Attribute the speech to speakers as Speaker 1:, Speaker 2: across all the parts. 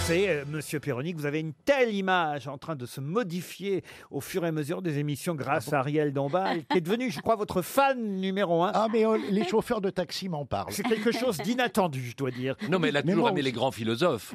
Speaker 1: pensez, euh, Monsieur Perroni, que vous avez une telle image en train de se modifier au fur et à mesure des émissions
Speaker 2: Ah
Speaker 1: grâce à Ariel Dombal, qui est devenu, je crois, votre fan numéro un
Speaker 2: Ah, mais euh, les chauffeurs de taxi m'en parlent.
Speaker 1: C'est quelque chose d'inattendu, je dois dire.
Speaker 3: Non, mais elle a
Speaker 2: Mais
Speaker 3: toujours
Speaker 2: moi
Speaker 3: aimé
Speaker 2: aussi.
Speaker 3: les grands philosophes.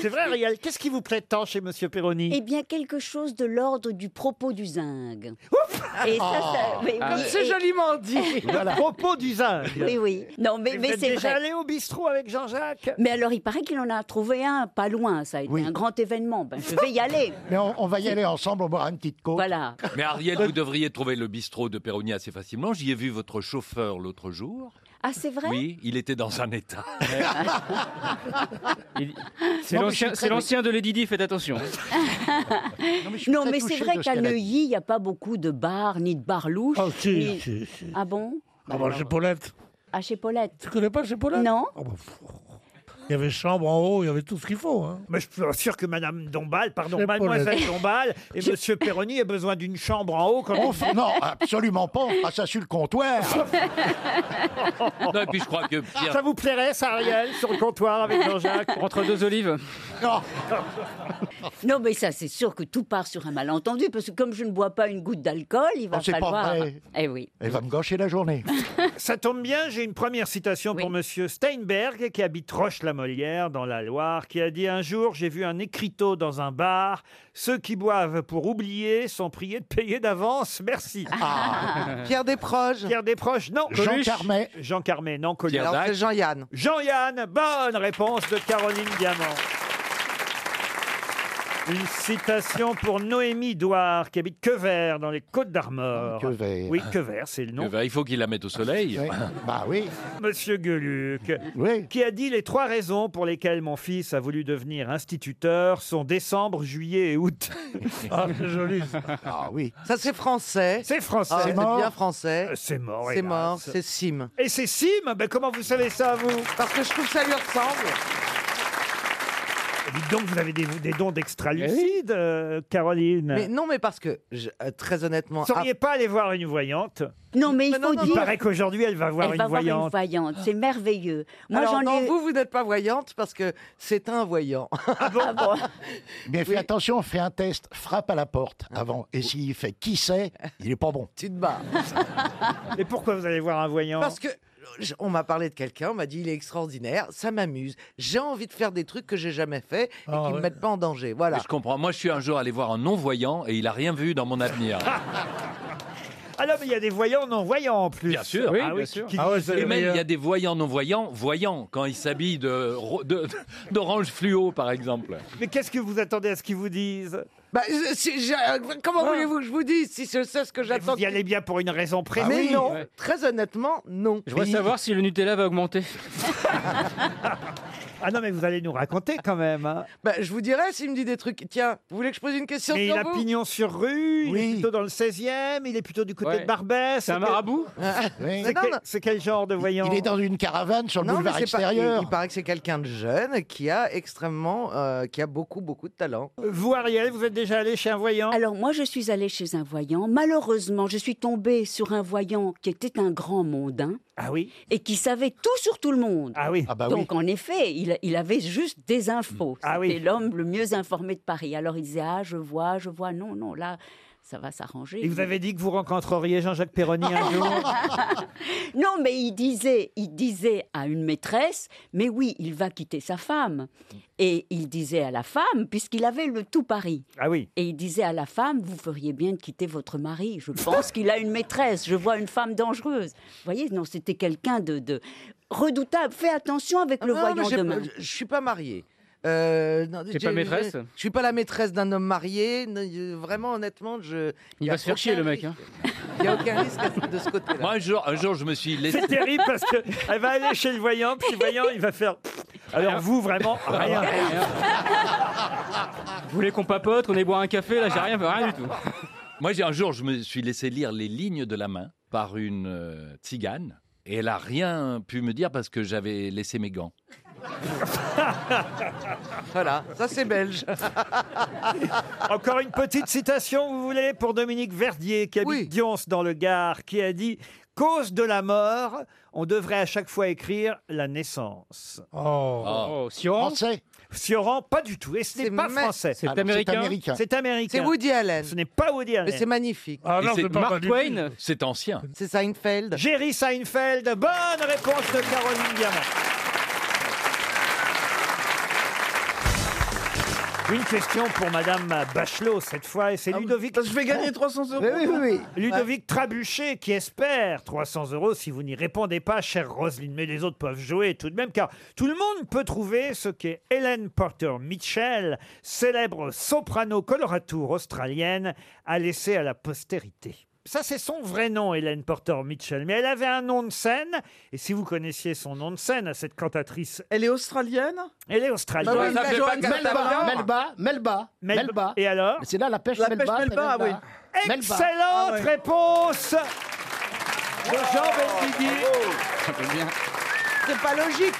Speaker 1: C'est vrai, Ariel, qu'est-ce qui vous plaît tant chez Monsieur Perroni
Speaker 4: Eh bien, quelque chose de l'ordre du propos du zinc. et ça,
Speaker 2: Ah.
Speaker 4: ça- oui, oui, et-
Speaker 1: joliment dit
Speaker 2: Voilà.
Speaker 1: Propos du zinc
Speaker 4: Oui, oui. Non, mais,
Speaker 1: Vous
Speaker 4: mais
Speaker 1: êtes
Speaker 4: c'est
Speaker 1: déjà
Speaker 4: vrai.
Speaker 1: allé au bistrot avec Jean-Jacques
Speaker 4: Mais alors, il paraît qu'il en a trouvé un pas loin. Ça a été
Speaker 2: Oui.
Speaker 4: un grand événement. Ben, je vais y aller.
Speaker 2: Mais on, on va y aller ensemble, on boira une petite côte.
Speaker 4: Voilà.
Speaker 3: Mais Ariel, vous devriez trouver le bistrot de Perroni assez facilement. J'y ai vu votre chauffeur l'autre jour.
Speaker 4: Ah, c'est vrai
Speaker 3: Oui, il était dans un état.
Speaker 5: Il- C'est
Speaker 2: Non, mais je suis
Speaker 5: l'ancien-
Speaker 2: très-
Speaker 5: c'est l'ancien de Lady Di, faites attention.
Speaker 2: Non, je suis
Speaker 4: Non,
Speaker 2: très
Speaker 4: mais
Speaker 2: touché
Speaker 4: c'est vrai
Speaker 2: de ce
Speaker 4: qu'à
Speaker 2: qu'elle a dit. Oh,
Speaker 4: Neuilly, il n'y a pas beaucoup de bars ni de bars louches.
Speaker 6: Ah, si,
Speaker 4: ni-
Speaker 6: si, si.
Speaker 4: Ah bon
Speaker 6: Ah, bah, chez Paulette.
Speaker 4: Ah, chez Paulette.
Speaker 6: Tu connais pas chez Paulette
Speaker 4: Non.
Speaker 6: Ah bah, pff. Il y avait chambre en haut, il y avait tout ce qu'il faut. hein.
Speaker 1: Mais je suis sûr que Madame Dombal, pardon,
Speaker 6: C'est
Speaker 1: Mademoiselle Dombal et Monsieur Perroni aient besoin d'une chambre en haut. Comme...
Speaker 2: On f- Oh, euh, Non, absolument pas, on fera ça sur le comptoir.
Speaker 3: Non, et puis je crois que
Speaker 1: Ça
Speaker 3: Pierre,
Speaker 1: vous plairait, ça, Ariel, sur le comptoir avec Jean-Jacques
Speaker 5: Entre deux olives.
Speaker 2: Non.
Speaker 4: Non, mais ça, c'est sûr que tout part sur un malentendu, parce que comme je ne bois pas une goutte d'alcool, il va
Speaker 2: Oh, c'est pas
Speaker 4: falloir.
Speaker 2: vrai.
Speaker 4: Eh oui.
Speaker 2: Elle va me gâcher la journée.
Speaker 1: Ça tombe bien, j'ai une première citation pour
Speaker 4: Oui.
Speaker 1: Monsieur Steinberg, qui habite Roche-la-Molière, dans la Loire, qui a dit un jour, j'ai vu un écriteau dans un bar. Ceux qui boivent pour oublier sont priés de payer d'avance. Merci.
Speaker 7: Ah. Pierre Desproges.
Speaker 1: Pierre Desproches, non.
Speaker 2: Ah. Jean Carmet.
Speaker 1: Jean Carmé, non. Collier.
Speaker 3: Pierre
Speaker 7: Alors c'est
Speaker 3: Dac,
Speaker 7: Jean-Yann.
Speaker 1: Jean-Yann, bonne réponse de Caroline Diamant. Une citation pour Noémie Douard, qui habite Quevert, dans les Côtes-d'Armor.
Speaker 2: Quevert.
Speaker 1: Oui, Quevert, c'est le nom.
Speaker 3: euh, il faut qu'il la mette au soleil.
Speaker 2: Oui. Bah oui,
Speaker 1: Monsieur Gueluc,
Speaker 2: oui.
Speaker 1: qui a dit les trois raisons pour lesquelles mon fils a voulu devenir instituteur sont décembre, juillet et août.
Speaker 6: Ah, c'est joli.
Speaker 2: Ah oui.
Speaker 7: Ça c'est français.
Speaker 1: C'est français.
Speaker 7: Ah, c'est
Speaker 2: mort.
Speaker 7: bien français.
Speaker 1: Euh, C'est mort.
Speaker 7: C'est
Speaker 1: hélas.
Speaker 7: mort, c'est Sim.
Speaker 1: Et c'est Sim ben, Comment vous savez ça, vous Ah.
Speaker 7: Parce que je trouve que ça lui ressemble.
Speaker 1: Eh, Dites donc, vous avez des, des dons d'extra-lucide, euh, Caroline.
Speaker 7: Eh Mais non, mais parce que, je- euh, très honnêtement, ah.
Speaker 1: Vous seriez pas aller voir une voyante
Speaker 4: Non, mais il
Speaker 7: Mais
Speaker 4: faut
Speaker 7: non, non,
Speaker 1: Il
Speaker 4: dire.
Speaker 1: paraît qu'aujourd'hui, elle va voir
Speaker 4: Elle
Speaker 1: une
Speaker 4: va voir une
Speaker 1: voyante.
Speaker 4: voyante, c'est merveilleux. Moi,
Speaker 7: moi
Speaker 4: j'en
Speaker 7: non,
Speaker 4: ai.
Speaker 7: vous, vous n'êtes pas voyante parce que c'est un voyant.
Speaker 4: Ah bon
Speaker 2: Mais fais attention, fais un test, frappe à la porte
Speaker 8: Ah.
Speaker 2: avant. Et s'il fait qui sait, il est pas bon.
Speaker 7: tu te bats.
Speaker 1: Et pourquoi vous allez voir un voyant
Speaker 7: Parce que je- on m'a parlé de quelqu'un, on m'a dit il est extraordinaire, ça m'amuse. J'ai envie de faire des trucs que j'ai jamais fait et
Speaker 6: Ah,
Speaker 7: qui me
Speaker 6: ouais.
Speaker 7: mettent pas en danger. Voilà.
Speaker 3: Mais Je comprends. Moi, je suis un jour allé voir un non-voyant et il a rien vu dans mon avenir.
Speaker 1: Ah non, mais il y a des voyants non-voyants en plus.
Speaker 3: Bien sûr.
Speaker 5: Oui,
Speaker 1: Ah
Speaker 5: bien
Speaker 1: qui-
Speaker 5: sûr.
Speaker 1: qui-
Speaker 6: Ah ouais, c'est
Speaker 3: Et
Speaker 6: le
Speaker 3: même, il y a
Speaker 6: meilleur.
Speaker 3: des voyants non-voyants, voyants, quand ils s'habillent de ro- de- d'orange fluo, par exemple.
Speaker 1: Mais qu'est-ce que vous attendez à ce qu'ils vous disent
Speaker 7: Bah, je- si- j'ai- euh, comment
Speaker 1: Ah.
Speaker 7: voulez-vous que je vous dise si je sais ce que
Speaker 1: Vous
Speaker 7: j'attends
Speaker 1: y allez bien pour une
Speaker 2: Ah
Speaker 1: raison
Speaker 7: Mais
Speaker 1: précise.
Speaker 7: non,
Speaker 5: Ouais.
Speaker 7: très honnêtement, non.
Speaker 5: Je voudrais savoir si le Nutella va augmenter.
Speaker 1: Ah non, mais vous allez nous raconter quand même. hein.
Speaker 7: Bah, je vous dirais s'il me dit des trucs. Tiens, vous voulez que je pose une question
Speaker 1: Mais
Speaker 7: sur
Speaker 1: il a
Speaker 7: vous
Speaker 1: pignon sur rue, il est
Speaker 2: Oui.
Speaker 1: plutôt dans le 16e, il est plutôt du côté
Speaker 5: Ouais.
Speaker 1: de Barbès.
Speaker 5: C'est un
Speaker 1: que-
Speaker 5: marabout
Speaker 2: Oui.
Speaker 1: C'est
Speaker 7: Non,
Speaker 1: quel,
Speaker 7: non.
Speaker 1: c'est quel genre de voyant
Speaker 2: Il est dans une caravane sur le
Speaker 7: Non, mais
Speaker 2: boulevard
Speaker 7: c'est pas. Il,
Speaker 2: extérieur.
Speaker 7: il paraît que c'est quelqu'un de jeune qui a extrêmement, euh, qui a beaucoup, beaucoup de talent.
Speaker 1: Vous, Ariel, vous êtes déjà allé chez un voyant
Speaker 4: Alors moi, je suis allée chez un voyant. Malheureusement, je suis tombée sur un voyant qui était un grand mondain
Speaker 1: Ah oui
Speaker 4: et qui savait tout sur tout le monde.
Speaker 1: Ah oui.
Speaker 2: Ah bah oui.
Speaker 4: Donc en effet, il, il avait juste des infos.
Speaker 1: Ah oui.
Speaker 4: C'était l'homme le mieux informé de Paris. Alors il disait ah je vois, je vois. Non non là. Ça va s'arranger.
Speaker 1: Et vous avez dit que vous rencontreriez Jean-Jacques Perroni un jour
Speaker 4: Non, mais il disait, il disait à une maîtresse, mais oui, il va quitter sa femme. Et il disait à la femme, puisqu'il avait le tout Paris.
Speaker 1: Ah oui.
Speaker 4: Et il disait à la femme, vous feriez bien de quitter votre mari. Je pense qu'il a une maîtresse. Je vois une femme dangereuse. Vous voyez, non, c'était quelqu'un de, de redoutable. Fais attention avec le
Speaker 7: Non, Ah, mais
Speaker 4: voyant
Speaker 7: j'ai-
Speaker 4: demain.
Speaker 7: Je, je suis pas mariée. Euh, non,
Speaker 5: T'es
Speaker 7: j'ai-
Speaker 5: pas maîtresse
Speaker 7: j'ai- Je suis pas la maîtresse d'un homme marié. Non, je- Vraiment, honnêtement, je.
Speaker 5: Il
Speaker 7: y a
Speaker 5: va se faire chier,
Speaker 7: aucun
Speaker 5: le mec, hein.
Speaker 7: risque. Il n'y a aucun risque à- de ce
Speaker 3: Moi,
Speaker 7: côté-là.
Speaker 3: un jour, un jour, je me suis laissé.
Speaker 1: C'est terrible parce que elle va aller chez le voyant, puis le voyant, il va faire. Alors vous, vraiment, rien.
Speaker 5: Vous voulez qu'on papote, qu'on aille boire un café Là, j'ai rien, rien du tout.
Speaker 3: Moi, j'ai un jour, je me suis laissé lire les lignes de la main par une euh, tzigane. Et elle a rien pu me dire parce que j'avais laissé mes gants.
Speaker 7: Voilà, ça c'est belge.
Speaker 1: Encore une petite citation, vous voulez, pour Dominique Verdier, qui habite
Speaker 7: Oui.
Speaker 1: Dions dans le Gard, qui a dit cause de la mort, on devrait à chaque fois écrire la naissance.
Speaker 7: Oh.
Speaker 3: Oh.
Speaker 5: Oh, Sioran
Speaker 9: Français.
Speaker 1: Sioran, pas du tout. Et ce n'est
Speaker 10: C'est
Speaker 1: pas
Speaker 10: ma-
Speaker 1: français.
Speaker 5: C'est
Speaker 9: Alors,
Speaker 5: américain.
Speaker 1: C'est
Speaker 10: C'est
Speaker 1: américain.
Speaker 10: Woody Allen.
Speaker 1: Ce n'est pas Woody
Speaker 10: Mais c'est
Speaker 1: Allen.
Speaker 10: magnifique.
Speaker 7: Ah
Speaker 3: Et
Speaker 7: non,
Speaker 3: c'est
Speaker 7: c'est pas
Speaker 5: Mark
Speaker 7: magnifique.
Speaker 5: Twain
Speaker 3: C'est ancien.
Speaker 10: C'est Seinfeld.
Speaker 1: Jerry Seinfeld, bonne réponse de Caroline Diamant. Une question pour Madame Bachelot cette fois, et c'est Ludovic,
Speaker 8: Je vais gagner 300 euros.
Speaker 10: oui, oui.
Speaker 1: Ludovic Trabuchet qui espère 300 euros si vous n'y répondez pas, chère Roselyne. Mais les autres peuvent jouer tout de même, car tout le monde peut trouver ce qu'est Helen Porter Mitchell, célèbre soprano coloratour australienne, à laisser à la postérité. Ça, c'est son vrai nom, Hélène Porter Mitchell. Mais elle avait un nom de scène. Et si vous connaissiez son nom de scène à cette cantatrice,
Speaker 8: Elle est australienne
Speaker 1: elle est
Speaker 8: Bah oui,
Speaker 1: australienne.
Speaker 8: la Joanne
Speaker 2: Melba,
Speaker 8: Catalan.
Speaker 2: Melba, Melba,
Speaker 1: Mel-
Speaker 2: Melba.
Speaker 1: Et alors
Speaker 2: C'est là la pêche
Speaker 8: La
Speaker 2: Melba.
Speaker 8: pêche
Speaker 2: c'est
Speaker 8: Melba,
Speaker 2: Melba. Melba.
Speaker 1: Excellente
Speaker 8: Ah ouais.
Speaker 1: réponse de
Speaker 7: Oh.
Speaker 1: Jean Benguigui.
Speaker 5: Oh.
Speaker 10: C'est pas logique.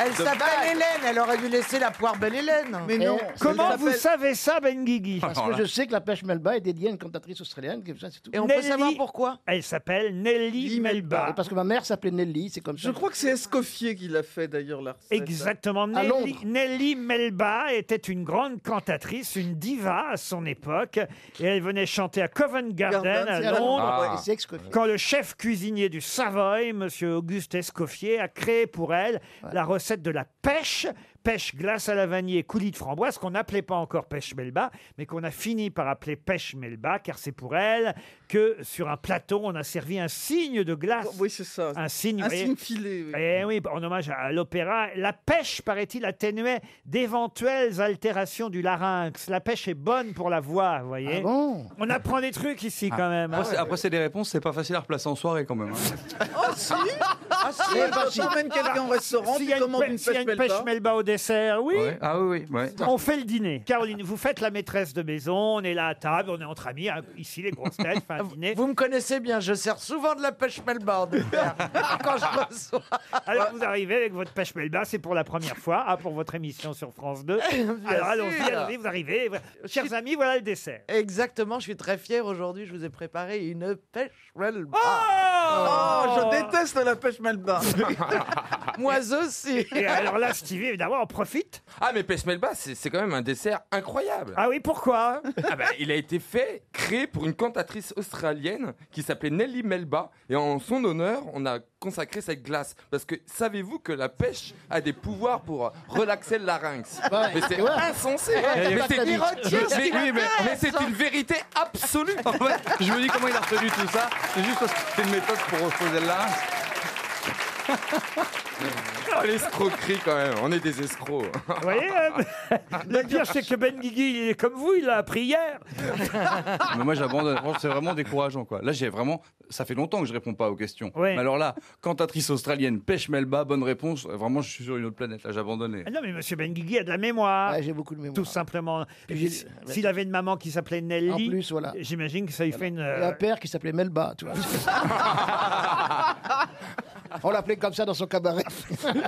Speaker 10: Elle s'appelle Hélène. Elle aurait dû laisser la poire belle Hélène.
Speaker 8: Mais non.
Speaker 2: Eh,
Speaker 1: Comment
Speaker 8: Elle
Speaker 1: vous
Speaker 8: s'appelle-
Speaker 1: savez ça, Ben Benguigui
Speaker 2: Parce que je sais que la pêche Melba est dédiée à une cantatrice australienne, comme ça, c'est tout.
Speaker 10: Et on peut
Speaker 1: Nelly.
Speaker 10: savoir pourquoi.
Speaker 1: Elle s'appelle Nelly
Speaker 8: Nelly
Speaker 1: Melba.
Speaker 2: Et parce que ma mère s'appelait Nelly, c'est comme ça.
Speaker 8: Je crois que c'est Escoffier qui l'a fait d'ailleurs hein. la recette.
Speaker 1: Exactement.
Speaker 2: À
Speaker 1: Nelly,
Speaker 2: Londres.
Speaker 1: Nelly Melba était une grande cantatrice, une diva à son époque. Et elle venait chanter à Covent Garden,
Speaker 8: Garden,
Speaker 1: à
Speaker 2: C'est à la-
Speaker 1: Londres.
Speaker 2: Ouais, et c'est Escoffier.
Speaker 1: Quand le chef cuisinier du Savoy, M. Auguste Escoffier, a créé pour elle la recette de la pêche, pêche glace à la vanille et coulis de framboise, qu'on n'appelait pas encore pêche melba, mais qu'on a fini par appeler pêche melba, car c'est pour elle que sur un plateau, on a servi un signe de glace.
Speaker 8: Oui, c'est ça.
Speaker 1: Un signe,
Speaker 8: Un
Speaker 1: vous voyez.
Speaker 8: signe filé. oui.
Speaker 1: Eh oui, en hommage à l'opéra, la pêche, paraît-il, atténuait d'éventuelles altérations du larynx. La pêche est bonne pour la voix, vous voyez.
Speaker 2: Ah bon
Speaker 1: On apprend des trucs ici quand même. hein.
Speaker 11: Ah. c'est des réponses, c'est pas facile à replacer en soirée quand même. hein.
Speaker 8: Oh si Ah si Quand t'emmènes quelqu'un au restaurant,
Speaker 1: bah, S'il y,
Speaker 8: tu
Speaker 1: a une
Speaker 8: commandes
Speaker 1: pê-
Speaker 8: une
Speaker 1: s'il y a
Speaker 8: pêche
Speaker 1: une pêche
Speaker 8: melba.
Speaker 1: melba au dessert, oui.
Speaker 11: Ah oui, oui. Ouais.
Speaker 1: On fait le dîner. Caroline, vous faites la maîtresse de maison, on est là à table, on est entre amis, hein, ici les grosses têtes, fait un dîner.
Speaker 10: Vous me connaissez bien, je sers souvent de la pêche Melba en hiver, quand je reçois.
Speaker 1: Alors vous arrivez avec votre pêche melba, c'est pour la première fois, ah, pour votre émission sur France 2. Alors allons-y,
Speaker 10: sûr.
Speaker 1: allons-y, vous arrivez. Chers amis, voilà le dessert.
Speaker 10: Exactement, je suis très fier aujourd'hui, je vous ai préparé une pêche Melba.
Speaker 8: Oh,
Speaker 1: Oh
Speaker 8: je déteste la pêche melba.
Speaker 10: Moi aussi.
Speaker 1: Et alors là, Stevie, évidemment, en profite.
Speaker 12: Ah, mais pêche melba, c'est c'est quand même un dessert incroyable.
Speaker 1: Ah oui, pourquoi
Speaker 12: Ah bah, il a été fait, créé pour une cantatrice australienne qui s'appelait Nelly Melba. Et en son honneur, on a consacré cette glace. Parce que savez-vous que la pêche a des pouvoirs pour relaxer le larynx
Speaker 11: Bah,
Speaker 2: Ouais.
Speaker 12: Mais c'est
Speaker 2: Ouais.
Speaker 12: insensé hein. Mais c'est-
Speaker 2: Il
Speaker 12: mais- mais- mais c'est une vérité absolue
Speaker 11: En fait, je me dis comment il a retenu tout ça. C'est juste parce que c'est une méthode pour reposer là.
Speaker 12: Oh, l'escroquerie quand même, on est des escrocs
Speaker 1: Vous voyez euh, Le pire, c'est que Ben Guigui, il est comme vous, il l'a appris hier.
Speaker 11: Mais moi, j'abandonne. Franchement, C'est vraiment décourageant, quoi. Là, j'ai vraiment. Ça fait longtemps que je réponds pas aux questions.
Speaker 1: Ouais.
Speaker 11: Mais alors là, cantatrice australienne, pêche Melba, bonne réponse. Vraiment, je suis sur une autre planète. Là, j'abandonne. les-
Speaker 1: Ah Non, mais Monsieur Ben Guigui a de la mémoire.
Speaker 2: Ouais, j'ai beaucoup de mémoire.
Speaker 1: Tout simplement. Et puis,
Speaker 2: j'ai-
Speaker 1: s- S'il avait une maman qui s'appelait Nelly,
Speaker 2: En plus, voilà.
Speaker 1: j'imagine que ça lui fait une.
Speaker 2: Et un père qui s'appelait Melba, tu vois. On l'appelait comme ça dans son cabaret. c'est vrai.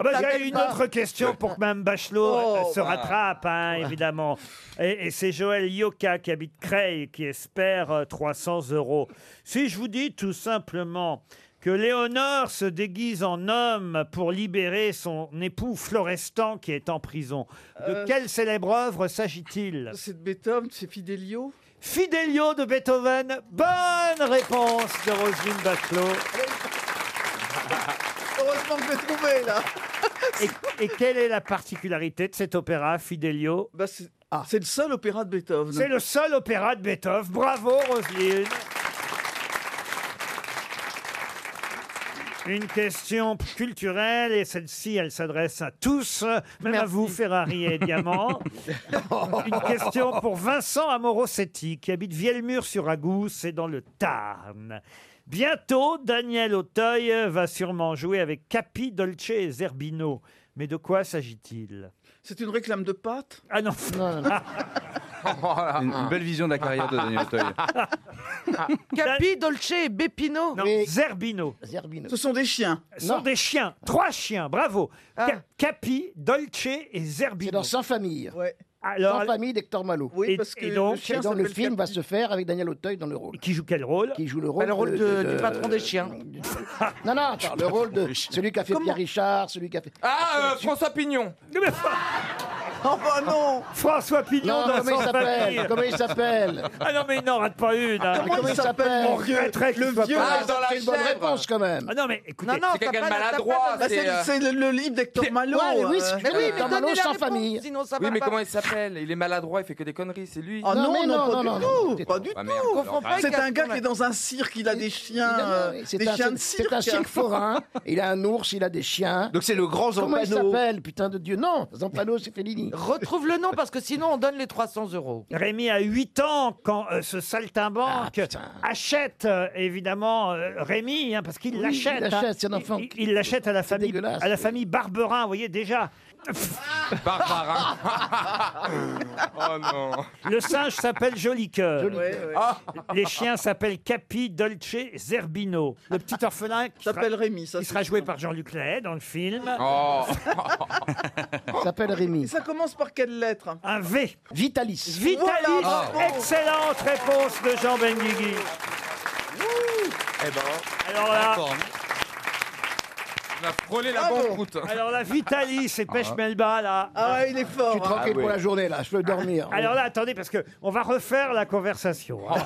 Speaker 1: Ah bah, j'ai une autre question pour que Mme Bachelot euh, se rattrape, hein, évidemment. Et, et c'est Joël Yoka qui habite Creil qui espère euh, 300 euros. Si je vous dis tout simplement que Léonore se déguise en homme pour libérer son époux Florestan qui est en prison, de
Speaker 8: Euh.
Speaker 1: quelle célèbre œuvre s'agit-il
Speaker 8: C'est de Beethoven, c'est Fidelio.
Speaker 1: Fidelio de Beethoven, bonne réponse de Roselyne Bachelot.
Speaker 8: Heureusement que je l'ai trouvé là.
Speaker 1: Et, et quelle est la particularité de cet opéra, Fidelio
Speaker 8: Bah, c'est
Speaker 2: Ah.
Speaker 8: c'est le seul opéra de Beethoven.
Speaker 1: C'est le seul opéra de Beethoven. Bravo, Roselyne. Une question culturelle, et celle-ci, elle s'adresse à tous, même à vous, Ferrari et Diamant. Une question pour Vincent Amorosetti, qui habite Vielmur-sur-Agousse, c'est dans le Tarn. Bientôt, Daniel Auteuil va sûrement jouer avec Capi, Dolce et Zerbino. Mais de quoi s'agit-il
Speaker 8: C'est une réclame de pâtes.
Speaker 1: Ah non,
Speaker 2: Non, non, non.
Speaker 11: Une, une belle vision de la carrière de Daniel Auteuil.
Speaker 10: Capi, Dolce et Bepino.
Speaker 1: non,
Speaker 2: Mais-
Speaker 1: Zerbino.
Speaker 2: Zerbino.
Speaker 8: Ce sont des chiens.
Speaker 1: Ce sont
Speaker 2: Non.
Speaker 1: des chiens. Trois chiens, bravo. Ca-
Speaker 10: Ah.
Speaker 1: Capi, Dolce et
Speaker 2: C'est
Speaker 1: Zerbino.
Speaker 2: dans Sans famille.
Speaker 8: Ouais.
Speaker 1: Alors-
Speaker 5: Sans famille d'Hector Malo.
Speaker 1: Oui, Et- parce que et donc- le chien
Speaker 5: Et donc,
Speaker 1: s'appelle
Speaker 5: le film va se faire avec Daniel Auteuil dans le rôle.
Speaker 1: Qui joue quel Bah, rôle
Speaker 5: Qui joue Bah, le rôle,
Speaker 7: le rôle de- du patron des chiens.
Speaker 5: Non, non, attends, le rôle de celui qui a fait Pierre Richard, celui qui a fait.
Speaker 12: Ah, euh, François Pignon
Speaker 8: Oh bah non
Speaker 1: François Pignon
Speaker 5: Non,
Speaker 1: dans
Speaker 5: comment il
Speaker 1: Sans
Speaker 5: s'appelle
Speaker 1: Famille.
Speaker 5: Comment il s'appelle
Speaker 1: Ah non, mais il n'en rate pas une. hein.
Speaker 5: Mais comment il s'appelle
Speaker 1: On regretterait qu'il soit pas là.
Speaker 5: Ah,
Speaker 12: dans la
Speaker 5: C'est une bonne
Speaker 12: chèvre.
Speaker 5: réponse quand même.
Speaker 1: Ah non, mais écoutez,
Speaker 8: Non, non,
Speaker 12: c'est
Speaker 8: t'as
Speaker 12: quelqu'un
Speaker 8: pas
Speaker 12: de
Speaker 8: la- t'as
Speaker 12: maladroit,
Speaker 8: pas la- bah,
Speaker 12: c'est,
Speaker 8: C'est
Speaker 12: euh,
Speaker 8: c'est le, le livre d'Hector Malo.
Speaker 5: Ouais, mais oui,
Speaker 8: euh.
Speaker 5: c'est- oui, mais Malo sans famille.
Speaker 7: sinon ça va
Speaker 12: Oui, mais
Speaker 7: pas.
Speaker 12: comment il s'appelle Il est maladroit, il fait que des conneries, c'est lui.
Speaker 8: Ah
Speaker 5: Non,
Speaker 8: non,
Speaker 5: mais
Speaker 8: non, pas
Speaker 5: non,
Speaker 8: du
Speaker 5: non,
Speaker 8: tout,
Speaker 5: non, non.
Speaker 8: pas du
Speaker 12: Ah,
Speaker 8: tout.
Speaker 12: merde, alors,
Speaker 7: pas
Speaker 12: arrête.
Speaker 7: avec
Speaker 8: C'est un gars
Speaker 7: Capcom.
Speaker 8: qui est dans un cirque, il a des chiens,
Speaker 5: Il a-
Speaker 8: euh,
Speaker 5: c'est
Speaker 8: des
Speaker 5: un-
Speaker 8: chiens de
Speaker 5: c'est-
Speaker 8: cirque.
Speaker 5: C'est un cirque forain. Il a un ours, il a des chiens.
Speaker 13: Donc c'est le grand
Speaker 5: Comment il
Speaker 13: Zampano.
Speaker 5: s'appelle, putain de Dieu Non, Zampano, c'est Fellini.
Speaker 7: Retrouve le nom parce que sinon on donne les 300 euros.
Speaker 1: Rémi a 8 ans quand euh, ce saltimbanque
Speaker 5: Ah, putain.
Speaker 1: achète euh, évidemment euh, Rémi, hein, parce qu'il
Speaker 5: Oui,
Speaker 1: l'achète.
Speaker 5: il
Speaker 1: hein.
Speaker 5: l'achète, c'est un enfant
Speaker 1: Il-
Speaker 5: qui-
Speaker 1: Il il l'achète à la famille,
Speaker 5: dégueulasse,
Speaker 1: à la
Speaker 5: oui.
Speaker 1: famille Barberin, vous voyez déjà.
Speaker 12: Barbarin. oh non.
Speaker 1: Le singe s'appelle Joli Cœur.
Speaker 8: Ouais, ouais.
Speaker 1: Les chiens s'appellent Capi, Dolce, Zerbino. Le petit orphelin qui sera,
Speaker 8: s'appelle Rémi, ça.
Speaker 1: qui
Speaker 8: c'est
Speaker 1: sera
Speaker 8: sûr.
Speaker 1: joué par Jean-Luc Lahaye dans le film.
Speaker 12: Oh.
Speaker 5: Il s'appelle
Speaker 8: Et
Speaker 5: Rémi.
Speaker 8: ça commence par quelle lettre
Speaker 1: Un V.
Speaker 5: Vitalis.
Speaker 1: Vitalis.
Speaker 8: Voilà, bravo.
Speaker 1: Excellente réponse de Jean Benguigui.
Speaker 12: Eh ben.
Speaker 1: Alors là.
Speaker 12: On a frôlé
Speaker 1: Ah
Speaker 12: la
Speaker 8: Bravo.
Speaker 12: banqueroute.
Speaker 1: Alors la Vitalis et Pêche Melba là.
Speaker 8: Ah ouais, il est
Speaker 5: Je
Speaker 8: fort.
Speaker 5: suis
Speaker 8: hein.
Speaker 5: tranquille pour la journée, là. Je veux dormir.
Speaker 1: Alors là, attendez, parce que on va refaire la conversation. hein.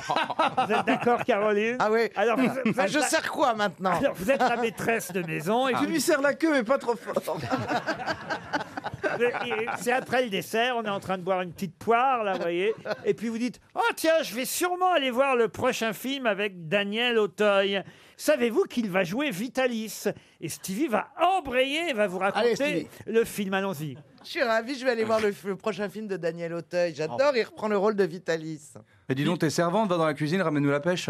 Speaker 1: vous êtes d'accord, Caroline
Speaker 7: Ah oui.
Speaker 1: Alors vous, vous
Speaker 7: Ah,
Speaker 1: êtes
Speaker 7: je
Speaker 1: la...
Speaker 7: sers quoi maintenant
Speaker 1: alors, vous êtes la maîtresse de maison et
Speaker 5: Ah.
Speaker 12: Ah.
Speaker 8: Tu lui serres la queue, mais pas trop fort.
Speaker 1: vous- et c'est après le dessert, on est en train de boire une petite poire, là, vous voyez. Et puis vous dites, oh tiens, je vais sûrement aller voir le prochain film avec Daniel Auteuil. Savez-vous qu'il va jouer Vitalis Et Stevie va embrayer, et va vous raconter
Speaker 5: Allez, Stevie.
Speaker 1: le film. Allons-y.
Speaker 7: Je suis ravi, je vais aller voir le, le prochain film de Daniel Auteuil. J'adore, il reprend le rôle de Vitalis.
Speaker 14: Et dis donc, tes servantes, va dans la cuisine, ramène-nous la pêche.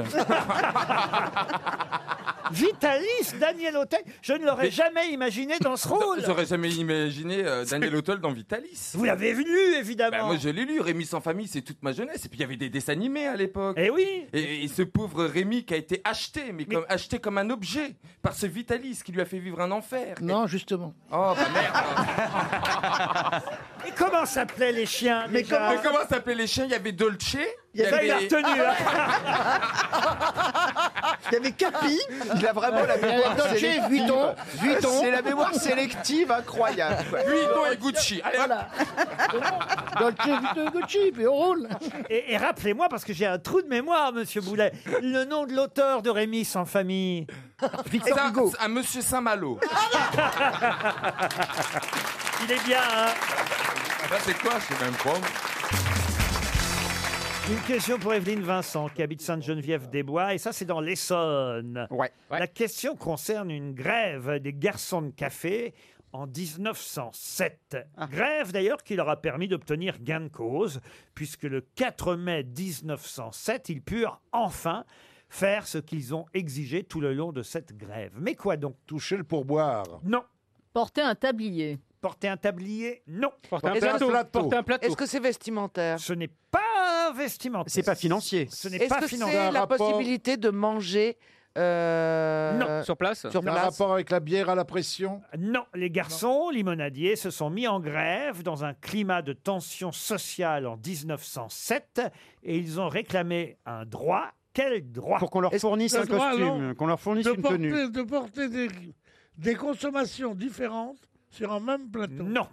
Speaker 1: Vitalis, Daniel Auteuil, je ne l'aurais
Speaker 12: Mais-
Speaker 1: jamais imaginé dans ce rôle.
Speaker 12: J'aurais jamais imaginé euh, Daniel Auteuil dans Vitalis.
Speaker 1: Vous l'avez vu,
Speaker 12: Bah,
Speaker 1: évidemment.
Speaker 12: moi je l'ai lu, Rémi sans famille, c'est toute ma jeunesse. Et puis il y avait des dessins animés à l'époque.
Speaker 1: Eh oui
Speaker 12: Et, et ce pauvre Rémi qui a été acheté, mais,
Speaker 1: Mais-
Speaker 12: Comme, acheté comme un objet par ce Vitalis qui lui a fait vivre un enfer.
Speaker 5: Non, justement.
Speaker 12: Oh bah merde.
Speaker 1: Et comment s'appelaient les chiens
Speaker 8: Mais
Speaker 1: déjà
Speaker 12: Mais comment s'appelaient les chiens Il y avait Dolce.
Speaker 8: Il y
Speaker 1: Ça, il a retenu.
Speaker 12: Ah,
Speaker 1: hein.
Speaker 8: Il y avait Capi.
Speaker 13: Il a vraiment la
Speaker 5: Il y avait
Speaker 1: Euh,
Speaker 13: mémoire sélective.
Speaker 5: Dolce, Vuitton, Vuitton.
Speaker 13: C'est la mémoire sélective incroyable. quoi.
Speaker 12: Vuitton et Gucci. Allez, hop.
Speaker 5: Voilà. Dolce, Vuitton, Gucci, puis on roule.
Speaker 1: Et, et rappelez-moi, parce que j'ai un trou de mémoire, monsieur Boulet, le nom de l'auteur de Rémi sans famille.
Speaker 5: Victor
Speaker 12: Ça,
Speaker 5: Hugo.
Speaker 12: c'est un monsieur Saint-Malo. ah.
Speaker 1: Il est bien, hein
Speaker 12: Là, c'est quoi Je sais même pas.
Speaker 1: Une question pour Evelyne Vincent, qui habite Sainte-Geneviève-des-Bois, et ça, c'est dans l'Essonne.
Speaker 12: Ouais.
Speaker 1: La question concerne une grève des garçons de café en 1907.
Speaker 7: Ah.
Speaker 1: Grève d'ailleurs qui leur a permis d'obtenir gain de cause, puisque le 4 mai 1907, ils purent enfin faire ce qu'ils ont exigé tout le long de cette grève. Mais quoi donc
Speaker 15: Toucher le pourboire.
Speaker 1: Non.
Speaker 16: Porter un tablier.
Speaker 1: Porter un tablier Non.
Speaker 3: Porter un
Speaker 7: Est-ce que-
Speaker 3: plateau. Porter un plateau.
Speaker 7: Est-ce que c'est vestimentaire
Speaker 1: Ce n'est pas vestimentaire.
Speaker 13: C'est pas financier.
Speaker 1: Ce n'est
Speaker 7: Est-ce
Speaker 1: pas
Speaker 7: que
Speaker 1: financier.
Speaker 7: c'est la
Speaker 15: rapport-
Speaker 7: possibilité de manger euh,
Speaker 1: Non.
Speaker 3: Sur place
Speaker 7: sur
Speaker 15: C'est un
Speaker 7: place
Speaker 15: rapport avec la bière à la pression
Speaker 1: Non, les garçons limonadiers se sont mis en grève dans un climat de tension sociale en 1907 et ils ont réclamé un droit. Quel droit
Speaker 13: Pour qu'on leur
Speaker 15: Est-ce-
Speaker 13: fournisse
Speaker 15: Le
Speaker 13: un
Speaker 7: Ah
Speaker 15: droit, non
Speaker 13: costume, qu'on leur fournisse
Speaker 6: de
Speaker 13: une tenue.
Speaker 6: porter, de porter des, des consommations différentes sur un même plateau.
Speaker 1: Non,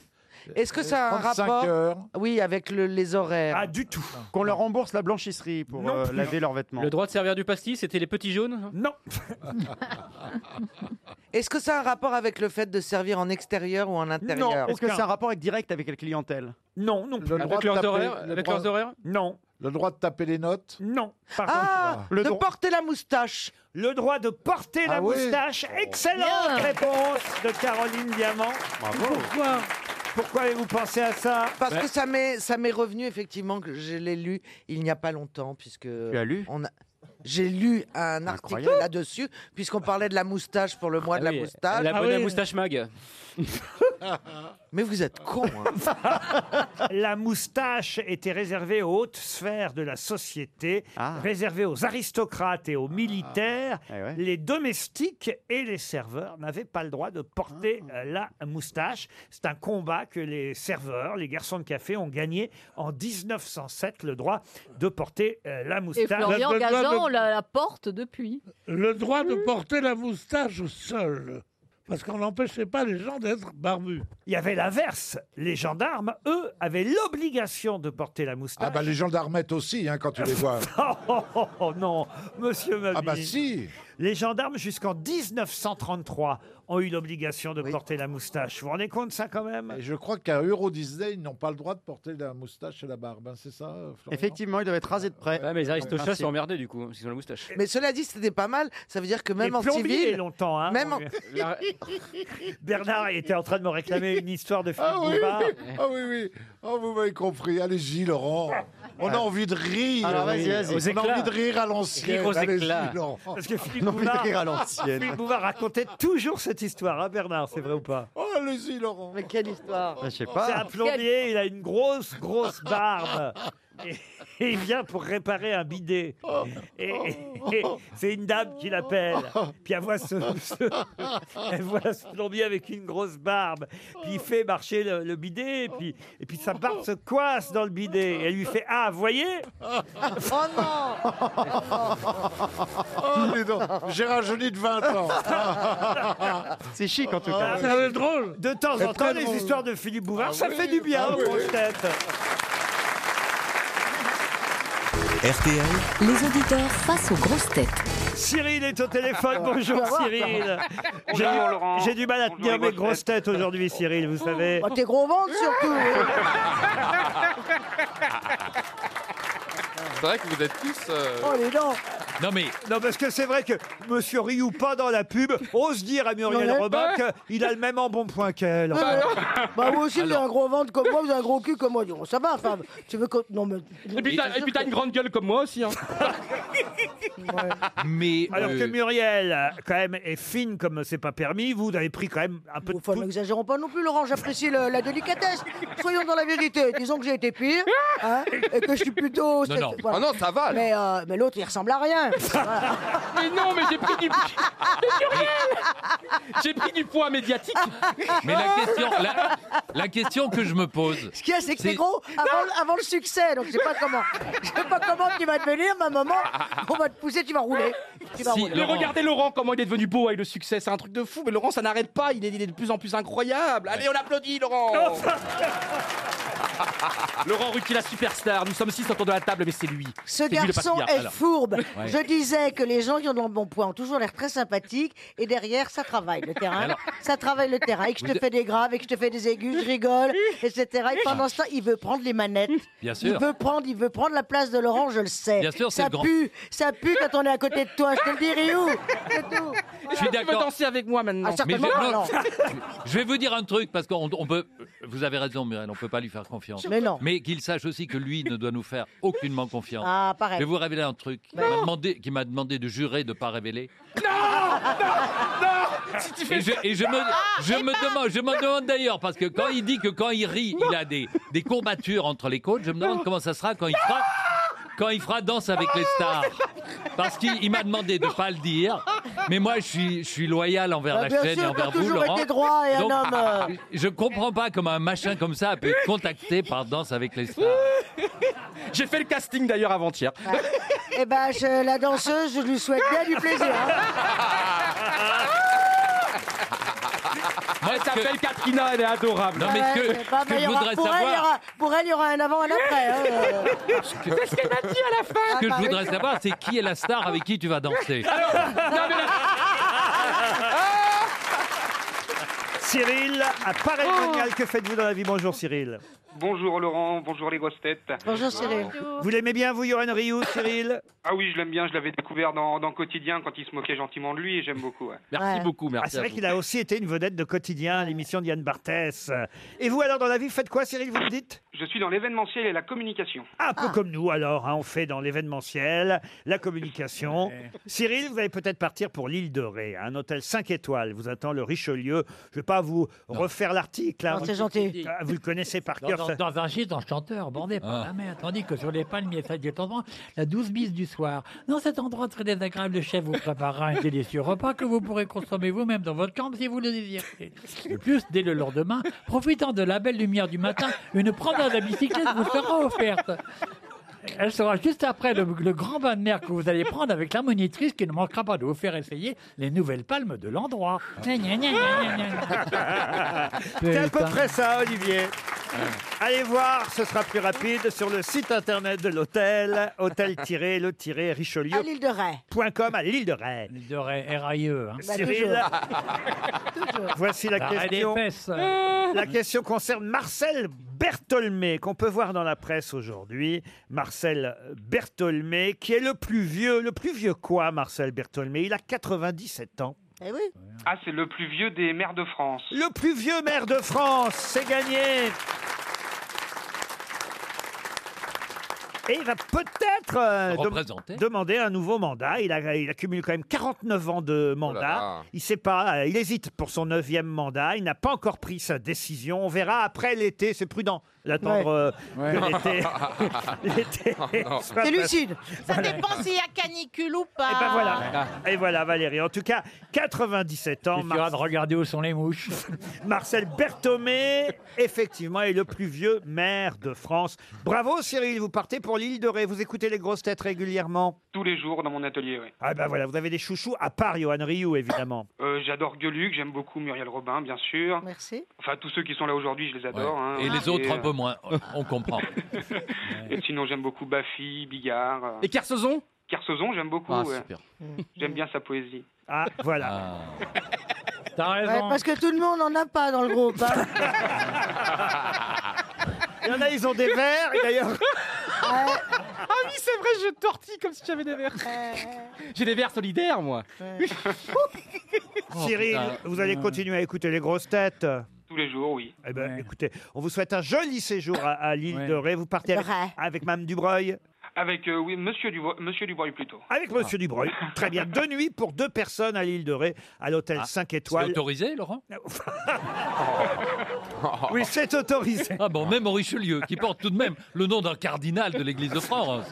Speaker 7: Est-ce que ça a un
Speaker 15: 35
Speaker 7: rapport
Speaker 15: heures.
Speaker 7: Oui, avec le- les horaires.
Speaker 1: pas Ah, du tout.
Speaker 13: Qu'on leur rembourse la blanchisserie pour
Speaker 1: Non
Speaker 13: euh,
Speaker 1: plus.
Speaker 13: laver leurs vêtements.
Speaker 3: Le droit de servir du pastis, c'était les petits jaunes
Speaker 1: Non,
Speaker 7: Est-ce que ça a un rapport avec le fait de servir en extérieur ou en intérieur
Speaker 13: Est-ce que
Speaker 1: Aucun.
Speaker 13: c'est un rapport avec- direct avec la clientèle
Speaker 1: non, non,
Speaker 15: Le droit,
Speaker 3: Avec
Speaker 15: de
Speaker 3: leurs
Speaker 15: taper,
Speaker 3: horaires
Speaker 15: le
Speaker 3: Avec
Speaker 15: droit-
Speaker 3: leurs horaires
Speaker 1: non,
Speaker 15: le droit de taper les notes.
Speaker 1: non. Par contre,
Speaker 7: Ah,
Speaker 13: Le
Speaker 7: de
Speaker 13: droit-
Speaker 7: porter la moustache.
Speaker 1: le droit de porter la
Speaker 15: Ah oui.
Speaker 1: moustache. Excellente
Speaker 16: Bien.
Speaker 1: réponse de Caroline Diamant.
Speaker 6: Pourquoi
Speaker 1: Pourquoi avez-vous pensé à ça
Speaker 7: Parce que ça m'est ça m'est revenu effectivement que je l'ai lu il n'y a pas longtemps puisque
Speaker 13: Tu as lu
Speaker 7: on a- j'ai lu un article
Speaker 13: Incroyable.
Speaker 7: là-dessus puisqu'on parlait de la moustache pour le mois de la moustache.
Speaker 3: La
Speaker 6: Ah
Speaker 3: bonne à
Speaker 6: oui.
Speaker 3: moustache mag.
Speaker 10: Mais vous êtes con. hein.
Speaker 1: La moustache était réservée aux hautes sphères de la société,
Speaker 10: Ah.
Speaker 1: réservée aux aristocrates et aux militaires.
Speaker 10: Eh
Speaker 1: Les domestiques et les serveurs n'avaient pas le droit de porter
Speaker 10: Ah.
Speaker 1: euh, la moustache. C'est un combat que les serveurs, les garçons de café, ont gagné en 1907, le droit de porter euh, la
Speaker 17: Et
Speaker 1: moustache.
Speaker 17: Florian Gazan, on la, la porte depuis.
Speaker 7: Le droit de porter la moustache seul. Parce qu'on n'empêchait pas les gens d'être barbus.
Speaker 1: Il y avait l'inverse. Les gendarmes, eux, avaient l'obligation de porter la moustache.
Speaker 18: Ah bah les gendarmettes aussi, hein, quand tu les vois.
Speaker 1: Oh, oh, oh, oh, non, monsieur Mabille.
Speaker 18: Ah bah si.
Speaker 1: Les gendarmes, jusqu'en 1933, ont eu l'obligation de porter la moustache. Vous vous rendez compte, ça, quand même
Speaker 18: Et je crois qu'à Euro Disney, ils n'ont pas le droit de porter la moustache et la barbe, hein, c'est ça euh, Florian
Speaker 19: Effectivement, il doit être rasé de près.
Speaker 5: Ouais, mais les aristochats
Speaker 19: Merci.
Speaker 5: sont emmerdés du coup, parce qu'ils ont la moustache.
Speaker 10: Mais cela dit, c'était pas mal. Ça veut dire que même
Speaker 5: Les
Speaker 10: en
Speaker 5: plombiers,
Speaker 10: civil,
Speaker 1: longtemps, hein,
Speaker 10: même
Speaker 1: mon
Speaker 10: en-
Speaker 1: vieux. Bernard était en train de me réclamer une histoire de Philippe
Speaker 18: Ah oui,
Speaker 1: Bouvard.
Speaker 18: ah oui, oui. Oh, vous m'avez compris. Allez-y, Laurent. On a envie de
Speaker 10: Ah,
Speaker 18: rire.
Speaker 19: Alors, vas-y, vas-y. Aux
Speaker 18: On a
Speaker 19: éclats.
Speaker 18: envie de rire à l'ancienne.
Speaker 19: Rire aux
Speaker 18: Allez-y,
Speaker 19: éclats.
Speaker 18: Laurent.
Speaker 1: Parce que Philippe
Speaker 18: On a envie de
Speaker 1: Bouvard,
Speaker 18: rire à l'ancienne.
Speaker 1: Philippe Bouvard racontait toujours cette histoire, hein, Bernard, c'est vrai ou pas
Speaker 18: Oh, allez-y, Laurent.
Speaker 10: Mais quelle histoire
Speaker 5: Ah,
Speaker 19: Je sais
Speaker 1: Oh, C'est un plombier, il a une grosse, grosse barbe. Et, et il vient pour réparer un bidet.
Speaker 19: Oh.
Speaker 1: Et, et- et c'est une dame qui l'appelle. Puis elle voit ce, ce- elle voit ce plombier avec une grosse barbe. Puis il fait marcher le, le bidet. Et puis, et puis sa barbe se coince dans le bidet. Et elle lui fait Ah, vous voyez
Speaker 8: Oh non
Speaker 18: Oh, dis donc, j'ai rajeuni de 20 ans.
Speaker 19: C'est chic en tout
Speaker 1: Ah,
Speaker 19: cas.
Speaker 1: ça va être
Speaker 7: drôle.
Speaker 1: De temps
Speaker 19: C'est
Speaker 1: en temps,
Speaker 19: très
Speaker 1: les
Speaker 19: drôle.
Speaker 1: histoires de Philippe Bouvard,
Speaker 19: Ah
Speaker 1: ça
Speaker 19: oui,
Speaker 1: fait du bien
Speaker 19: ah
Speaker 1: aux
Speaker 19: oui.
Speaker 1: grosses têtes.
Speaker 20: RTL,
Speaker 1: Les auditeurs face aux grosses têtes. Cyril est au téléphone. Bonjour
Speaker 8: Ça va, ça
Speaker 1: Cyril.
Speaker 8: va.
Speaker 1: J'ai
Speaker 8: Bonjour,
Speaker 1: du-
Speaker 8: Laurent.
Speaker 1: J'ai du mal à tenir mes
Speaker 8: grosses
Speaker 1: grosses têtes aujourd'hui, Cyril, vous savez.
Speaker 8: Bah, T'es gros ventre surtout
Speaker 12: C'est vrai que vous êtes tous. euh,
Speaker 7: Oh,
Speaker 8: les dents
Speaker 3: Non mais
Speaker 1: non parce que c'est vrai que Monsieur Rioux pas dans la pub ose dire à Muriel
Speaker 8: Non, mais-
Speaker 1: Robin qu'il a le même embonpoint qu'elle.
Speaker 8: Bah, bah, vous aussi, vous
Speaker 1: Alors-
Speaker 8: avez un gros ventre comme moi, vous avez un gros cul comme moi. Bon, ça va, femme. Tu veux que. Non, mais.
Speaker 5: Et puis t'as et puis t'as une grande gueule comme moi aussi. hein.
Speaker 3: Mais
Speaker 1: Alors
Speaker 3: euh,
Speaker 1: que Muriel, quand même, est fine comme c'est pas permis, vous avez pris quand même un peu de
Speaker 8: Enfin, n'exagérons pas non plus, Laurent, j'apprécie le- la délicatesse. Soyons dans la vérité. Disons que j'ai été pire, hein, et que je suis plutôt.
Speaker 12: Non, non. Ah non, ça va, là.
Speaker 8: Mais, euh, mais l'autre, il ressemble à rien.
Speaker 5: Mais non, mais j'ai pris du. J'ai pris du poids médiatique.
Speaker 3: mais la question, la, la question que je me pose.
Speaker 8: Ce qu'il y a, c'est que t'es gros avant, avant le succès, donc je sais pas comment. Je sais pas comment tu vas devenir, mais à un moment, on va te pousser, tu vas rouler. Tu vas rouler.
Speaker 5: mais regardez Laurent comment il est devenu beau avec le succès, c'est un truc de fou. Mais Laurent, ça n'arrête pas, il est, il est de plus en plus incroyable. Allez, on applaudit Laurent. Laurent Ruquier, la superstar. Nous sommes six autour de la table, mais c'est lui.
Speaker 8: Ce
Speaker 5: C'est lui le
Speaker 8: garçon
Speaker 5: patriarche.
Speaker 8: est
Speaker 5: Alors.
Speaker 8: fourbe.
Speaker 5: Ouais.
Speaker 8: Je disais que les gens qui ont de bon point ont toujours l'air très sympathiques et derrière, ça travaille le terrain.
Speaker 3: Alors-
Speaker 8: ça travaille le terrain et que je
Speaker 3: Vous
Speaker 8: te
Speaker 3: êtes-
Speaker 8: fais des graves et que je te fais des aigus, je rigole, etc. Et pendant ce temps, il veut prendre les manettes.
Speaker 3: Bien sûr.
Speaker 8: Il veut prendre, il veut prendre la place de Laurent, je le sais.
Speaker 3: Bien sûr, c'est
Speaker 8: ça
Speaker 3: le grand-
Speaker 8: pue, ça pue quand on est à côté de toi, je te le dis, Riou. C'est tout.
Speaker 3: Je suis
Speaker 5: Tu veux
Speaker 3: d'accord.
Speaker 5: danser avec moi maintenant
Speaker 8: Ah,
Speaker 3: Mais je,
Speaker 8: certainement
Speaker 3: non,
Speaker 8: pas, non.
Speaker 3: je vais vous dire un truc parce qu'on on peut. Vous avez raison, Muriel. On peut pas lui faire confiance.
Speaker 8: Mais non.
Speaker 3: qu'il sache aussi que lui ne doit nous faire aucunement confiance.
Speaker 8: Ah, pareil. Bah
Speaker 3: Je vais vous révéler un truc qui m'a
Speaker 8: Non.
Speaker 3: demandé, qui m'a demandé de jurer de ne pas révéler.
Speaker 5: Non, si tu fais
Speaker 3: Et je, et je me,
Speaker 8: Ah,
Speaker 3: je me demande, je me demande d'ailleurs parce que quand il dit que quand il rit, il a des, des courbatures entre les côtes. Je me demande comment ça sera quand il fera. Quand il fera danse avec les stars, parce qu'il il m'a demandé de ne pas le dire, mais moi je suis, je suis loyal envers
Speaker 8: Ah,
Speaker 3: la
Speaker 8: bien
Speaker 3: chaîne et
Speaker 8: sûr, t'as
Speaker 3: envers vous,
Speaker 8: toujours été
Speaker 3: Laurent.
Speaker 8: droit et un
Speaker 3: Donc,
Speaker 8: homme, euh,
Speaker 3: je comprends pas comment un machin comme ça a pu être contacté par Danse avec les stars.
Speaker 5: J'ai fait le casting d'ailleurs avant-hier.
Speaker 8: Eh ben, je- la danseuse, je lui souhaite bien du plaisir. hein.
Speaker 3: Moi,
Speaker 5: Elle s'appelle Katrina, elle est adorable.
Speaker 3: Non, mais ce que,
Speaker 8: Ouais, c'est pas
Speaker 3: ce que je
Speaker 8: mal, il y aura-
Speaker 3: voudrais
Speaker 8: pour Elle, il y
Speaker 3: savoir,
Speaker 8: aura- pour elle, il y aura un avant, un après. hein, euh.
Speaker 5: C'est ce qu'elle m'a dit à la fin.
Speaker 3: ce que
Speaker 8: bah
Speaker 3: je
Speaker 8: oui.
Speaker 3: voudrais savoir, c'est qui est la star avec qui tu vas danser.
Speaker 5: Ah,
Speaker 1: Cyril, à Paray-Monial, que faites-vous dans la vie Bonjour Cyril.
Speaker 21: Bonjour Laurent, bonjour les grosses têtes.
Speaker 1: Vous l'aimez bien, vous, Yoann Rioux, Cyril
Speaker 21: Ah oui, je l'aime bien, je l'avais découvert dans, dans Quotidien quand il se moquait gentiment de lui et j'aime beaucoup. ouais.
Speaker 1: Ah, c'est vrai qu'il a aussi été une vedette de quotidien, l'émission d'Yann Barthès. Et vous, alors, dans la vie, faites quoi, Cyril, vous me dites
Speaker 21: Je suis dans l'événementiel et la communication.
Speaker 1: Un
Speaker 8: Ah.
Speaker 1: peu comme nous, alors, hein, on fait dans l'événementiel, la communication. Cyril, vous allez peut-être partir pour l'île de Ré, un hôtel 5 étoiles. Vous attend le Richelieu. Je ne vais pas vous refaire l'article. hein.
Speaker 8: Non, c'est gentil.
Speaker 1: Ah, Vous le connaissez par
Speaker 4: Dans,
Speaker 1: cœur.
Speaker 4: dans-
Speaker 1: ça-
Speaker 4: dans un gîte, en chanteur, bordé par
Speaker 1: Ah.
Speaker 4: la mer, tandis que sur les palmiers, ça du temps, la douce bise du soir. Dans cet endroit très désagréable, le chef vous préparera un délicieux repas que vous pourrez consommer vous-même dans votre chambre si vous le désirez. De plus, dès le lendemain, profitant de la belle lumière du matin, une promenade à bicyclette vous sera offerte. Elle sera juste après le, le grand bain de mer que vous allez prendre avec la monitrice qui ne manquera pas de vous faire essayer les nouvelles palmes de l'endroit. Gna, gna, gna, gna, gna, gna.
Speaker 1: C'est à peu près ça, Olivier. Allez voir, ce sera plus rapide sur le site internet de l'hôtel, hôtel-le-richelieu.
Speaker 8: À l'île de Ré. Bah,
Speaker 1: .com à l'île de Ré.
Speaker 4: L'île de Ré, R.A.I.E. hein.
Speaker 1: Cyril,
Speaker 7: Bah,
Speaker 1: Ah, voici la
Speaker 4: Bah,
Speaker 1: question.
Speaker 4: elle est épaisse.
Speaker 7: Ah.
Speaker 1: La question concerne Marcel Bertolmé, qu'on peut voir dans la presse aujourd'hui. Marcel Bertolmé, qui est le plus vieux. Le plus vieux quoi, Marcel Bertolmé Il a 97 ans.
Speaker 21: Ah, c'est le plus vieux des maires de France.
Speaker 1: Le plus vieux maire de France, c'est gagné. Et il va peut-être euh, dem-
Speaker 3: Représenter.
Speaker 1: demander un nouveau mandat. Il, a, il accumule quand même 49 ans de mandat.
Speaker 3: Oh là.
Speaker 1: Il sait pas, euh, il hésite pour son neuvième mandat. Il n'a pas encore pris sa décision. On verra après l'été. C'est prudent d'attendre euh, que l'été- l'été. soit-
Speaker 22: Ça
Speaker 1: Voilà.
Speaker 22: dépend s'il y a canicule ou pas.
Speaker 5: Eh
Speaker 1: Et ben
Speaker 4: Ah.
Speaker 1: voilà. Et voilà Valérie. En tout cas, 97 ans.
Speaker 4: Il suffira de regarder où sont les mouches.
Speaker 1: Marcel Berthomé, effectivement, est le plus vieux maire de France. Bravo Cyril, vous partez pour l'île de Ré. Vous écoutez les grosses têtes régulièrement.
Speaker 21: Tous les jours dans mon atelier, oui.
Speaker 1: Ah ben voilà, vous avez des chouchous à part Johan Rioux évidemment.
Speaker 21: Euh, j'adore Gueuluc, j'aime beaucoup Muriel Robin, bien sûr.
Speaker 8: Merci.
Speaker 21: Enfin, tous ceux qui sont là aujourd'hui, je les adore. hein.
Speaker 3: Et les autres un peu
Speaker 21: euh,
Speaker 3: moins, on comprend.
Speaker 21: Et sinon, j'aime beaucoup Baffy, Bigard. euh,
Speaker 5: Et Kersozon
Speaker 21: Kersozon, j'aime beaucoup.
Speaker 5: Ah,
Speaker 21: ouais.
Speaker 5: super.
Speaker 21: J'aime bien sa poésie.
Speaker 1: Ah, voilà.
Speaker 23: Ah.
Speaker 4: T'as
Speaker 8: Ouais, parce que tout le monde n'en a pas dans le groupe. hein.
Speaker 22: Ah,
Speaker 1: Il y en a, ils ont des verres, et d'ailleurs.
Speaker 5: Ah oui, c'est vrai, je tortille comme si j'avais des verres. J'ai des verres solidaires, moi. Oh,
Speaker 1: Cyril,
Speaker 5: putain.
Speaker 1: vous allez continuer à écouter les grosses têtes.
Speaker 21: Tous les jours, oui.
Speaker 1: Eh ben, écoutez, on vous souhaite un joli séjour à, à l'île de Ré. Vous partez avec, avec Mme Dubreuil
Speaker 21: Avec, euh, oui, Monsieur Dubreuil, Monsieur Dubreuil plutôt.
Speaker 1: Avec
Speaker 3: Ah.
Speaker 1: Monsieur Dubreuil. Très bien. Deux nuits pour deux personnes à l'île de Ré, à l'hôtel 5
Speaker 3: Ah. C'est
Speaker 1: étoiles.
Speaker 3: autorisé, Laurent
Speaker 1: Oui, c'est autorisé.
Speaker 3: Ah bon, même au Richelieu, qui porte tout de même le nom d'un cardinal de l'Église de France.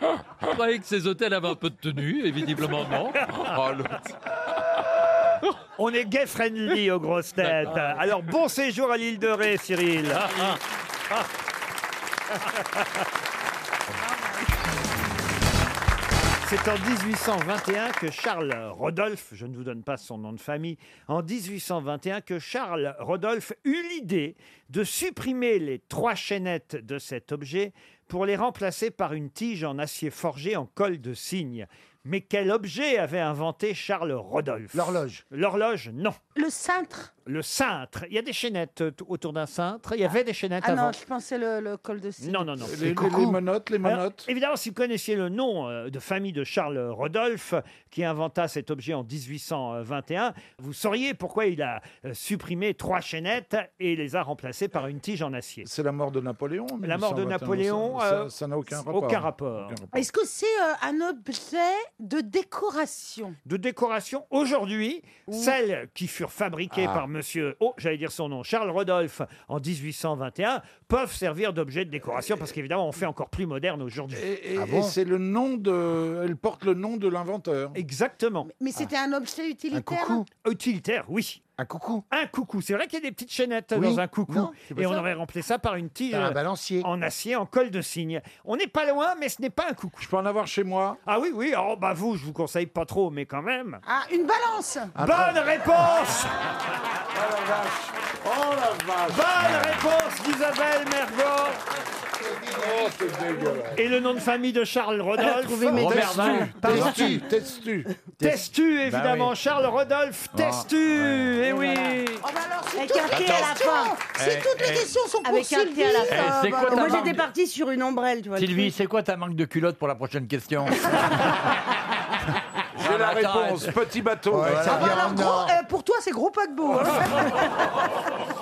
Speaker 3: Je croyais que ces hôtels avaient un peu de tenue, et visiblement non. Oh, l'autre.
Speaker 1: On est gay friendly aux grosses têtes. Alors bon séjour à l'île de Ré, Cyril.
Speaker 3: Ah,
Speaker 1: C'est en 1821 que Charles Rodolphe, je ne vous donne pas son nom de famille, en 1821 que Charles Rodolphe eut l'idée de supprimer les trois chaînettes de cet objet pour les remplacer par une tige en acier forgé en colle de cygne. Mais quel objet avait inventé Charles Rodolphe L'horloge. L'horloge, non. Le cintre. Le cintre. Il y a des chaînettes euh, t- autour d'un cintre. Il y avait des chaînettes
Speaker 22: Ah
Speaker 1: avant.
Speaker 22: non, je pensais le, le col de cygne.
Speaker 1: Non, non, non.
Speaker 18: Les- les- les menottes, les
Speaker 1: Alors,
Speaker 18: menottes.
Speaker 1: évidemment, si vous connaissiez le nom euh, de famille de Charles Rodolphe, qui inventa cet objet en 1821, vous sauriez pourquoi il a euh, supprimé trois chaînettes et les a remplacées par une tige en acier.
Speaker 18: C'est la mort de Napoléon. en
Speaker 1: La mort de
Speaker 18: 1821,
Speaker 1: Napoléon,
Speaker 18: ça-
Speaker 1: euh,
Speaker 18: Ça n'a aucun
Speaker 1: aucun
Speaker 18: rapport.
Speaker 1: rapport.
Speaker 18: Aucun
Speaker 22: Est-ce que c'est euh, un objet de décoration
Speaker 1: De décoration, aujourd'hui, celles qui furent fabriquées
Speaker 18: Ah.
Speaker 1: par monsieur, oh, j'allais dire son nom, Charles Rodolphe en 1821, peuvent servir d'objet de décoration parce qu'évidemment, on fait encore plus moderne aujourd'hui. Ah
Speaker 18: Et,
Speaker 24: Ah
Speaker 18: et c'est le nom de. Euh, Elle porte le nom de l'inventeur. Ah.
Speaker 1: Exactement. Euh,
Speaker 22: Mais c'était un objet utilitaire hein
Speaker 1: Utilitaire, oui. Un coucou. Un coucou. C'est vrai qu'il y a des petites chaînettes
Speaker 2: Oui.
Speaker 1: dans un coucou.
Speaker 2: Non, c'est pas
Speaker 1: et on
Speaker 2: ça.
Speaker 1: aurait remplacé ça par une tige
Speaker 2: Par un
Speaker 1: euh, en acier, en colle de cygne. On n'est pas loin, mais ce n'est pas un coucou. Je
Speaker 18: peux en avoir chez moi
Speaker 1: Ah oui, oui. Oh, bah vous, je vous conseille pas trop, mais quand même.
Speaker 22: Ah, une balance
Speaker 1: Bonne réponse
Speaker 18: ah. Oh la vache
Speaker 1: Bonne réponse d'Isabelle Mergot.
Speaker 18: Oh,
Speaker 1: Et le nom de famille de Charles Rodolphe.
Speaker 18: Trouvez mes Robert testu. Val.
Speaker 1: Pardon
Speaker 18: Testu,
Speaker 1: Testu. Testu,
Speaker 18: Bah
Speaker 1: évidemment.
Speaker 18: oui.
Speaker 1: Charles Rodolphe
Speaker 18: Ah,
Speaker 1: Testu. Eh oui.
Speaker 5: Oh,
Speaker 22: Avec un T à la fin.
Speaker 4: Eh, eh.
Speaker 22: Avec un T à la fin.
Speaker 4: Eh, c'est quoi ta
Speaker 8: Moi,
Speaker 4: marque
Speaker 8: j'étais partie sur une ombrelle, tu vois. le
Speaker 4: Sylvie,
Speaker 8: truc.
Speaker 4: c'est quoi ta manque de culotte pour la prochaine question
Speaker 24: J'ai la réponse, petit bateau.
Speaker 8: Ah bah alors, gros, euh, pour toi, c'est gros paquebot. hein.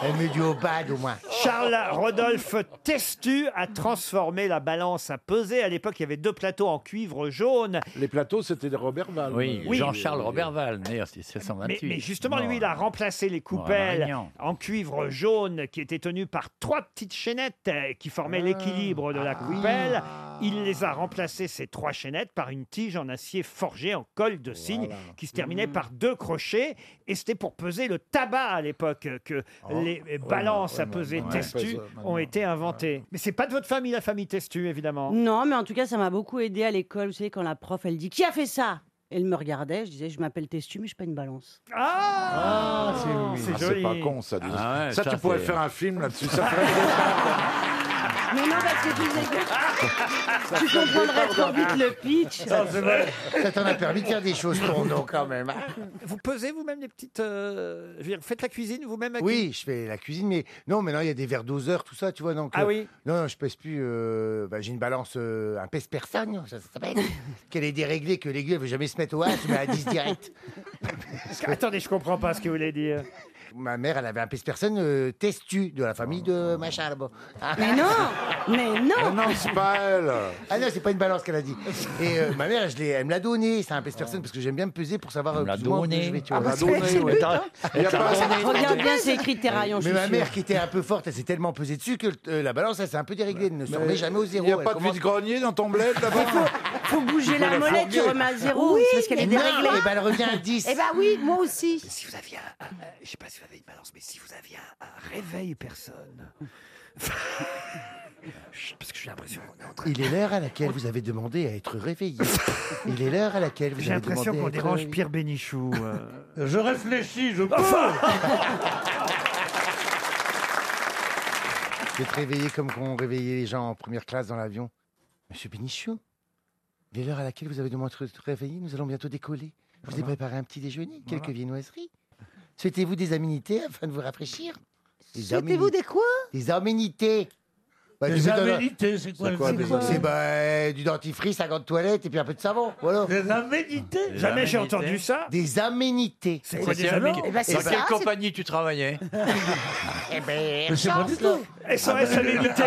Speaker 1: Elle met du haut bad au moins. Charles Rodolphe Testu a transformé la balance à peser. À l'époque, il y avait deux plateaux en cuivre jaune. Les plateaux, c'était des Robert Val.
Speaker 3: Oui, Jean-Charles Roberval, né en
Speaker 1: Mais,
Speaker 3: 1728.
Speaker 1: mais justement,
Speaker 3: Bah, Mort.
Speaker 1: lui, il a remplacé les
Speaker 3: Mort à
Speaker 1: coupelles
Speaker 3: Avignon.
Speaker 1: en cuivre jaune qui étaient tenues par trois petites chaînettes euh, qui
Speaker 3: Ah.
Speaker 1: formaient l'équilibre de la coupelle. Il les a remplacées, ces trois chaînettes, par une tige en acier forgé en colle de cygne qui se terminait
Speaker 3: Mm.
Speaker 1: par deux crochets. Et c'était pour peser le tabac à l'époque euh, que
Speaker 3: Oh.
Speaker 1: les euh, balances à peser
Speaker 8: maintenant, on
Speaker 1: testu
Speaker 8: pèse, euh,
Speaker 1: ont été inventées. Mais c'est pas de votre famille, la famille testu, évidemment.
Speaker 8: Non, mais en tout cas, ça m'a beaucoup aidé à l'école. Vous savez, quand la prof, elle dit Qui a fait ça Elle me regardait, je disais Je m'appelle Testu, mais je suis pas une balance.
Speaker 1: Ah,
Speaker 24: Ah, C'est pas con ça. dis donc.
Speaker 19: Ah ouais,
Speaker 24: ça,
Speaker 19: ça,
Speaker 24: tu pourrais
Speaker 19: c'est-
Speaker 24: faire un film là-dessus. Ça ferait...
Speaker 8: Mais non, parce que tu disais que- tu comprendrais trop vite le pitch.
Speaker 2: Ça t'en a permis de faire des choses pour nous quand même. hein.
Speaker 1: Vous pesez vous-même les petites. euh, je veux dire, faites la cuisine vous-même avec
Speaker 2: Oui, je fais la cuisine, mais non, maintenant il y a des verres doseurs, tout ça, tu vois. Donc,
Speaker 1: Ah
Speaker 2: euh,
Speaker 1: oui.
Speaker 2: Non, non, je pèse plus. euh, bah, J'ai une balance, euh, un pèse personne, ça s'appelle. Qu'elle est déréglée, que l'aiguille ne veut jamais se mettre au as, mais à 10 direct.
Speaker 1: Attendez, je comprends pas ce que vous voulez dire.
Speaker 2: Ma mère, elle avait un pèse personne euh, testu de la famille de machin là-bas.
Speaker 8: Oh. Mais non Mais non
Speaker 2: Non, c'est pas elle Ah non, c'est pas une balance qu'elle a dit. Et euh, ma mère, je l'ai- elle me l'a donné, c'est un pèse personne, parce que j'aime bien me peser pour savoir. euh, Elle
Speaker 19: l'a donné.
Speaker 2: Je vais, tu
Speaker 19: Ah,
Speaker 2: vois.
Speaker 19: bah, Elle me l'a c'est- donné, c'est ouais. le but, hein.
Speaker 2: Elle t'a donné.
Speaker 8: Regarde bien, c'est écrit Terraillon, je
Speaker 2: Mais
Speaker 8: suis
Speaker 2: ma
Speaker 8: sûre.
Speaker 2: mère, qui était un peu forte, elle s'est tellement pesée dessus que euh, la balance, elle s'est un peu déréglée. Elle ne se
Speaker 24: Mais
Speaker 2: remet jamais au zéro.
Speaker 24: y a pas de vide-grenier dans ton bled là-bas
Speaker 8: Faut bouger
Speaker 2: Tu peux
Speaker 8: la
Speaker 2: la
Speaker 8: molette, tu
Speaker 2: fourguer.
Speaker 8: remets à zéro.
Speaker 2: Oui,
Speaker 8: c'est parce qu'elle est
Speaker 2: mais non,
Speaker 8: déréglée.
Speaker 2: eh ben, elle revient à 10.
Speaker 22: Eh ben oui, moi aussi.
Speaker 1: Si vous aviez un, un- euh, je sais pas si vous avez une balance, mais si vous aviez un, un réveil personne. Chut, Parce que j'ai l'impression qu'on est en train
Speaker 2: Il est l'heure à laquelle vous avez demandé à être réveillé. Il est l'heure à laquelle vous
Speaker 1: J'ai
Speaker 2: avez demandé.
Speaker 1: l'impression qu'on
Speaker 2: à être
Speaker 1: dérange
Speaker 2: réveillé.
Speaker 1: Pierre Bénichou. euh.
Speaker 7: Je réfléchis,
Speaker 5: Ah,
Speaker 7: je peux.
Speaker 2: D'être réveillé comme quand on réveillait les gens en première classe dans l'avion. Monsieur Bénichou, dès l'heure à laquelle vous avez demandé d'être réveillé, nous allons bientôt décoller. Je vous ai préparé un petit déjeuner, quelques viennoiseries. Souhaitez-vous des aménités afin de vous rafraîchir Des
Speaker 22: Souhaitez-vous
Speaker 2: améni-
Speaker 22: des quoi
Speaker 2: Des aménités Bah,
Speaker 7: Des
Speaker 2: tu sais, dans la-
Speaker 7: aménités, c'est quoi,
Speaker 2: C'est
Speaker 7: des
Speaker 2: bah,
Speaker 7: aménités
Speaker 2: euh, du dentifrice, un gant de toilette et puis un peu de savon. Voilà.
Speaker 7: Des aménités
Speaker 1: Jamais j'ai entendu ça.
Speaker 2: Des aménités.
Speaker 1: C'est quoi des aménités Eh ben, c'est
Speaker 19: Dans
Speaker 1: ça,
Speaker 19: quelle
Speaker 1: c'est-
Speaker 19: compagnie tu travaillais
Speaker 2: Eh ben,
Speaker 7: Mais c'est pas
Speaker 2: chance,
Speaker 7: du
Speaker 2: là.
Speaker 7: tout.
Speaker 1: SOS Aménité.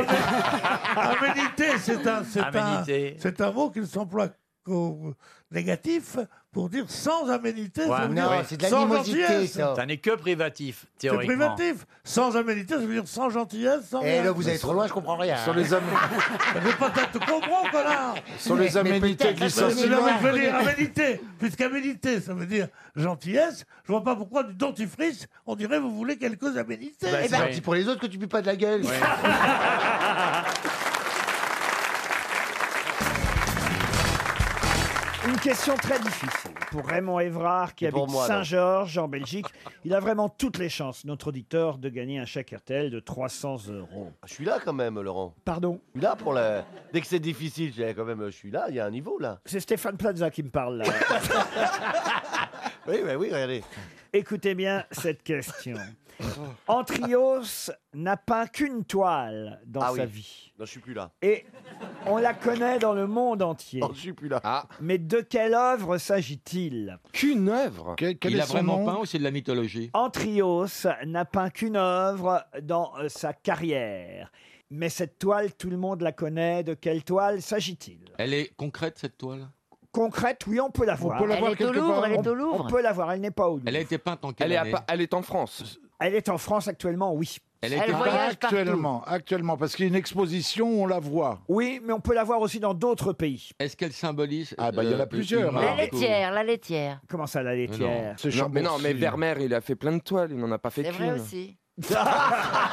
Speaker 7: Aménité, c'est un, c'est un,
Speaker 19: Aménité.
Speaker 7: c'est un mot qui s'emploie qu'au négatif pour dire sans aménité. ça
Speaker 19: Ouais,
Speaker 7: veut
Speaker 19: non,
Speaker 7: dire
Speaker 19: c'est de
Speaker 7: sans
Speaker 19: l'animosité,
Speaker 7: gentillesse.
Speaker 19: ça. Ça n'est que privatif,
Speaker 7: C'est
Speaker 19: théoriquement.
Speaker 7: privatif. Sans aménité, ça veut dire sans gentillesse, sans.
Speaker 2: Eh, là, vous allez trop loin, je comprends rien.
Speaker 24: Sur les am-
Speaker 7: Je vais pas te comprendre, connard
Speaker 24: Sur les Mais- mais aménités peut-être, glissantes.
Speaker 7: Mais non, mais je veux dire
Speaker 24: Peut-être.
Speaker 7: aménité, puisqu'aménité, ça veut dire gentillesse. Je vois pas pourquoi du dentifrice, on dirait vous voulez quelques aménités. Eh ben,
Speaker 2: Bah, c'est gentil pour les autres que tu pues pas de la gueule.
Speaker 1: Une question très difficile pour Raymond Évrard qui
Speaker 19: Et pour
Speaker 1: habite
Speaker 19: moi, alors.
Speaker 1: Saint-Georges en Belgique. Il a vraiment toutes les chances, notre auditeur, de gagner un chèque RTL de 300 euros.
Speaker 23: Ah, Je suis là quand même, Laurent.
Speaker 1: Pardon
Speaker 23: Je suis là pour la. Dès que c'est difficile, je dis, quand même, euh, je suis là, il y a un niveau là.
Speaker 1: C'est Stéphane Plaza qui me parle là.
Speaker 23: Oui, oui, oui, regardez.
Speaker 1: Écoutez bien cette question. Antrios n'a peint qu'une toile dans
Speaker 23: Ah
Speaker 1: sa
Speaker 23: oui.
Speaker 1: vie.
Speaker 23: Non, je suis plus là.
Speaker 1: Et on la connaît dans le monde entier.
Speaker 23: Oh, je suis plus là.
Speaker 1: Mais de quelle œuvre s'agit-il
Speaker 25: Ah. Qu'une œuvre
Speaker 1: quel
Speaker 25: Il
Speaker 1: est
Speaker 25: a
Speaker 1: son
Speaker 25: vraiment
Speaker 1: nom
Speaker 25: peint ou c'est de la mythologie
Speaker 1: Antrios n'a peint qu'une œuvre dans euh, sa carrière. Mais cette toile, tout le monde la connaît. De quelle toile s'agit-il
Speaker 25: Elle est concrète cette toile
Speaker 1: Concrète, oui, on peut la voir.
Speaker 25: peut la Elle voir est au quelque Louvre, part. elle est
Speaker 1: On-
Speaker 25: au Louvre.
Speaker 1: On peut la voir, elle n'est pas au Louvre.
Speaker 25: Elle a été peinte en quelle
Speaker 1: Elle est à
Speaker 25: année
Speaker 1: Pa-
Speaker 25: Elle est en France.
Speaker 1: Elle est en France actuellement, oui.
Speaker 25: Elle
Speaker 1: Elle
Speaker 24: pas
Speaker 1: voyage partout.
Speaker 24: actuellement, actuellement, parce qu'il y a une exposition, on la voit.
Speaker 1: Oui, mais on peut la voir aussi dans d'autres pays.
Speaker 25: Est-ce qu'elle symbolise
Speaker 24: Ah bah il y en a
Speaker 25: euh,
Speaker 24: plusieurs.
Speaker 25: une
Speaker 24: hein.
Speaker 25: marque ou-
Speaker 26: la laitière.
Speaker 1: Comment ça, la
Speaker 25: non.
Speaker 1: laitière
Speaker 24: C'est
Speaker 12: Non, mais non, mais
Speaker 24: Chambourcy.
Speaker 12: Vermeer, il a fait plein de toiles, il n'en a pas fait
Speaker 26: C'est vrai
Speaker 12: qu'une.
Speaker 26: aussi.
Speaker 1: Ah,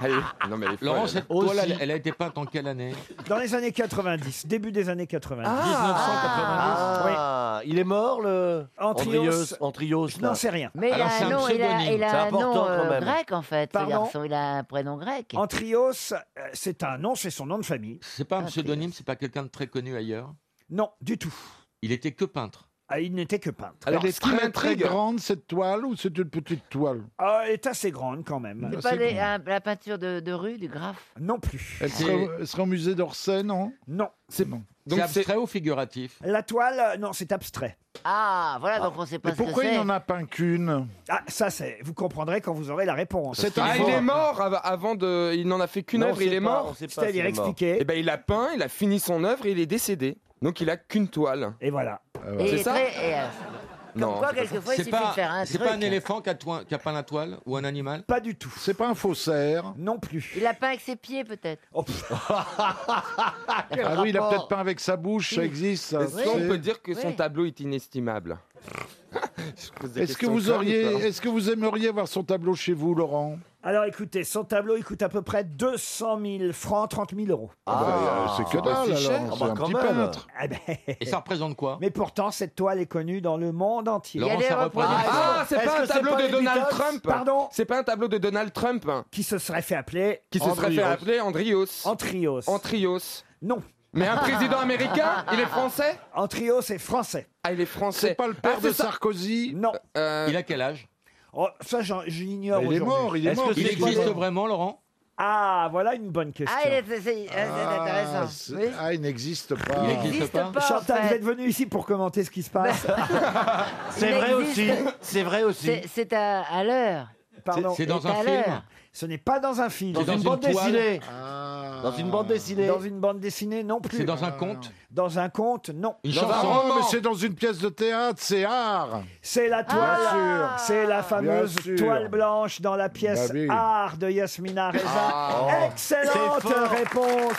Speaker 12: Allez, non, mais elle est folle,
Speaker 25: Laurent,
Speaker 12: elle.
Speaker 25: cette toile, elle, elle a été peinte en quelle année
Speaker 1: Dans les années 90, début des années 90.
Speaker 25: Ah,
Speaker 1: 1990.
Speaker 25: ah,
Speaker 1: Oui.
Speaker 25: ah,
Speaker 23: un. Il est mort, le.
Speaker 1: Antrios.
Speaker 23: Antrios,
Speaker 1: Je n'en
Speaker 23: là.
Speaker 1: sais rien.
Speaker 27: Mais il
Speaker 23: Alors,
Speaker 27: a
Speaker 23: c'est
Speaker 27: un nom, il a,
Speaker 23: pseudonyme.
Speaker 27: il a
Speaker 23: C'est
Speaker 27: un
Speaker 23: important,
Speaker 27: nom euh,
Speaker 23: quand même.
Speaker 27: grec en fait,
Speaker 1: Pardon Oh,
Speaker 27: ce garçon. Il a un prénom grec.
Speaker 1: Antrios, euh, c'est un nom, c'est son nom de famille.
Speaker 25: C'est pas un pseudonyme, c'est pas quelqu'un de très connu ailleurs
Speaker 1: Non, du tout.
Speaker 25: Il était que peintre.
Speaker 1: Ah, il n'était que peintre.
Speaker 24: Alors,
Speaker 25: ce
Speaker 24: est-ce
Speaker 25: qui
Speaker 24: qu'elle est très
Speaker 25: m'intrigue-
Speaker 24: grande cette toile ou c'est une petite toile
Speaker 1: Ah, elle est assez grande quand même.
Speaker 27: C'est pas des- un- la peinture de, de rue du graphe.
Speaker 1: Non plus.
Speaker 24: Elle serait, au- elle serait au musée d'Orsay, non
Speaker 1: Non.
Speaker 24: C'est bon.
Speaker 25: C'est abstrait ou figuratif
Speaker 1: La toile, euh, non, c'est abstrait.
Speaker 27: Ah, voilà, donc on sait pas
Speaker 24: Mais
Speaker 27: ce que
Speaker 24: pourquoi il
Speaker 27: c'est.
Speaker 24: n'en a peint qu'une
Speaker 1: Ah, ça, c'est. Vous comprendrez quand vous aurez la réponse.
Speaker 24: C'est
Speaker 12: Ah, il est mort av- avant de. Il n'en a fait qu'une
Speaker 1: Non, on
Speaker 12: œuvre,
Speaker 1: sait
Speaker 12: il est
Speaker 1: pas, on
Speaker 12: mort.
Speaker 1: sait pas C'est-à-dire s'il est mort. expliquer.
Speaker 12: Eh ben, il a peint, il a fini son œuvre et il est décédé. Donc il a qu'une toile. Ah,
Speaker 1: Et voilà.
Speaker 23: Ah.
Speaker 27: Et il
Speaker 12: C'est
Speaker 27: est
Speaker 12: ça
Speaker 27: très- et, euh,
Speaker 12: Non.
Speaker 27: Comme quoi, quelquefois, il
Speaker 25: C'est
Speaker 27: suffit
Speaker 25: pas,
Speaker 27: de faire un
Speaker 25: c'est
Speaker 27: truc.
Speaker 25: pas un éléphant qui a, toin- qui a peint la toile ou un animal
Speaker 1: Pas du tout.
Speaker 24: C'est pas un faussaire
Speaker 1: Non plus. Oh,
Speaker 27: Il a peint avec ses pieds, peut-être. Quel
Speaker 24: Ah oui, il a
Speaker 27: rapport
Speaker 24: peut-être peint avec sa bouche, ça
Speaker 27: Oui.
Speaker 24: existe. ça,
Speaker 12: Est-ce qu'on
Speaker 24: c'est-
Speaker 12: peut dire que son
Speaker 27: Oui.
Speaker 12: tableau est inestimable
Speaker 24: Est-ce que vous auriez, est-ce que vous aimeriez voir son tableau chez vous, Laurent
Speaker 1: Alors écoutez, son tableau, il coûte à peu près 200 000 francs, 30 000 euros. bah,
Speaker 24: Ah, bah, c'est que dalle, alors. C'est un petit peintre.
Speaker 1: Ah ben.
Speaker 25: Et ça représente quoi
Speaker 1: Mais pourtant, cette toile est connue dans le monde entier.
Speaker 25: Laurent, ça représente-
Speaker 12: Ah, c'est
Speaker 1: Est-ce
Speaker 12: pas
Speaker 1: que
Speaker 12: un
Speaker 1: c'est
Speaker 12: tableau
Speaker 1: pas
Speaker 12: de
Speaker 1: les
Speaker 12: Donald
Speaker 1: Beatles
Speaker 12: Trump
Speaker 1: Pardon
Speaker 12: C'est pas un tableau de Donald Trump hein,
Speaker 1: Qui se serait fait appeler
Speaker 12: qui se serait fait appeler Andrios.
Speaker 1: Antrios.
Speaker 12: Andrios.
Speaker 1: Non.
Speaker 12: Mais un président américain Il est français
Speaker 1: Antrios est français.
Speaker 12: Ah, il est français.
Speaker 1: C'est pas le
Speaker 12: Ah,
Speaker 1: père
Speaker 12: c'est
Speaker 1: de
Speaker 12: ça.
Speaker 24: Sarkozy
Speaker 1: Non.
Speaker 25: Euh, Il a quel âge
Speaker 1: Oh, ça, j'en- je l'ignore
Speaker 24: Bah, il est
Speaker 1: aujourd'hui.
Speaker 24: mort, il est Est-ce mort, que
Speaker 25: Il existe vraiment, Laurent
Speaker 1: Ah, voilà une bonne question.
Speaker 27: Ah, il est, c'est- c'est- c'est
Speaker 24: Ah,
Speaker 27: intéressant.
Speaker 24: c'est-
Speaker 27: Oui.
Speaker 24: ah, il n'existe pas.
Speaker 27: Il n'existe pas.
Speaker 1: Chantal,
Speaker 27: en fait.
Speaker 1: vous êtes venu ici pour commenter ce qui se passe.
Speaker 27: Il
Speaker 23: C'est vrai aussi.
Speaker 27: existe.
Speaker 23: C'est vrai aussi.
Speaker 27: C'est- C'est à, à l'heure.
Speaker 1: Pardon.
Speaker 23: C'est dans
Speaker 27: Et
Speaker 23: un
Speaker 27: à
Speaker 23: film
Speaker 27: l'heure.
Speaker 1: Ce n'est pas dans un film.
Speaker 23: Dans
Speaker 1: C'est
Speaker 23: une bande
Speaker 1: toile. Ah.
Speaker 23: dessinée. Dans une bande dessinée.
Speaker 1: Dans une bande dessinée, non plus.
Speaker 25: C'est dans un conte
Speaker 1: Dans un conte, non.
Speaker 25: Une
Speaker 24: Dans un
Speaker 25: chanson
Speaker 24: roman, mais c'est dans une pièce de théâtre, c'est art.
Speaker 1: C'est la toile,
Speaker 23: Ah.
Speaker 24: sûr.
Speaker 1: c'est la fameuse
Speaker 24: Bien sûr.
Speaker 1: toile blanche dans la pièce
Speaker 24: Bah oui.
Speaker 1: Art de Yasmina Reza.
Speaker 23: Ah.
Speaker 1: Excellente
Speaker 23: C'est fort.
Speaker 1: réponse.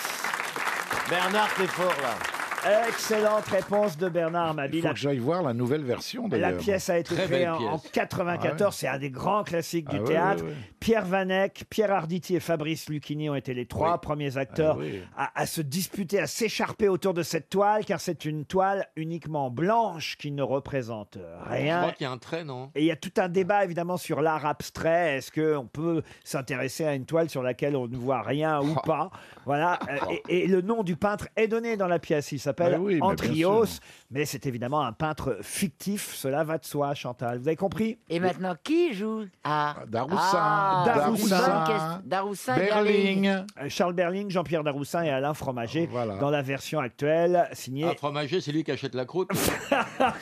Speaker 23: Bernard, t'es fort là.
Speaker 1: Excellente réponse de Bernard
Speaker 24: Il
Speaker 1: Mabille.
Speaker 24: faut que j'aille voir la nouvelle version
Speaker 1: La
Speaker 24: d'ailleurs.
Speaker 1: pièce a été
Speaker 25: Très
Speaker 1: créée
Speaker 25: belle
Speaker 1: en, en
Speaker 25: pièce.
Speaker 1: 94,
Speaker 24: Ah ouais.
Speaker 1: c'est un des grands classiques
Speaker 24: Ah
Speaker 1: du
Speaker 24: ouais,
Speaker 1: théâtre.
Speaker 24: ouais, ouais.
Speaker 1: Pierre Vanek, Pierre Arditi et Fabrice Lucchini ont été les trois premiers acteurs
Speaker 24: Ah ouais.
Speaker 1: à, à se disputer, à s'écharper autour de cette toile, car c'est une toile uniquement blanche qui ne représente
Speaker 25: Je
Speaker 1: rien.
Speaker 25: crois qu'il y a un trait, non
Speaker 1: Et il y a tout un débat évidemment sur l'art abstrait. Est-ce qu'on peut s'intéresser à une toile sur laquelle on ne voit rien
Speaker 24: Oh.
Speaker 1: ou pas Voilà. Euh, Et, et le nom du peintre est donné dans la pièce. Il s'appelle
Speaker 24: Mais Oh. Bah oui, mais bien
Speaker 1: Antrios,
Speaker 24: sûr.
Speaker 1: mais c'est évidemment un peintre fictif. Cela va de soi, Chantal. Vous avez compris
Speaker 27: Et maintenant, qui joue Ah,
Speaker 24: Daroussin,
Speaker 27: Ah,
Speaker 1: Daroussin,
Speaker 27: bonne question. Daroussin, Berling.
Speaker 24: Berling. Ah,
Speaker 1: Euh, Charles Berling, Jean-Pierre Daroussin et Alain Fromager
Speaker 24: Voilà.
Speaker 1: dans la version actuelle signée.
Speaker 25: Un fromager, c'est lui qui achète la croûte.
Speaker 24: Ah,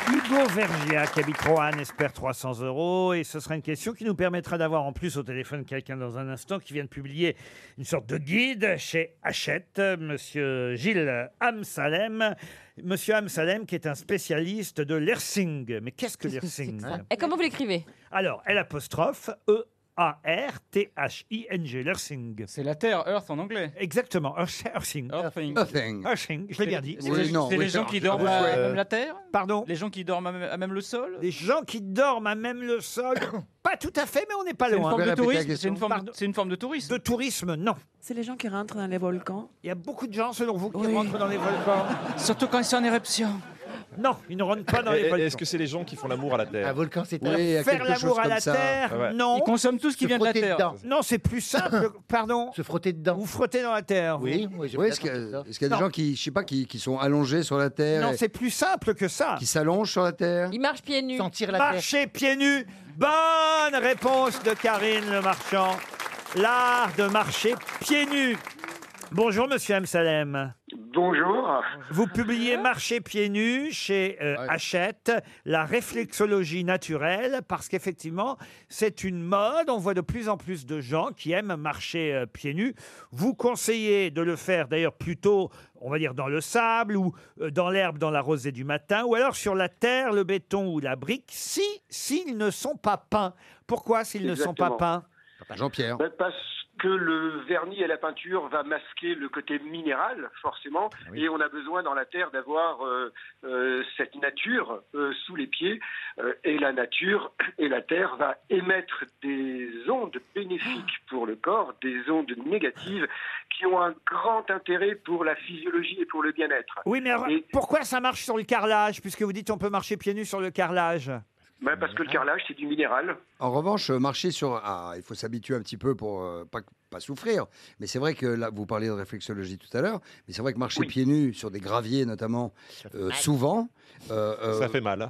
Speaker 1: Hugo Vergia, qui habite Roanne, espère 300 euros. Et ce sera une question qui nous permettra d'avoir en plus au téléphone quelqu'un dans un instant qui vient de publier une sorte de guide chez Hachette, euh, monsieur Gilles Amsalem. Monsieur Amsalem, qui est un spécialiste de l'ersing. Mais qu'est-ce que l'ersing hein
Speaker 17: Et comment vous l'écrivez
Speaker 1: Alors, L apostrophe E. A-R-T-H-I-N-G, l'ersing.
Speaker 5: C'est la Terre, Earth en anglais.
Speaker 1: Exactement, Ers- ersing.
Speaker 5: Earthing.
Speaker 1: Ersing, je l'ai bien dit.
Speaker 5: C'est c'est les gens qui dorment à même la Terre
Speaker 1: Pardon
Speaker 5: Les gens qui dorment à même, à même le sol
Speaker 1: Des gens qui dorment à même le sol. pas tout à fait, mais on n'est pas
Speaker 5: C'est une
Speaker 1: loin.
Speaker 5: forme de
Speaker 2: répéter la
Speaker 5: tourisme C'est
Speaker 2: question.
Speaker 5: une forme de-
Speaker 1: Pardon.
Speaker 5: c'est une forme de tourisme
Speaker 1: De tourisme, non.
Speaker 26: C'est les gens qui rentrent dans les volcans.
Speaker 1: Il y a beaucoup de gens, selon vous, qui
Speaker 26: Oui.
Speaker 1: rentrent dans les volcans.
Speaker 5: Surtout quand ils sont en éruption.
Speaker 1: Non, ils ne rentrent pas dans les volcans.
Speaker 28: Est-ce que c'est les gens qui font l'amour à la Terre
Speaker 2: Un volcan c'est
Speaker 1: Faire l'amour à la terre,
Speaker 28: Ouais.
Speaker 1: non.
Speaker 5: Ils consomment tout ce qui
Speaker 2: Se
Speaker 5: vient de la
Speaker 2: frotter
Speaker 5: Terre.
Speaker 2: dedans.
Speaker 1: Non, c'est plus simple. Pardon.
Speaker 2: Se frotter dedans.
Speaker 1: Vous frottez dans la terre. vous.
Speaker 2: Oui, oui, j'ai
Speaker 6: Ouais,
Speaker 2: bien
Speaker 6: est-ce qu'il y a,
Speaker 2: compris ça.
Speaker 6: est-ce qu'il y a des
Speaker 1: Non.
Speaker 6: gens qui, je sais pas, qui, qui sont allongés sur la terre
Speaker 1: Non,
Speaker 6: et
Speaker 1: c'est plus simple que ça.
Speaker 6: qui s'allongent sur la terre
Speaker 17: Il marche pieds nus.
Speaker 2: Sentir la terre.
Speaker 1: Marcher pieds nus. Bonne réponse de Karine Le Marchand. L'art de marcher pieds nus. Bonjour, monsieur M. Salem.
Speaker 29: Bonjour.
Speaker 1: Vous publiez Marcher pieds nus chez euh, Hachette, la réflexologie naturelle, parce qu'effectivement, c'est une mode. On voit de plus en plus de gens qui aiment marcher euh, pieds nus. Vous conseillez de le faire d'ailleurs plutôt, on va dire, dans le sable ou euh, dans l'herbe, dans la rosée du matin, ou alors sur la terre, le béton ou la brique, si s'ils ne sont pas peints. Pourquoi s'ils ne sont pas
Speaker 29: Exactement.
Speaker 1: peints
Speaker 6: Jean-Pierre.
Speaker 29: Ben, parce
Speaker 20: que le vernis et la peinture va masquer le côté minéral, forcément, et on a besoin dans la terre d'avoir euh, euh, cette nature euh, sous les pieds, euh, et la nature et la terre va émettre des ondes bénéfiques pour le corps, des ondes négatives qui ont un grand intérêt pour la physiologie et pour le bien-être.
Speaker 1: Oui, mais alors,
Speaker 20: Et-
Speaker 1: pourquoi ça marche sur le carrelage Puisque vous dites on peut marcher pieds nus sur le carrelage.
Speaker 20: bah, parce que le carrelage, c'est du minéral.
Speaker 11: En revanche, euh, marcher sur. ah, il faut s'habituer un petit peu pour euh, pas, pas souffrir. Mais c'est vrai que là, vous parliez de réflexologie tout à l'heure, mais c'est vrai que marcher pieds nus sur des graviers, notamment, euh, souvent. euh, ça fait mal.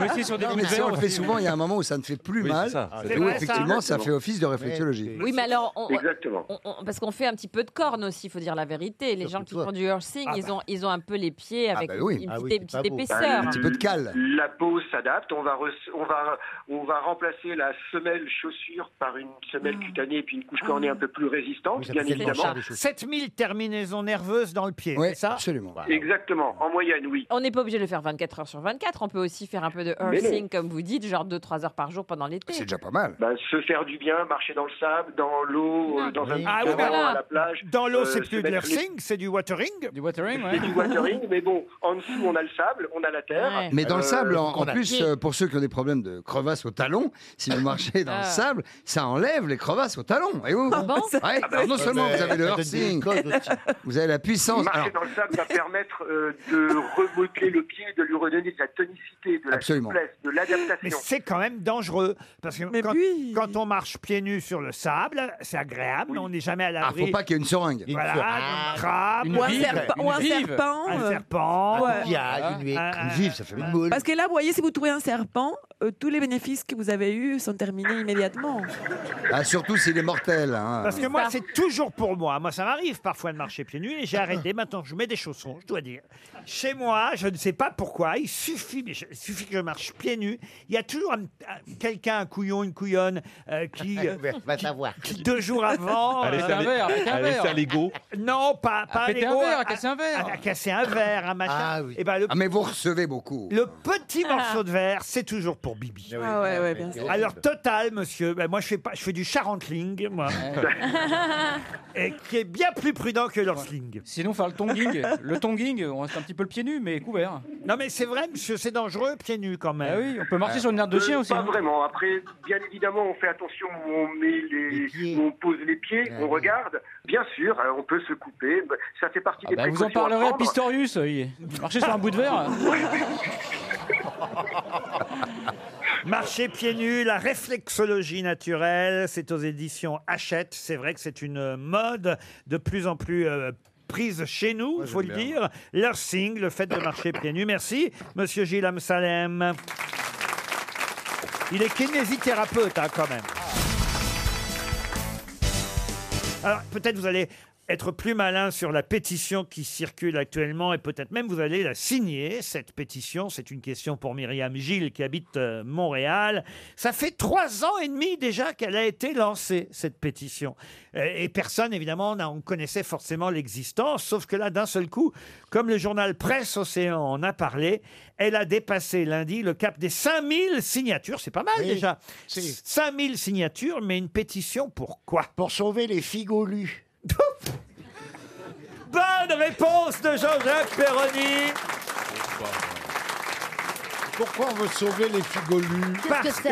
Speaker 17: Mais si, sur des
Speaker 11: mais si on le fait souvent, il y a un moment où ça ne fait plus
Speaker 17: Oui,
Speaker 11: mal.
Speaker 17: c'est ça. Ah,
Speaker 11: Et
Speaker 17: c'est
Speaker 11: où,
Speaker 17: vrai, ça.
Speaker 11: effectivement, ça, fait
Speaker 17: Exactement.
Speaker 11: office de réflexologie.
Speaker 17: Oui, mais alors, on-
Speaker 11: Exactement.
Speaker 17: on- on- parce qu'on fait un petit peu de corne aussi, il faut dire la vérité. Les gens qui font du horsing,
Speaker 20: Ah
Speaker 17: ils,
Speaker 20: bah.
Speaker 17: ont, ils ont un peu les pieds avec
Speaker 20: bah oui.
Speaker 17: une petite,
Speaker 20: Ah oui, c'est
Speaker 17: une
Speaker 20: pas
Speaker 17: petite
Speaker 20: beau.
Speaker 17: épaisseur.
Speaker 20: Bah, La peau s'adapte. On va, re- on, va, on va remplacer la semelle chaussure par une semelle
Speaker 1: Ah.
Speaker 20: cutanée et puis une couche cornée un peu plus résistante, bien évidemment.
Speaker 1: 7000 terminaisons nerveuses dans le pied, c'est ça
Speaker 11: Absolument.
Speaker 20: Exactement, en moyenne, oui.
Speaker 17: On n'est pas obligé de le faire 24 heures sur 24. On peut aussi faire un peu de
Speaker 20: Mais non.
Speaker 17: horsing, comme vous dites, genre 2-3 heures par jour pendant l'été.
Speaker 11: pas mal.
Speaker 20: Bah, se faire du bien, marcher dans le sable, dans l'eau, euh, dans un petit
Speaker 1: Ah oui,
Speaker 20: canot,
Speaker 1: voilà.
Speaker 20: à la plage.
Speaker 1: Dans l'eau,
Speaker 20: euh,
Speaker 1: c'est
Speaker 20: se
Speaker 1: plus de
Speaker 20: mettre une-
Speaker 1: l'earthing, c'est du watering. Du watering,
Speaker 20: C'est du watering, mais bon, en dessous, on a le sable, on a la terre.
Speaker 1: Ah,
Speaker 11: Mais dans le
Speaker 20: Euh,
Speaker 11: sable, en, en
Speaker 20: qu'on a-
Speaker 11: plus, euh, pour ceux qui ont des problèmes de crevasses au talon, si vous marchez dans
Speaker 20: Ah.
Speaker 11: le sable, ça enlève les crevasses au talon. Et vous,
Speaker 1: Ah
Speaker 11: Ouais,
Speaker 1: bah
Speaker 11: alors non seulement vous avez le
Speaker 20: hurting,
Speaker 11: horsing, vous avez la puissance.
Speaker 20: Marcher
Speaker 11: Alors,
Speaker 20: dans le sable va permettre euh, de remodeler le pied, de lui redonner de la tonicité, de la
Speaker 1: Absolument.
Speaker 20: souplesse, de
Speaker 1: Mais
Speaker 20: l'adaptation.
Speaker 1: c'est quand même dangereux. Parce que quand, quand on marche pieds nus sur le sable, c'est agréable, mais on n'est jamais à
Speaker 11: ah,
Speaker 1: l'abri.
Speaker 11: faut pas qu'il y ait une seringue. Ah,
Speaker 1: Voilà, un crabe,
Speaker 11: Une Ou un vive, serpe-
Speaker 30: ou un
Speaker 1: vive.
Speaker 30: serpent,
Speaker 1: Un
Speaker 30: euh,
Speaker 1: serpent. Euh,
Speaker 30: ouais.
Speaker 1: Voilà. Ah, Un-
Speaker 11: ça fait
Speaker 30: Euh, Parce que là, vous voyez, si vous trouvez un serpent, euh, tous les bénéfices que vous avez eus sont terminés immédiatement.
Speaker 11: Ah, surtout s'il est mortel. hein.
Speaker 1: Parce que moi, c'est toujours pour moi. Moi, ça m'arrive parfois de marcher pieds nus et j'ai arrêté. Maintenant, je mets des chaussons, je dois dire. Chez moi, je ne sais pas pourquoi. Il suffit, mais je- il suffit que je marche pieds nus. Il y a toujours un- un- quelqu'un, un couillon, une couillonne, euh, qui,
Speaker 31: Va savoir.
Speaker 1: qui, deux jours avant.
Speaker 31: Allez,
Speaker 1: euh,
Speaker 31: c'est un verre, c'est un verre. Allez,
Speaker 1: Non, pas,
Speaker 31: À
Speaker 32: Ah,
Speaker 1: pas Ah,
Speaker 31: péter un
Speaker 1: l'ego,
Speaker 31: verre, à
Speaker 1: à-
Speaker 31: casser un verre.
Speaker 1: À, à casser un verre, un machin.
Speaker 11: Ah oui.
Speaker 1: Eh ben, le-
Speaker 11: Ah, mais vous recevez beaucoup.
Speaker 1: le petit morceau de verre, c'est toujours pour Bibi.
Speaker 11: Ah ouais, ouais, bien sûr.
Speaker 1: Alors total, monsieur. ben, moi, je fais pas, je fais du charentling, moi, et qui est bien plus prudent que l'orsling.
Speaker 32: Sinon, faire le tonguing. le tonguing, on reste un petit peu le pied nu, mais couvert.
Speaker 1: Non, mais c'est vrai, monsieur, c'est dangereux, pieds nus quand même.
Speaker 32: Ah oui, on peut marcher sur une aire de chien
Speaker 20: Euh,
Speaker 32: aussi.
Speaker 20: Pas
Speaker 32: hein.
Speaker 20: vraiment. Après, bien évidemment, on fait attention où on met les, où on pose les pieds, on regarde. Bien sûr, euh, on peut se couper. Ça fait partie
Speaker 32: Ah
Speaker 5: Eh
Speaker 20: des
Speaker 32: bah,
Speaker 5: ben,
Speaker 32: vous en
Speaker 20: précautions à
Speaker 32: parlerez à
Speaker 20: prendre.
Speaker 32: Pistorius. il- Marcher sur un bout de verre.
Speaker 1: Marcher pieds nus, la réflexologie naturelle, c'est aux éditions Hachette. C'est vrai que c'est une mode de plus en plus euh, prise chez nous, il faut le
Speaker 24: j'aime bien.
Speaker 1: dire. Leur signe, le fait de marcher pieds nus. Merci, monsieur Gilles Salem. Il est kinésithérapeute, hein, quand même. Alors, peut-être vous allez être plus malin sur la pétition qui circule actuellement et peut-être même vous allez la signer, cette pétition. C'est une question pour Myriam Gilles qui habite euh, Montréal. Ça fait trois ans et demi déjà qu'elle a été lancée, cette pétition. Euh, Et personne, évidemment, n'a- on connaissait forcément l'existence, sauf que là, d'un seul coup, comme le journal Presse Océan en a parlé, elle a dépassé lundi le cap des 5000 signatures. C'est pas mal déjà. 5000 signatures, mais une pétition pour quoi Pour sauver les figolus. Bonne réponse de Jean-Jacques Perroni.
Speaker 5: Pourquoi on veut sauver les figolus
Speaker 1: Parce que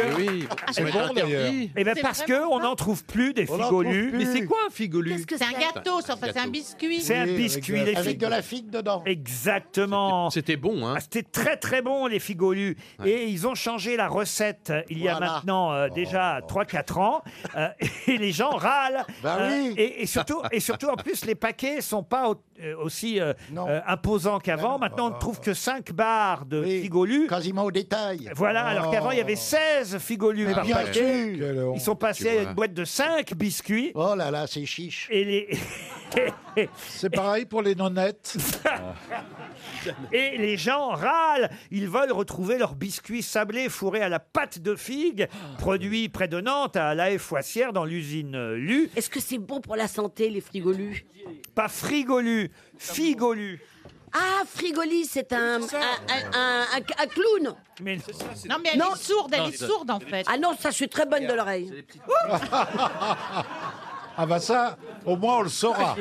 Speaker 9: Ah,
Speaker 5: c'est bon d'ailleurs.
Speaker 1: Eh ben parce que on n'en trouve plus des
Speaker 5: On n'en
Speaker 1: figolus.
Speaker 5: trouve plus. Mais c'est
Speaker 1: quoi un figolu
Speaker 8: Qu'est-ce que c'est un gâteau, ça, enfin, c'est un biscuit.
Speaker 1: C'est un biscuit. les
Speaker 8: Avec de la
Speaker 1: figue dedans. Exactement. C'était bon, hein C'était très très bon les figolus. Et ils ont changé la recette euh, il y a
Speaker 24: Voilà.
Speaker 1: maintenant euh, déjà 3-4 ans. Euh, et les gens râlent. Euh,
Speaker 24: Bah oui.
Speaker 1: et, et surtout, et surtout en plus les paquets sont pas au- euh, aussi euh, euh, imposants qu'avant. Maintenant on ne trouve que 5 barres de figolus. Quasiment au détail. Voilà, alors qu'avant il y avait 16 figolus
Speaker 24: Mais
Speaker 1: par
Speaker 24: bien
Speaker 1: paquet.
Speaker 24: sûr.
Speaker 1: Ils sont passés
Speaker 24: ben, Tu
Speaker 1: à
Speaker 24: vois.
Speaker 1: une boîte de 5 biscuits. Oh là là, c'est chiche. Et les... c'est pareil pour les nonnettes. Et les gens râlent. Ils veulent retrouver leurs biscuits sablés fourrés à la pâte de figue, produit près de Nantes, à la Foissière, dans l'usine euh, Lu. Est-ce que c'est bon pour la santé, les frigolus Pas frigolus, figolus.
Speaker 9: Ah, Frigoli, c'est un, un, un- un- un- un clown.
Speaker 1: Mais
Speaker 9: non,
Speaker 33: mais elle est sourde, elle Non, est c'est- sourde, en fait.
Speaker 9: Ah non, ça, je suis très bonne de l'oreille.
Speaker 24: Ah bah ça, au moins on le
Speaker 1: Ah,
Speaker 24: saura.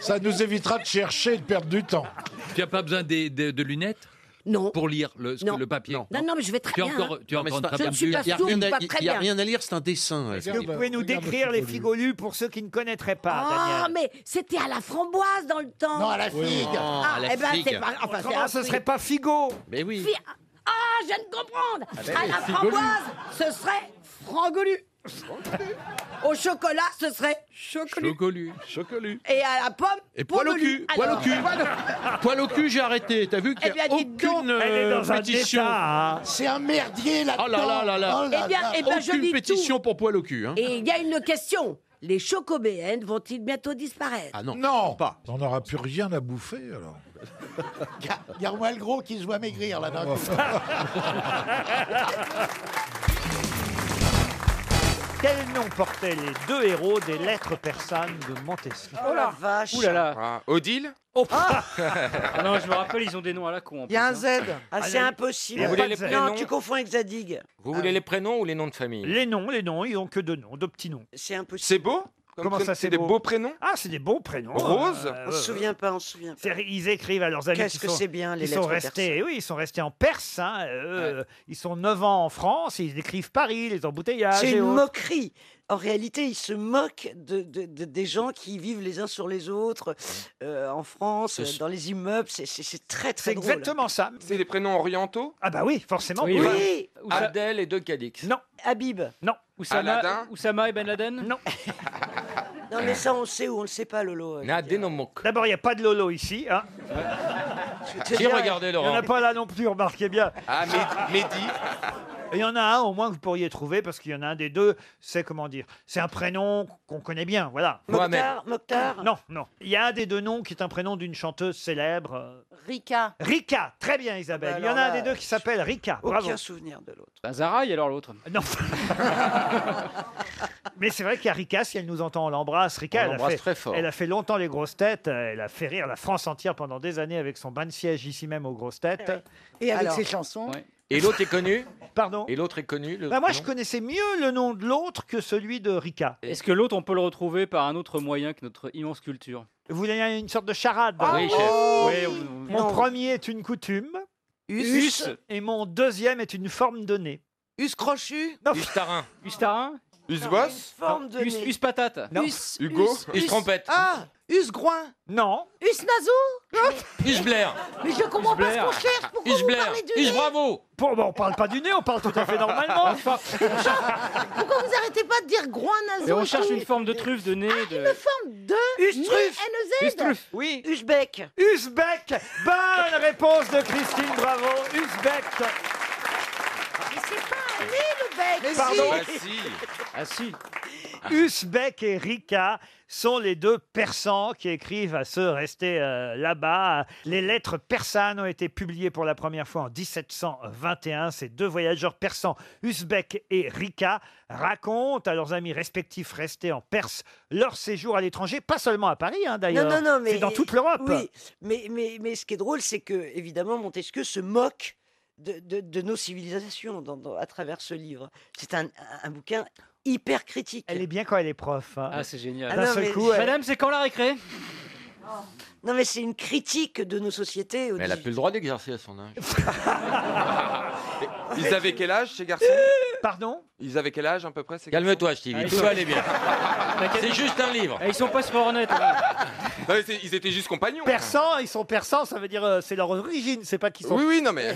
Speaker 24: Ça nous évitera de chercher et de perdre du temps.
Speaker 3: Tu n'as pas besoin des- de, de lunettes
Speaker 9: Non.
Speaker 3: Pour lire le, ce que- le papier
Speaker 9: Non, non, mais je vais très
Speaker 3: Tu es
Speaker 9: bien,
Speaker 3: encore-
Speaker 9: hein.
Speaker 3: tu es
Speaker 9: Non, mais
Speaker 3: encore
Speaker 9: c'est pas-
Speaker 3: très
Speaker 9: je ne suis
Speaker 3: bien.
Speaker 9: pas
Speaker 3: Il y a
Speaker 9: sourde,
Speaker 3: rien à-
Speaker 9: pas
Speaker 3: il y
Speaker 9: très
Speaker 3: y a
Speaker 9: bien.
Speaker 3: rien
Speaker 12: à lire, c'est un dessin.
Speaker 1: Est-ce que vous pouvez nous décrire les frigolus pour ceux qui ne connaîtraient pas,
Speaker 9: Ah,
Speaker 1: Daniel
Speaker 9: mais c'était à la framboise dans le temps.
Speaker 1: Non, à la figue. Non,
Speaker 9: Ah,
Speaker 1: à la
Speaker 9: eh ben,
Speaker 1: figue.
Speaker 9: c'est pas. Enfin, c'est
Speaker 1: Comment
Speaker 9: un
Speaker 1: ce
Speaker 9: fruit.
Speaker 1: serait pas figo
Speaker 12: Mais oui.
Speaker 9: Fi- Ah, je viens de comprendre.
Speaker 1: Ah ben,
Speaker 9: à la
Speaker 1: c'est Golu.
Speaker 9: framboise, ce serait frangolu. au chocolat, ce serait chocolu.
Speaker 34: Chocolu.
Speaker 12: Chocolu.
Speaker 9: Et à la pomme,
Speaker 34: Et poil au cul,
Speaker 9: pomolu.
Speaker 34: poil au
Speaker 9: Alors,
Speaker 34: cul,
Speaker 9: voilà.
Speaker 34: poil au cul, j'ai arrêté. T'as vu qu'il n'y a
Speaker 9: Eh bien, dites donc.
Speaker 34: aucune
Speaker 9: Elle est
Speaker 34: euh,
Speaker 9: dans un
Speaker 34: pétition.
Speaker 9: état, hein.
Speaker 12: C'est un merdier, là-dedans.
Speaker 34: Oh là là là là.
Speaker 9: Oh là Eh bien, là. eh ben, je
Speaker 34: aucune
Speaker 9: lis
Speaker 34: pétition
Speaker 9: tout.
Speaker 34: pour poil au cul. Hein.
Speaker 9: Et il y a une question. Les chocobéennes vont-ils bientôt disparaître
Speaker 34: Ah non.
Speaker 12: Non.
Speaker 24: Pas. On n'aura plus rien à bouffer alors.
Speaker 12: Il y a Romuald Gros qui se voit maigrir là-bas.
Speaker 1: Quel nom portaient les deux héros des lettres persanes de Montesquieu
Speaker 5: Oh la vache. Ouh là là.
Speaker 12: Odile
Speaker 1: Oh,
Speaker 5: Ah non, je me rappelle, ils ont des noms à la con. en
Speaker 8: Il y a un
Speaker 5: plus,
Speaker 8: Z.
Speaker 5: hein.
Speaker 8: Ah, c'est impossible.
Speaker 5: Vous voulez les
Speaker 8: non,
Speaker 5: prénoms
Speaker 8: tu confonds avec Zadig.
Speaker 12: Vous voulez les prénoms ou les noms de famille
Speaker 1: Les noms, les noms, ils n'ont que deux noms, deux petits noms.
Speaker 8: C'est impossible.
Speaker 1: C'est beau Comment
Speaker 12: prénom-
Speaker 1: ça,
Speaker 12: c'est
Speaker 1: c'est
Speaker 12: des
Speaker 1: beau
Speaker 12: beaux prénoms
Speaker 1: Ah, c'est des beaux prénoms.
Speaker 12: Rose
Speaker 1: Euh,
Speaker 8: On
Speaker 1: ouais,
Speaker 8: se
Speaker 1: ouais.
Speaker 8: souvient pas, on se souvient pas.
Speaker 1: C'est- Ils écrivent à leurs amis.
Speaker 8: Qu'est-ce
Speaker 1: qui
Speaker 8: que
Speaker 1: sont-
Speaker 8: c'est bien, les
Speaker 1: ils sont
Speaker 8: lettres
Speaker 1: restés, Oui, ils sont restés en Perse. hein, eux, Ils sont 9 ans en France, et ils écrivent Paris, les
Speaker 9: Ah,
Speaker 1: embouteillages.
Speaker 8: C'est
Speaker 1: et
Speaker 8: une
Speaker 1: autres.
Speaker 8: moquerie. En réalité, ils se moquent de, de- de- des gens qui vivent les uns sur les autres euh, en France,
Speaker 12: Ce-
Speaker 8: euh, dans les immeubles. C'est- C'est c'est très, très
Speaker 12: C'est
Speaker 8: drôle.
Speaker 1: exactement ça.
Speaker 12: C'est des prénoms orientaux
Speaker 1: Ah bah oui, forcément.
Speaker 8: Oui,
Speaker 12: Oui.
Speaker 8: voilà.
Speaker 12: Abdel et De Cadix.
Speaker 1: Non.
Speaker 8: Habib.
Speaker 1: Non.
Speaker 12: Aladdin.
Speaker 8: Oussama,
Speaker 5: Oussama et Ben Laden
Speaker 1: Non.
Speaker 8: Non, mais ça, on sait ou on le sait pas, Lolo. euh.
Speaker 1: D'abord, il n'y a pas de Lolo ici. Hein.
Speaker 8: te Si, dis, regardez,
Speaker 1: Il n'y en
Speaker 8: Laurent.
Speaker 1: a pas là non plus, remarquez bien.
Speaker 12: Ah, Mé- Mehdi.
Speaker 1: Et Il y en a un au moins que vous pourriez trouver parce qu'il y en a un des deux, c'est comment dire, c'est un prénom qu'on connaît bien, voilà.
Speaker 8: Mokhtar, Mokhtar.
Speaker 1: Non, non. Il y a un des deux noms qui est un prénom d'une chanteuse célèbre. euh,
Speaker 8: Rika.
Speaker 1: Rika, très bien Isabelle.
Speaker 8: Ah bah
Speaker 1: Il y en a
Speaker 8: alors
Speaker 1: un des
Speaker 8: là,
Speaker 1: deux qui s'appelle Rika.
Speaker 8: Aucun
Speaker 1: Bravo.
Speaker 8: souvenir de l'autre.
Speaker 5: Bah, Zaraï, alors l'autre.
Speaker 1: Non. Mais c'est vrai qu'il y a Rika, si elle nous entend, on l'embrasse. Rika,
Speaker 5: On
Speaker 1: elle, a
Speaker 5: l'embrasse
Speaker 1: fait,
Speaker 5: très fort.
Speaker 1: elle a fait longtemps les grosses têtes. euh, Elle a fait rire la France entière pendant des années avec son bain de siège ici même aux grosses têtes.
Speaker 8: Et avec ses chansons.
Speaker 12: Et l'autre est connu
Speaker 1: Pardon
Speaker 12: Et l'autre est connu le
Speaker 1: Bah, moi, je
Speaker 12: nom
Speaker 1: connaissais mieux le nom de l'autre que celui de Rika.
Speaker 5: Est-ce que l'autre, on peut le retrouver par un autre moyen que notre immense culture
Speaker 1: Vous voulez une sorte de charade
Speaker 5: Ah Oui, chef. oui.
Speaker 1: Oui,
Speaker 5: Oui,
Speaker 1: Mon
Speaker 5: non.
Speaker 1: premier est une coutume.
Speaker 5: Us. Us.
Speaker 1: Et mon deuxième est une forme donnée.
Speaker 8: Us crochu
Speaker 12: Ustarin.
Speaker 5: Ustarin
Speaker 12: Usbos
Speaker 8: Forme de
Speaker 5: Us,
Speaker 8: nez.
Speaker 5: us patate
Speaker 1: Non.
Speaker 8: Us-
Speaker 12: Hugo
Speaker 8: Us-
Speaker 12: Us
Speaker 8: Us-
Speaker 12: trompette.
Speaker 8: Ah Usgroin
Speaker 1: Non.
Speaker 8: Usnazo
Speaker 12: Usblair.
Speaker 8: Mais je comprends pas ce qu'on cherche. Pourquoi vous
Speaker 12: Usblair.
Speaker 8: parlez du nez
Speaker 12: Usbravo.
Speaker 1: Bon, bah, on parle pas du nez, on parle tout à fait normalement.
Speaker 8: Pourquoi vous arrêtez pas de dire groin nazo
Speaker 5: Et on cherche une forme de truffe, de nez,
Speaker 9: Ah,
Speaker 5: de...
Speaker 8: forme de E
Speaker 1: Ustruf.
Speaker 8: nez, NEZ.
Speaker 5: Ustruf.
Speaker 1: Oui.
Speaker 8: Usbek.
Speaker 1: Uzbek. Bonne réponse de Christine Bravo. Uzbek.
Speaker 8: Mais c'est pas un nez le bec.
Speaker 1: Pardon.
Speaker 12: Bah si.
Speaker 5: Ah si
Speaker 1: Usbek et Rika sont les deux persans qui écrivent à ceux restés euh, là-bas. Les lettres persanes ont été publiées pour la première fois en 1721. Ces deux voyageurs persans, Usbek et Rika, racontent à leurs amis respectifs restés en Perse leur séjour à l'étranger, pas seulement à Paris hein, d'ailleurs,
Speaker 8: Non, non, non, mais
Speaker 1: c'est dans toute l'Europe.
Speaker 8: Oui, mais, mais, mais ce qui est drôle, c'est que évidemment Montesquieu se moque de, de- de nos civilisations dans- dans- à travers ce livre. C'est un, un bouquin hyper critique.
Speaker 1: Elle est bien quand elle est prof. hein.
Speaker 5: Ah c'est génial
Speaker 1: D'un
Speaker 8: Ah non,
Speaker 1: seul
Speaker 8: mais-
Speaker 1: coup, elle-
Speaker 5: Madame, c'est quand la récré
Speaker 8: Non, mais c'est une critique de nos sociétés. au
Speaker 34: Mais elle a plus le droit d'exercer à son âge.
Speaker 12: Ils avaient quel âge ces garçons
Speaker 1: Pardon
Speaker 12: Ils avaient quel âge à peu près ces
Speaker 34: Calme-toi,
Speaker 12: Ah,
Speaker 34: Stevie.
Speaker 12: ils
Speaker 34: Tout
Speaker 12: sont-
Speaker 34: va aller bien.
Speaker 5: T'inquiète.
Speaker 34: C'est juste un livre.
Speaker 1: Ah,
Speaker 5: Eh, Ils sont pas sur Hornet
Speaker 1: hein.
Speaker 12: garçons Non, mais c'est- Ils étaient juste compagnons.
Speaker 1: Persans, ils sont persans, ça veut dire euh, c'est leur origine, c'est pas qu'ils sont
Speaker 12: Oui, oui, non mais.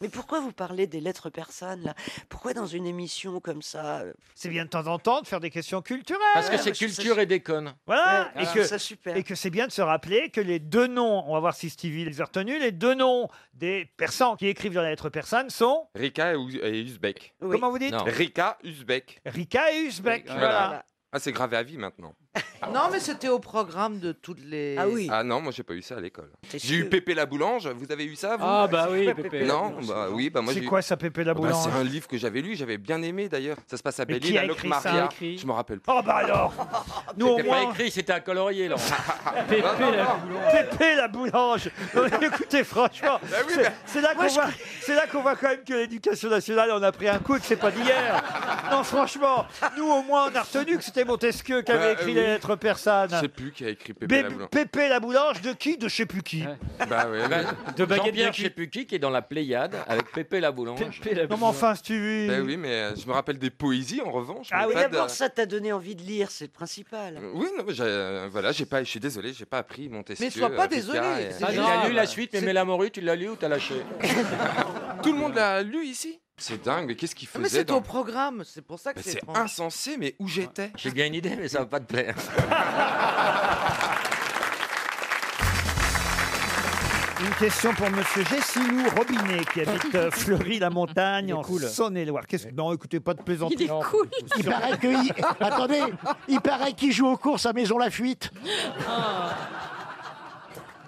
Speaker 8: Mais pourquoi vous parlez des lettres persanes là Pourquoi dans une émission comme ça euh,
Speaker 1: C'est bien de temps en temps de faire des questions culturelles.
Speaker 12: Parce que
Speaker 8: c'est culture
Speaker 12: et déconne.
Speaker 1: Voilà,
Speaker 8: Ouais,
Speaker 1: et,
Speaker 8: je
Speaker 1: que,
Speaker 8: trouve ça super.
Speaker 1: et que c'est bien de se rappeler que les deux noms, on va voir si Stevie les a retenus, les deux noms des persans qui écrivent dans la lettre persane sont
Speaker 12: Rika et Uz- et Uzbek.
Speaker 1: Comment vous dites
Speaker 12: Rika, Uzbek.
Speaker 1: Rika et Uzbek. Voilà.
Speaker 12: Ah, c'est gravé à vie maintenant.
Speaker 7: Non, mais c'était au programme de toutes les.
Speaker 12: Ah non, moi j'ai pas eu ça à l'école.
Speaker 7: T'es
Speaker 12: J'ai eu
Speaker 7: sûr
Speaker 12: Pépé la boulange, vous avez eu ça vous
Speaker 1: Ah, bah oui, Pépé la
Speaker 12: Non,
Speaker 1: Boulange.
Speaker 12: bah oui, bah moi
Speaker 1: C'est
Speaker 12: j'ai eu-
Speaker 1: quoi ça, Pépé la
Speaker 12: Ah bah, C'est
Speaker 1: Boulange
Speaker 12: un livre que j'avais lu, j'avais bien aimé d'ailleurs. Ça se passe à
Speaker 1: Mais
Speaker 12: Belle-Île,
Speaker 1: qui a
Speaker 12: à
Speaker 1: écrit
Speaker 12: Locmaria.
Speaker 1: ça, écrit
Speaker 12: Je me rappelle pas.
Speaker 1: Oh bah alors Nous au
Speaker 12: C'était pas
Speaker 1: moins...
Speaker 12: écrit,
Speaker 1: c'était à colorier là. Pépé, euh,
Speaker 12: Non, non,
Speaker 1: la... Pépé la boulange Non, mais Écoutez, franchement,
Speaker 12: Bah
Speaker 1: c'est- c'est là qu'on voit, c'est là qu'on voit quand même que l'éducation nationale en a pris un coup, que c'est pas d'hier. non, franchement, nous au moins on a retenu que c'était Montesquieu qui avait
Speaker 12: Bah, euh,
Speaker 1: écrit les
Speaker 12: oui.
Speaker 1: lettres persanes.
Speaker 12: Je sais plus qui a écrit Pépé
Speaker 1: Bé-
Speaker 12: la boulange.
Speaker 1: Pépé la boulange de qui De je sais plus qui.
Speaker 12: Bah ouais, ouais.
Speaker 1: De
Speaker 20: Jean-Pierre,
Speaker 1: baguette de
Speaker 20: Ben, je sais plus qui, qui est dans la Pléiade avec Pépé la Boulange.
Speaker 1: Non mais enfin, Stevie
Speaker 12: Bah oui, mais euh, je me rappelle des poésies en revanche. mais
Speaker 35: Ah oui,
Speaker 12: pas de-
Speaker 35: d'abord, ça t'a donné envie de lire, c'est le principal.
Speaker 12: Oui, non, mais j'ai, euh, voilà, j'ai pas, je suis désolé, j'ai pas appris Montesquieu.
Speaker 35: Mais sois pas
Speaker 12: euh, Ricard
Speaker 35: désolé,
Speaker 12: et-
Speaker 35: c'est
Speaker 20: Ah,
Speaker 35: pas
Speaker 20: il a lu la suite, mais Mélamoru, tu l'as lu ou t'as lâché
Speaker 12: Tout le monde l'a lu ici C'est dingue, mais qu'est-ce qu'il faisait
Speaker 7: Mais c'était
Speaker 12: dans-
Speaker 7: au programme, c'est pour ça que
Speaker 12: Bah,
Speaker 7: c'est
Speaker 12: c'est
Speaker 7: étrange.
Speaker 12: insensé, mais où j'étais
Speaker 20: J'ai bien une idée, mais ça va pas te plaire.
Speaker 1: Une question pour Monsieur Gessinou Robinet qui habite euh, Fleury-la-Montagne en Saône-et-Loire. Qu'est-ce que non, écoutez pas de plaisanterie.
Speaker 5: Il est cool. Il paraît que il- attendez, il paraît qu'il joue aux courses à Maison la Fuite.
Speaker 1: Ah.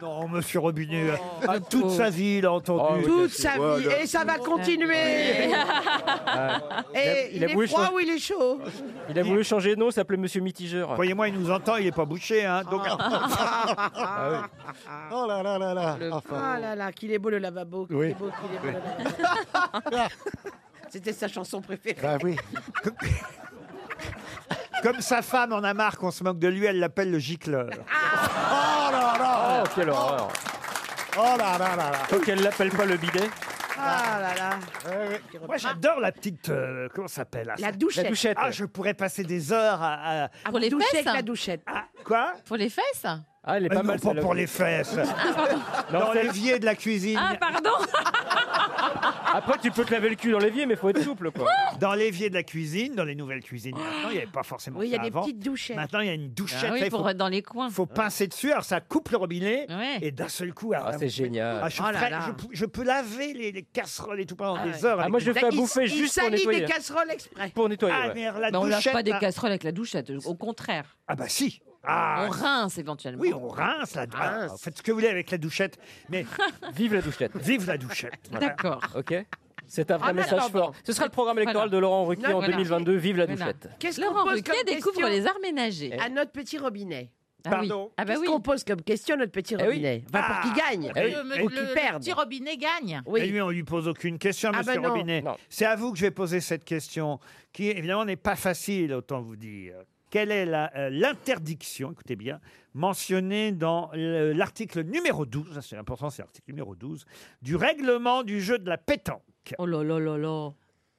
Speaker 1: Non, Monsieur Robinet, euh, toute sa vie, il a entendu.
Speaker 8: Oh. Toute sa vie. Et ça va continuer. Et il,
Speaker 1: il a voulu
Speaker 8: est froid
Speaker 1: changer-
Speaker 8: ou il est chaud
Speaker 1: Il a voulu changer de nom, s'appelait Monsieur Mitigeur. Croyez-moi, il nous entend, il est pas bouché, hein. Donc... Ah,
Speaker 5: Oh là là là là. Enfin,
Speaker 8: Ah là là, qu'il est beau le lavabo. Qu'il
Speaker 5: Oui.
Speaker 8: est beau, qu'il est beau
Speaker 5: Oui.
Speaker 8: le lavabo. C'était sa chanson préférée.
Speaker 5: Bah oui.
Speaker 1: Comme sa femme en a marre qu'on se moque de lui, elle l'appelle le gicleur.
Speaker 5: Oh là là.
Speaker 1: Ah, quelle horreur
Speaker 5: Oh là là là là.
Speaker 1: Faut qu'elle l'appelle pas le bidet.
Speaker 8: Ah là là.
Speaker 1: Moi, j'adore la petite. euh, comment ça s'appelle là,
Speaker 8: La
Speaker 1: ça
Speaker 8: douchette. La douchette.
Speaker 1: Ah, je pourrais passer des heures à. à-
Speaker 8: Pour
Speaker 17: les
Speaker 8: douchette,
Speaker 17: fesses, hein.
Speaker 8: la douchette.
Speaker 1: Quoi
Speaker 17: Pour les fesses
Speaker 1: Ah, elle
Speaker 27: est pas mal,
Speaker 1: Pas
Speaker 27: celle-là.
Speaker 1: pour les fesses.
Speaker 8: Ah.
Speaker 1: Dans l'évier de la cuisine.
Speaker 17: Ah, pardon
Speaker 1: Après, tu peux te laver le cul dans l'évier, mais faut être souple, quoi. Dans l'évier de la cuisine, dans les nouvelles cuisines, maintenant, il n'y avait pas forcément
Speaker 8: Oui, il y a
Speaker 1: ça
Speaker 8: des
Speaker 1: avant.
Speaker 8: petites douchettes.
Speaker 1: Maintenant, il y a une douchette.
Speaker 17: Ah oui,
Speaker 1: là, il
Speaker 17: pour être dans les coins.
Speaker 1: faut pincer dessus, alors ça coupe le robinet, et d'un seul coup... Ah,
Speaker 27: c'est génial.
Speaker 1: ah, je,
Speaker 8: Oh là
Speaker 1: ferai-
Speaker 8: là.
Speaker 1: je, je peux laver les, les casseroles et tout pendant
Speaker 8: Ah
Speaker 1: des
Speaker 8: ouais.
Speaker 1: heures.
Speaker 27: Ah,
Speaker 1: avec
Speaker 27: moi, je
Speaker 1: des-
Speaker 27: fais à
Speaker 1: Il-
Speaker 27: bouffer
Speaker 1: il
Speaker 27: juste pour
Speaker 1: s'aligne
Speaker 8: Il
Speaker 27: nettoyer.
Speaker 8: des casseroles exprès.
Speaker 27: Pour nettoyer.
Speaker 1: Ah,
Speaker 27: ouais.
Speaker 1: mais la
Speaker 17: Mais Bah, on lave
Speaker 1: douchette,
Speaker 17: pas des
Speaker 1: là.
Speaker 17: casseroles avec la douchette, au contraire.
Speaker 1: Ah bah si Ah,
Speaker 17: on rince éventuellement.
Speaker 1: Oui, on rince la douchette. Faites ce que vous voulez avec la douchette, mais
Speaker 27: Ah, Vive la douchette.
Speaker 1: vive la douchette. Voilà.
Speaker 17: D'accord.
Speaker 27: Ok C'est un vrai
Speaker 17: Ah, mais
Speaker 27: message
Speaker 17: attends,
Speaker 27: fort.
Speaker 17: bon.
Speaker 27: Ce sera le programme électoral
Speaker 17: Voilà.
Speaker 27: de Laurent Ruquier
Speaker 17: Voilà.
Speaker 27: en 2022. Vive la
Speaker 17: Voilà.
Speaker 27: douchette.
Speaker 8: Qu'est-ce qu'on
Speaker 17: Laurent
Speaker 8: pose comme
Speaker 17: Ruquier découvre
Speaker 8: question
Speaker 17: les arts ménagers.
Speaker 8: À notre petit robinet.
Speaker 17: Ah oui.
Speaker 1: Pardon
Speaker 17: Ah bah
Speaker 8: Qu'est-ce
Speaker 17: oui.
Speaker 8: qu'on pose comme question à notre petit
Speaker 1: Eh oui.
Speaker 8: robinet Enfin,
Speaker 1: Ah.
Speaker 8: Pour qu'il gagne
Speaker 1: Eh oui.
Speaker 8: ou qu'il perde.
Speaker 36: robinet gagne.
Speaker 1: Et
Speaker 8: Oui.
Speaker 27: Eh
Speaker 1: lui, Eh on lui pose aucune question,
Speaker 8: Ah
Speaker 1: monsieur
Speaker 8: ben non.
Speaker 1: Robinet. C'est à vous que je vais poser cette question, qui évidemment n'est pas facile, autant vous dire. Quelle est la, euh, l'interdiction, écoutez bien, mentionnée dans le- l'article numéro 12, ça, c'est important, c'est l'article numéro 12, du règlement du jeu de la pétanque
Speaker 17: Oh là là là là.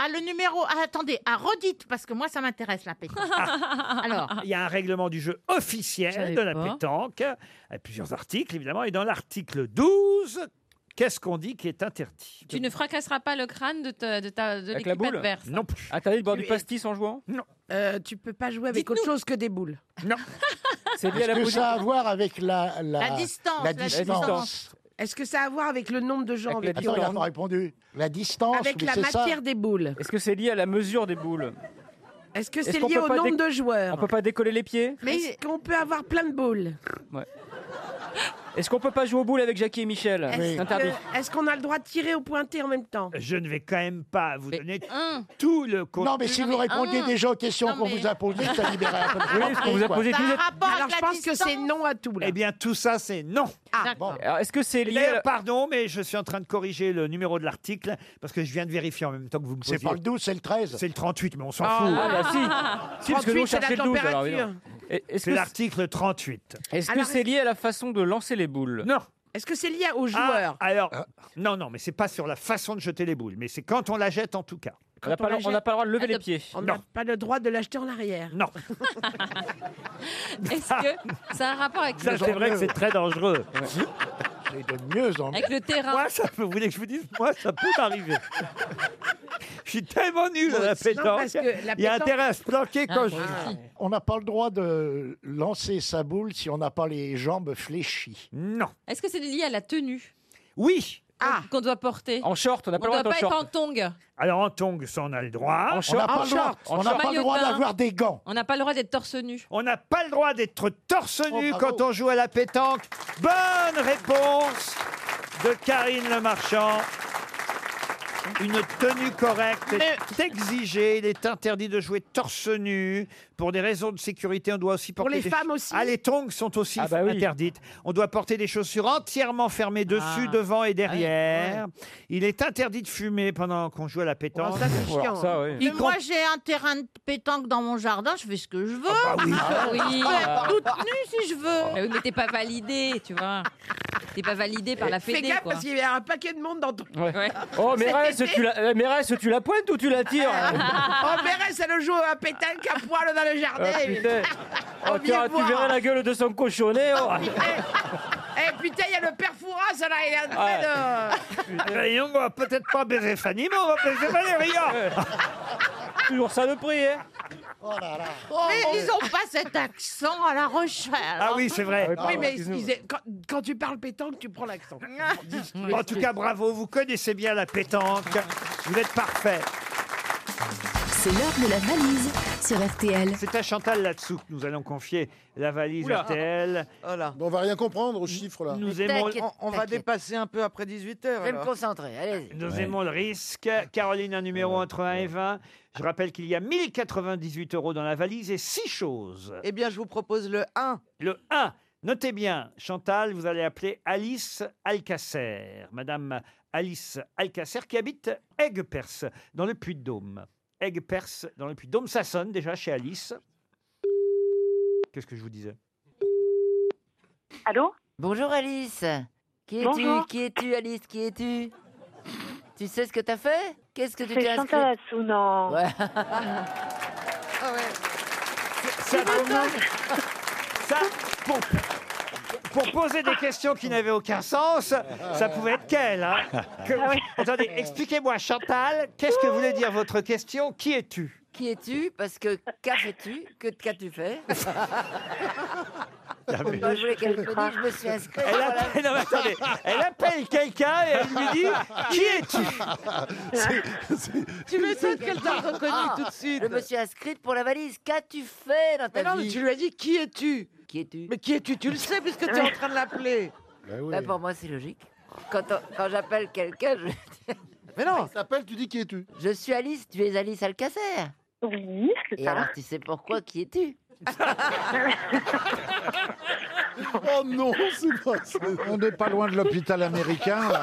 Speaker 36: Ah, le numéro. ah, attendez, à redite, parce que moi, ça m'intéresse la pétanque.
Speaker 8: Ah,
Speaker 36: Alors,
Speaker 1: Il y a un règlement du jeu
Speaker 36: Je
Speaker 1: officiel
Speaker 36: savais
Speaker 1: de la
Speaker 36: pas.
Speaker 1: pétanque, à plusieurs articles évidemment, et dans l'article 12, qu'est-ce qu'on dit qui est interdit
Speaker 17: Tu ne fracasseras pas le crâne de, ta- de, ta- de
Speaker 27: Avec la
Speaker 17: l'équipe
Speaker 27: boule
Speaker 17: adverse.
Speaker 8: hein.
Speaker 1: Non plus.
Speaker 27: Interdit de boire du pastis en jouant
Speaker 8: Euh, tu peux pas jouer avec autre chose que des boules.
Speaker 1: Non.
Speaker 27: C'est lié à
Speaker 5: Est-ce
Speaker 27: la
Speaker 5: que
Speaker 27: bougie
Speaker 5: ça a à voir avec la la,
Speaker 36: La distance,
Speaker 5: la
Speaker 36: la
Speaker 5: distance.
Speaker 27: distance.
Speaker 8: Est-ce que ça a à voir avec le nombre de gens avec, qui
Speaker 5: Attends, il a
Speaker 8: on
Speaker 5: pas répondu. La distance.
Speaker 8: Avec
Speaker 5: oui,
Speaker 8: la
Speaker 5: c'est ça.
Speaker 8: matière des boules.
Speaker 27: Est-ce que c'est lié à la mesure des boules
Speaker 8: Est-ce que
Speaker 27: Est-ce
Speaker 8: c'est
Speaker 27: qu'on
Speaker 8: lié
Speaker 27: peut
Speaker 8: au
Speaker 27: pas
Speaker 8: nombre
Speaker 27: déc-
Speaker 8: de
Speaker 27: On
Speaker 8: joueurs
Speaker 27: peut pas décoller les pieds
Speaker 8: Mais est-ce qu'on peut avoir plein de boules
Speaker 27: Est-ce qu'on peut pas jouer aux boules avec Jackie et Michel
Speaker 8: Est-ce
Speaker 27: C'est Bah, Interdit.
Speaker 8: que- est-ce qu'on a le droit de tirer ou pointer en même temps
Speaker 1: Je ne vais quand même pas vous donner tout le contenu.
Speaker 5: Non, mais si vous répondiez déjà aux questions qu'on vous a posées, ça libérait un peu de
Speaker 27: Oui, parce qu'on vous a
Speaker 5: quoi.
Speaker 27: posé tous les-
Speaker 8: Alors je pense que c'est non à tout là.
Speaker 1: Eh bien, tout ça, c'est non.
Speaker 27: Alors, est-ce que c'est lié à
Speaker 1: D'ailleurs,
Speaker 27: la-
Speaker 1: pardon, mais je suis en train de corriger le numéro de l'article parce que je viens de vérifier en même temps que vous me posiez.
Speaker 5: C'est pas le 12, c'est le 13.
Speaker 1: C'est le 38, mais on s'en
Speaker 27: Ah,
Speaker 1: fout.
Speaker 27: bah, si. Si, parce que nous, on
Speaker 8: 38, c'est la
Speaker 27: cherchait le 12, alors,
Speaker 8: température.
Speaker 27: évidemment. Et- Est-ce
Speaker 1: C'est
Speaker 27: que
Speaker 1: l'article 38.
Speaker 27: Est-ce que
Speaker 8: Alors-
Speaker 27: c'est lié à la façon de lancer les boules
Speaker 1: Non.
Speaker 8: Est-ce que c'est lié aux
Speaker 1: Ah,
Speaker 8: joueurs
Speaker 1: alors, non, non, mais c'est pas sur la façon de jeter les boules, mais c'est quand on la jette en tout cas.
Speaker 27: On n'a
Speaker 8: Quand on
Speaker 27: pas, le-
Speaker 8: la
Speaker 27: on n'a
Speaker 8: jette-
Speaker 27: pas le droit
Speaker 36: Ah,
Speaker 27: de lever les
Speaker 17: Adopte.
Speaker 27: pieds.
Speaker 8: On n'a
Speaker 1: non.
Speaker 8: pas le droit de l'acheter en arrière.
Speaker 1: Non,
Speaker 17: Est-ce que ça a un rapport avec,
Speaker 1: ça
Speaker 17: le,
Speaker 1: c'est vrai que c'est très dangereux.
Speaker 5: C'est de mieux en mieux.
Speaker 17: avec le terrain
Speaker 1: Moi, ça peut, vous voulez que je vous dise, moi, ça peut m'arriver. Je suis tellement nul à la
Speaker 8: Non,
Speaker 1: pétanque.
Speaker 8: parce que la
Speaker 1: Il y a
Speaker 8: pétanque- Ah,
Speaker 1: intérêt à se planquer quand je.
Speaker 5: On n'a pas le droit de lancer sa boule si on n'a pas les jambes fléchies.
Speaker 1: Non.
Speaker 17: Est-ce que c'est lié à la tenue
Speaker 1: Oui. Ah.
Speaker 17: qu'on doit porter.
Speaker 1: En short, on
Speaker 17: On doit pas être en tongue.
Speaker 1: Alors en tongs, ça, on a le droit.
Speaker 17: En short. On n'a pas En le droit- short. on En n'a short. pas le droit Maillot de bain. d'avoir
Speaker 1: des gants.
Speaker 17: On n'a pas le droit d'être torse nu.
Speaker 1: On n'a pas le droit d'être torse
Speaker 22: Oh,
Speaker 1: nu quand on joue à la pétanque. Bonne réponse de Karine Le Marchand. Une tenue correcte est exigée. Il est interdit de jouer torse nu. Pour des raisons de sécurité, on doit aussi porter.
Speaker 22: les
Speaker 1: des-
Speaker 22: femmes aussi
Speaker 1: Ah, les tongs sont aussi
Speaker 22: Ah bah oui.
Speaker 1: interdites. On doit porter des chaussures entièrement fermées dessus,
Speaker 22: Ah.
Speaker 1: devant et derrière. Il est interdit de fumer pendant qu'on joue à la pétanque.
Speaker 22: Oh, ça, c'est chiant. hein. Alors ça, oui.
Speaker 1: Y
Speaker 19: Mais moi,
Speaker 1: comp-
Speaker 19: j'ai un terrain de pétanque dans mon jardin, je fais ce que je veux.
Speaker 17: Ah bah
Speaker 1: Ah oui.
Speaker 22: Ah bah
Speaker 19: Je
Speaker 1: Ah.
Speaker 19: peux être toute nue si je veux.
Speaker 10: Mais t'es pas validé, tu vois. T'es pas validé par la
Speaker 22: Fais
Speaker 10: fédé,
Speaker 22: gaffe
Speaker 10: quoi.
Speaker 22: parce qu'il y a un paquet de monde dans ton.
Speaker 28: Ouais. Oh, Mérès, tu la, euh, Mérès, tu la pointes ou tu la tires
Speaker 1: Ah,
Speaker 22: Oh, Pérez, elle joue à pétanque à poil dans le jardin.
Speaker 28: Ah, putain. Oh,
Speaker 22: On
Speaker 28: tu,
Speaker 22: vient
Speaker 28: tu
Speaker 22: voir.
Speaker 28: verrais la gueule de son cochonnet. oh.
Speaker 22: Eh putain, il y a le père Fouras, là, il est en train
Speaker 28: Ouais.
Speaker 22: de.
Speaker 1: Eh, on va peut-être pas baiser Fanny, mais on va baiser Valérie. hein.
Speaker 28: Toujours ça de prix, hein
Speaker 22: Oh,
Speaker 19: mais ils n'ont pas cet accent à la Rochelle.
Speaker 1: Ah oui, c'est vrai.
Speaker 22: Oui, mais ils- ils- quand, quand tu parles pétanque, tu prends l'accent.
Speaker 1: En tout cas, bravo, vous connaissez bien la pétanque. Vous êtes parfait.
Speaker 27: C'est l'heure de la valise sur RTL.
Speaker 1: C'est à Chantal là-dessous que nous allons confier la valise
Speaker 7: Oula.
Speaker 1: RTL.
Speaker 7: Bon,
Speaker 1: on va rien comprendre aux chiffres là. Nous aimons,
Speaker 7: on, va dépasser un peu après 18h. Je vais me concentrer, allez-y.
Speaker 1: nous aimons le risque. Caroline, un numéro entre 1 et 20. Je rappelle qu'il y a 1098 euros dans la valise et 6 choses.
Speaker 7: Eh bien, je vous propose le 1.
Speaker 1: Le 1. Notez bien, Chantal, vous allez appeler Alice Alcacer. Madame Alice Alcacer qui habite Aigues-Perse, dans le Puy-de-Dôme. Aigues-Perse, dans le Puy-de-Dôme. Ça sonne déjà chez Alice. Qu'est-ce que je vous disais
Speaker 27: Allô Bonjour Alice. Qui es-tu
Speaker 2: Bonjour.
Speaker 27: Qui es-tu Alice Qui es-tu Tu sais ce que t'as fait Qu'est-ce que tu t'es
Speaker 2: C'est
Speaker 27: inscrit
Speaker 2: Chantal Assounan.
Speaker 27: Ouais.
Speaker 7: Ah
Speaker 1: Ça, ça, pour, pour poser des questions qui n'avaient aucun sens, Oh, ça pouvait être qu'elle. hein. Que-
Speaker 27: Ah oui.
Speaker 1: Attendez, expliquez-moi, Chantal, qu'est-ce que voulait dire votre question Qui es-tu
Speaker 27: Qui es-tu Parce que qu'as fait-tu Que qu'as-tu fait Moi,
Speaker 1: mais-
Speaker 27: Je voulais qu'elle me dise, je me suis inscrite.
Speaker 1: Elle
Speaker 27: voilà.
Speaker 1: appelle, non, mais attendez, elle appelle quelqu'un et elle lui dit Qui
Speaker 28: Ah.
Speaker 1: es-tu
Speaker 27: Tu m'étonnes
Speaker 7: qu'elle t'a reconnu tout de suite.
Speaker 27: Je me suis inscrite pour la valise. Qu'as-tu fait dans ta
Speaker 7: Mais non,
Speaker 27: vie
Speaker 7: mais tu lui as dit qui es-tu
Speaker 27: Qui es-tu
Speaker 7: Mais qui es-tu Tu le sais puisque tu es en train de l'appeler.
Speaker 27: Bah, Pour moi, c'est logique. Quand, on- quand j'appelle quelqu'un, je. Mais non T'appelles, tu dis qui es-tu Je suis Alice, tu es Alice Alcacer. Oui, Et
Speaker 2: ça.
Speaker 27: alors, tu sais pourquoi qui es-tu
Speaker 24: Oh non, c'est pas On n'est pas loin de l'hôpital américain, là.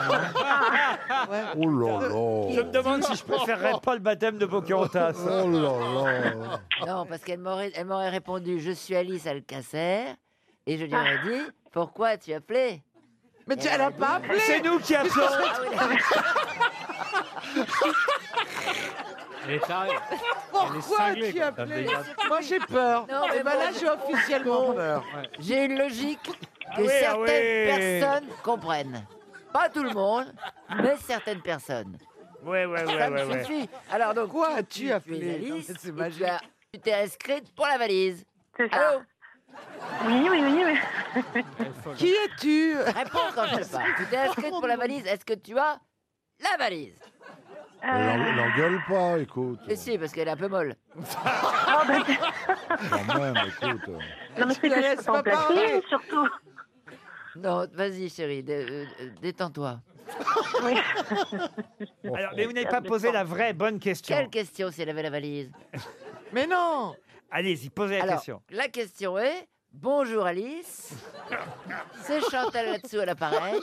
Speaker 24: non Oh là là.
Speaker 1: Je me demande si je préférerais pas le baptême de Pocahontas.
Speaker 24: Oh là là.
Speaker 27: Non, parce qu'elle m'aurait elle m'aurait répondu Je suis Alice Alcacer. Et je lui aurais dit Pourquoi as-tu appelé
Speaker 7: Ah. Mais tu- elle a pas appelé.
Speaker 1: C'est nous qui appelons.
Speaker 27: Ah oui, d'accord.
Speaker 7: Pourquoi
Speaker 27: cinglée,
Speaker 7: tu
Speaker 27: quoi.
Speaker 7: appelé
Speaker 27: Ah, mais
Speaker 7: Moi j'ai peur.
Speaker 27: Non,
Speaker 7: Eh
Speaker 27: mais
Speaker 7: ben
Speaker 27: bon,
Speaker 7: là
Speaker 27: je-
Speaker 7: j'ai officiellement peur.
Speaker 27: J'ai une logique que
Speaker 7: Ah oui, ah
Speaker 27: certaines
Speaker 7: oui.
Speaker 27: personnes comprennent. Pas tout le monde, mais certaines personnes.
Speaker 1: Ouais, ouais,
Speaker 27: Ça me
Speaker 1: ouais,
Speaker 27: suffit. Alors donc, quoi as-tu
Speaker 7: appelé Non, mais c'est magique.
Speaker 27: Tu t'es inscrite pour la valise.
Speaker 2: C'est ça.
Speaker 27: Allô
Speaker 2: Oui, oui, oui, oui.
Speaker 27: Qui es-tu Réponds quand je parle. Tu t'es inscrite pour la valise. Est-ce que tu as la valise
Speaker 2: Euh,
Speaker 24: L'en- L'engueule pas, écoute.
Speaker 27: Et si, parce qu'elle est un peu molle.
Speaker 24: Quand même, écoute.
Speaker 2: Non, mais c'est que je peux t'en placer, surtout.
Speaker 27: Non, vas-y chérie, dé- euh, euh, détends-toi.
Speaker 1: Alors, mais vous n'avez pas posé la vraie bonne question.
Speaker 27: Quelle question si elle avait la valise
Speaker 1: Mais non Allez-y, posez la
Speaker 27: Alors,
Speaker 1: question.
Speaker 27: la question est Bonjour Alice, c'est Chantal là-dessous à l'appareil.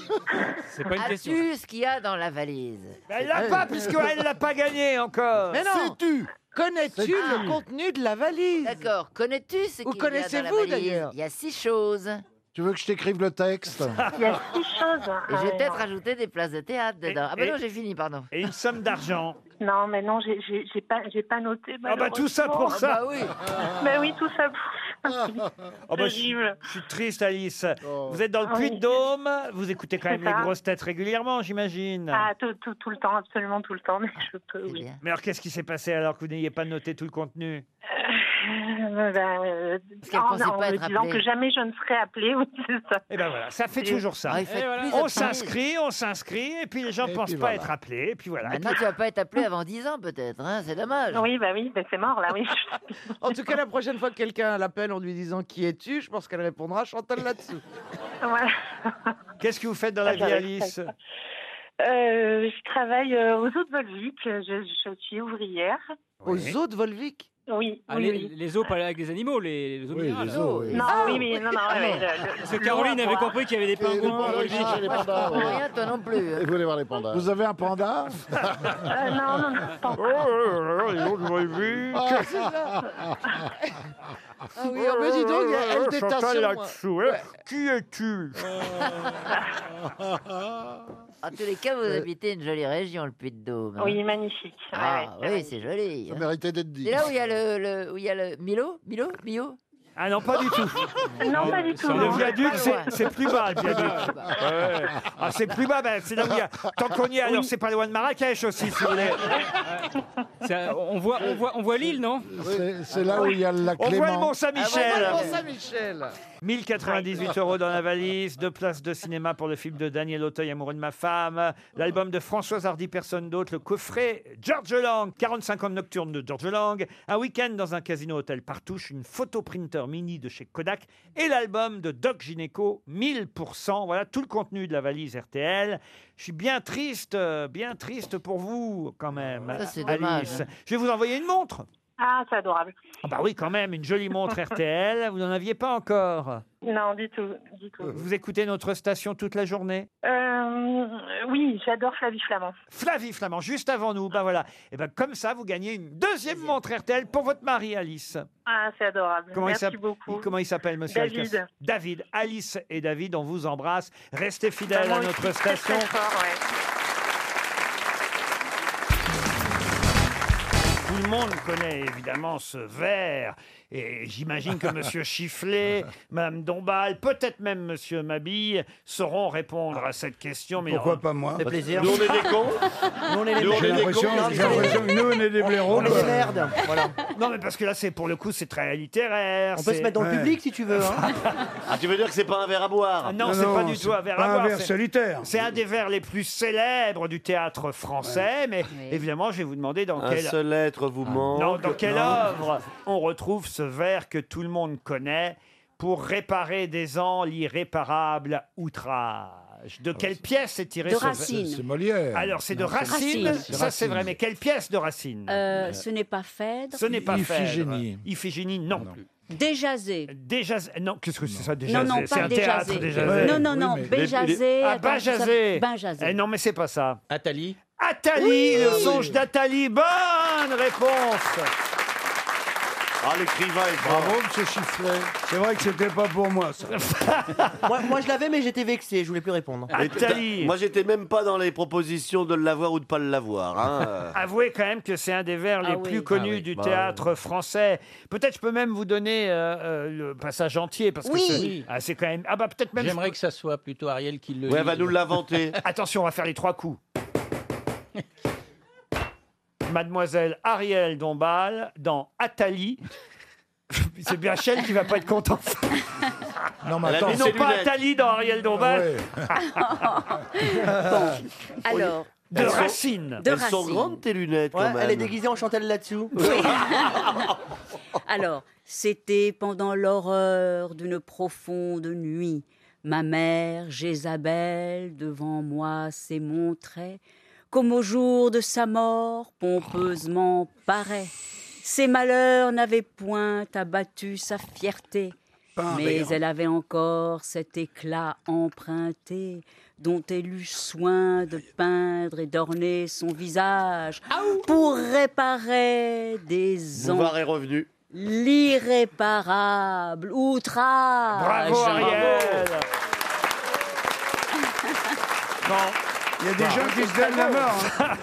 Speaker 1: C'est pas une Ben,
Speaker 27: As-tu ce qu'il y a dans la valise Euh.
Speaker 1: Elle l'a pas, puisqu'elle l'a pas gagné encore.
Speaker 7: Mais non.
Speaker 27: Sais-tu
Speaker 7: Connais-tu le contenu de la valise
Speaker 27: D'accord. Connais-tu ce
Speaker 7: Ou
Speaker 27: qu'il y a dans la
Speaker 7: connaissez-vous,
Speaker 27: valise
Speaker 7: d'ailleurs
Speaker 27: Il y a six choses.
Speaker 24: Tu veux que je t'écrive le texte
Speaker 8: hein.
Speaker 27: Et j'ai peut-être ajouté des places de théâtre dedans. Ah ben
Speaker 1: et-
Speaker 27: non, j'ai fini, pardon.
Speaker 1: Et une somme d'argent.
Speaker 2: Non, mais non, j'ai- j'ai j'ai pas, j'ai pas noté.
Speaker 1: Ah bah, tout ça pour
Speaker 2: malheureusement.
Speaker 1: ça.
Speaker 2: Bah oui, tout ça pour
Speaker 1: Oh bah, je, suis- je suis triste, Alice.
Speaker 24: Oh.
Speaker 1: Vous êtes dans le
Speaker 2: Ah oui.
Speaker 1: Puy-de-Dôme, vous écoutez quand
Speaker 2: C'est
Speaker 1: même les
Speaker 2: ça.
Speaker 1: grosses têtes régulièrement, j'imagine.
Speaker 2: Ah, tout, tout, tout le temps, absolument tout le temps, mais je peux, oui.
Speaker 1: Mais alors, qu'est-ce qui s'est passé alors que vous n'ayez pas noté tout le contenu
Speaker 8: Euh, bah, euh,
Speaker 1: qu'elle
Speaker 8: en,
Speaker 1: pensait
Speaker 8: en
Speaker 1: pas
Speaker 8: me
Speaker 1: être
Speaker 8: disant
Speaker 1: appelée.
Speaker 8: que jamais je ne serais appelée, oui, c'est ça.
Speaker 1: Et ben voilà, ça fait toujours
Speaker 27: Ah,
Speaker 1: ça.
Speaker 8: il faut être plus
Speaker 1: on
Speaker 8: optimiste.
Speaker 1: s'inscrit, on s'inscrit, et puis les gens
Speaker 27: Et
Speaker 1: pensent
Speaker 27: puis
Speaker 1: pas
Speaker 27: voilà.
Speaker 1: être appelés, et puis voilà. Et
Speaker 27: Maintenant,
Speaker 1: puis-
Speaker 27: tu vas pas être appelé avant 10 ans, peut-être. Hein c'est dommage.
Speaker 8: Oui, bah oui, bah c'est mort, là, oui.
Speaker 7: En tout cas, la prochaine fois que quelqu'un l'appelle en lui disant qui es-tu, je pense qu'elle répondra Chantal là-dessous.
Speaker 1: Qu'est-ce que vous faites dans la vie,
Speaker 8: Ah, J'avais-
Speaker 1: Alice
Speaker 8: Euh, je travaille euh, aux eaux de Volvic, je, je suis ouvrière.
Speaker 7: Aux eaux de Volvic
Speaker 8: Oui,
Speaker 24: Ah,
Speaker 8: oui,
Speaker 24: les,
Speaker 8: oui.
Speaker 24: les eaux, pas avec des animaux, les, les eaux minérales.
Speaker 8: Non,
Speaker 5: Ah
Speaker 8: oui, mais non, non,
Speaker 1: Ah,
Speaker 8: ouais, ouais, le- le-
Speaker 24: Parce que
Speaker 8: l'eau,
Speaker 24: Caroline avait
Speaker 8: moi.
Speaker 24: compris qu'il y avait des pingouins.
Speaker 8: les
Speaker 24: Belgique.
Speaker 8: chiens, les Moi, je
Speaker 4: Ah,
Speaker 8: pandas, comprends ouais. rien, toi non plus.
Speaker 9: Et vous allez voir les pandas. Vous avez un panda
Speaker 8: Euh, non, non,
Speaker 24: Oh
Speaker 8: non, pas
Speaker 9: Ah,
Speaker 8: c'est ça.
Speaker 7: Ah oui, ah bah dis donc, il y a- elle déteint sur moi.
Speaker 27: hein.
Speaker 7: Ouais.
Speaker 1: Qui es-tu
Speaker 27: En tous les cas, vous
Speaker 1: Euh.
Speaker 27: habitez une jolie région, le Puy-de-Dôme. hein.
Speaker 8: Oui, magnifique. Ouais,
Speaker 27: Ah
Speaker 8: ouais. euh,
Speaker 27: oui, c'est joli.
Speaker 8: Ça
Speaker 27: méritait d'être dit. C'est là où il y a le, le- où il y a le Milo, Milo, Mio.
Speaker 1: Ah non, pas du tout. Euh,
Speaker 8: Non, pas du tout.
Speaker 1: Le
Speaker 8: non.
Speaker 1: viaduc,
Speaker 8: Pas
Speaker 1: c'est-
Speaker 8: loin.
Speaker 1: c'est plus bas, le viaduc. Ouais. Ah, c'est plus bas, ben, c'est là où il y a- Tant qu'on y est, alors c'est pas loin de Marrakech aussi, si vous voulez.
Speaker 24: Ça, on voit, on voit, on voit l'île, non
Speaker 9: C'est- c'est là où il y a le lac
Speaker 1: On voit le
Speaker 9: Clément.
Speaker 1: Mont Saint-Michel.
Speaker 7: Ah, Saint-Michel
Speaker 1: 1098 euros dans la valise, deux places de cinéma pour le film de Daniel Auteuil, Amoureux de ma femme, l'album de Françoise Hardy, personne d'autre, le coffret George Lang, 45 ans de nocturne de George Lang, un week-end dans un casino hôtel Partouche, une photoprinter mini de chez Kodak et l'album de Doc Gineco, 1000%. Voilà tout le contenu de la valise RTL. Je suis bien triste, euh, bien triste pour vous quand même.
Speaker 27: Ça, c'est
Speaker 1: Alice.
Speaker 27: dommage.
Speaker 1: Je vais vous envoyer une montre.
Speaker 8: Ah, c'est adorable.
Speaker 1: Ah bah oui, quand même, une jolie montre RTL. Vous n'en aviez pas encore.
Speaker 8: Non, du tout, du tout.
Speaker 1: Euh, Vous écoutez notre station toute la journée.
Speaker 8: Euh, oui, j'adore Flavie Flamand.
Speaker 1: Flavie Flamand, juste avant nous, ben voilà. Et ben comme ça, vous gagnez une deuxième montre RTL pour votre mari, Alice.
Speaker 8: Ah, c'est adorable. Merci
Speaker 1: s'appelle
Speaker 8: beaucoup.
Speaker 1: Comment il s'appelle, monsieur
Speaker 8: David.
Speaker 1: Alcacer David. Alice et David, on vous embrasse. Restez fidèles
Speaker 8: Vraiment,
Speaker 1: à
Speaker 8: il
Speaker 1: notre
Speaker 8: est très,
Speaker 1: station.
Speaker 8: très fort, ouais.
Speaker 1: Tout le monde connaît évidemment ce verre. Et j'imagine que Monsieur Chifflet, Madame Dombal, peut-être même Monsieur Mabille sauront répondre à cette question. Mais
Speaker 9: Pourquoi pas moi
Speaker 1: Fait plaisir.
Speaker 9: Nous, on est des cons.
Speaker 1: Nous, on est
Speaker 9: Nous, on est des cons. J'ai l'impression que nous, on est des blaireaux, quoi.
Speaker 1: Voilà. Non, mais parce que là, c'est pour le coup, c'est très littéraire.
Speaker 5: On peut
Speaker 1: c'est-
Speaker 5: se mettre dans le public si tu veux. hein. Ah, tu veux dire que c'est pas un verre à boire
Speaker 1: Ah Non, c'est pas du tout un verre à boire, c'est-
Speaker 5: solitaire.
Speaker 1: C'est un des vers les plus célèbres du théâtre français, mais évidemment, je vais vous demander dans
Speaker 5: Un
Speaker 1: quel. Ah.
Speaker 5: seul être vous manque.
Speaker 1: Non, dans quelle
Speaker 5: Non.
Speaker 1: œuvre on retrouve ce vers que tout le monde connaît pour réparer des ans l'irréparable outrage De quelle pièce est tiré
Speaker 4: De
Speaker 1: ce vers
Speaker 4: Racine. C'est- c'est
Speaker 9: Molière.
Speaker 1: Alors c'est de
Speaker 4: Non, c'est
Speaker 1: Racine,
Speaker 4: Racine.
Speaker 1: ça c'est vrai, mais quelle pièce de Racine
Speaker 4: Euh, ce n'est pas Phèdre.
Speaker 1: Ce n'est pas
Speaker 9: Iphigénie.
Speaker 1: Phèdre. Iphigénie, non, plus.
Speaker 4: Déjasé.
Speaker 1: Déjà, non, qu'est-ce que c'est ça déjà
Speaker 4: Non, non,
Speaker 1: C'est
Speaker 4: pas
Speaker 1: un
Speaker 4: Déjasé.
Speaker 1: théâtre déjà.
Speaker 4: Non, non, non, Béjasé.
Speaker 1: Ah,
Speaker 4: attends, ben, ça-
Speaker 1: Benjazé.
Speaker 4: Benjazé.
Speaker 1: Eh non, mais c'est pas ça.
Speaker 5: Attali.
Speaker 1: Attali,
Speaker 5: Oui.
Speaker 1: le
Speaker 5: Ah oui.
Speaker 1: songe d'Attali. Bonne réponse.
Speaker 5: Ah, l'écrivain est
Speaker 9: Bravo, monsieur Chifflet. C'est vrai que c'était pas pour moi, ça.
Speaker 5: moi, je l'avais, mais j'étais vexé, je voulais plus répondre.
Speaker 1: Ah, Eh, Attali.
Speaker 5: Moi, j'étais même pas dans les propositions de l'avoir ou de pas l'avoir. Hein.
Speaker 1: Euh, Avouez quand même que c'est un des vers
Speaker 5: Ah
Speaker 1: les
Speaker 5: oui.
Speaker 1: plus connus
Speaker 5: Ah oui.
Speaker 1: du
Speaker 5: Bah,
Speaker 1: théâtre français. Peut-être je peux même vous donner euh, euh, le passage entier parce
Speaker 5: Oui.
Speaker 1: que c'est
Speaker 5: Oui.
Speaker 1: ah, c'est quand même ah bah peut-être même
Speaker 5: J'aimerais
Speaker 1: que ça soit plutôt Ariel qui le
Speaker 5: Ouais, lise. va nous l'inventer.
Speaker 1: Attention, on va faire les trois coups. Mademoiselle Ariel Dombal dans Attali. C'est bien Chelle qui va pas être contente.
Speaker 9: Non,
Speaker 1: mais attends, non pas Attali dans Ariel Dombal. Ah
Speaker 4: Alors.
Speaker 1: De Racine.
Speaker 4: De Racine.
Speaker 5: tes lunettes,
Speaker 4: Ouais, elle est déguisée
Speaker 5: en Chantal là-dessous.
Speaker 4: Alors, c'était pendant l'horreur d'une profonde nuit. Ma mère, Jézabel, devant moi s'est montrée, comme au jour de sa mort, pompeusement paraît. Ses malheurs n'avaient point abattu sa fierté,
Speaker 17: Pain
Speaker 4: mais
Speaker 17: béant.
Speaker 4: elle avait encore cet éclat emprunté dont elle eut soin de peindre et d'orner son visage pour réparer des ans
Speaker 5: Bouvard est revenu.
Speaker 4: L'irréparable outrage.
Speaker 1: Bravo Ariel.
Speaker 9: Il y a
Speaker 1: Bah.
Speaker 9: des gens qui se donnent la mort. hein.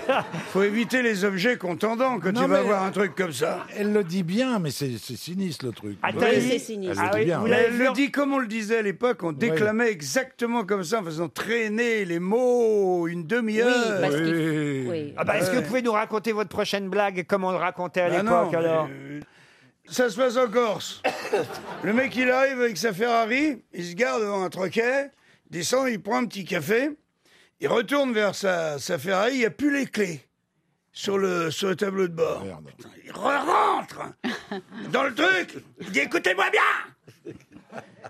Speaker 9: Faut éviter les objets contendants quand
Speaker 4: Non,
Speaker 9: tu vas
Speaker 4: mais-
Speaker 9: voir un truc comme ça.
Speaker 4: Elle
Speaker 9: le dit bien, mais c'est sinistre le
Speaker 1: Ah,
Speaker 9: truc.
Speaker 4: Attali- Oui, c'est sinistre.
Speaker 9: Elle
Speaker 4: Ah
Speaker 9: le
Speaker 4: oui,
Speaker 9: dit, bien. hein.
Speaker 4: vous
Speaker 9: Mais
Speaker 4: l'avez
Speaker 9: elle
Speaker 4: vu
Speaker 9: le
Speaker 4: en-
Speaker 9: dit comme on le disait à l'époque, on déclamait exactement comme ça en faisant traîner les mots une demi-heure.
Speaker 4: parce qu'il-
Speaker 1: Ah bah, Est-ce que vous pouvez nous raconter votre prochaine blague comme on le racontait à
Speaker 9: Bah non,
Speaker 1: l'époque alors
Speaker 9: ça se passe en Corse. Le mec, il arrive avec sa Ferrari, il se gare devant un troquet, il descend, il prend un petit café, il retourne vers sa, sa Ferrari, il n'y a plus les clés sur le, sur le tableau de bord. Il rentre dans le truc, il dit écoutez-moi bien,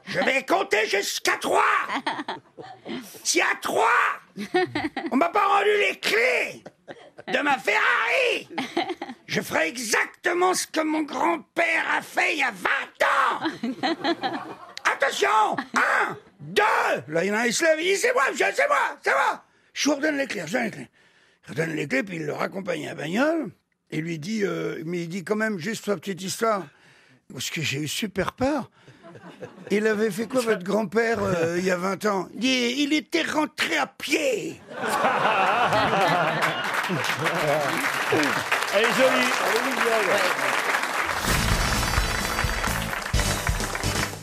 Speaker 9: je vais compter jusqu'à trois. Si à trois, on m'a pas rendu les clés de ma Ferrari, je ferai exactement ce que mon grand-père a fait il y a 20 ans. Attention Un, deux Là, il y en a un, il se lève, il dit C'est moi, monsieur, c'est moi, c'est moi Je vous redonne les clés, je vous redonne les clés. Il redonne les clés, puis il le raccompagne à la bagnole, et lui dit euh, Mais il dit quand même juste sa petite histoire, parce que j'ai eu super peur. Il avait fait quoi votre grand-père euh, il y a 20 ans Il dit, Il était rentré à pied
Speaker 1: Elle est jolie.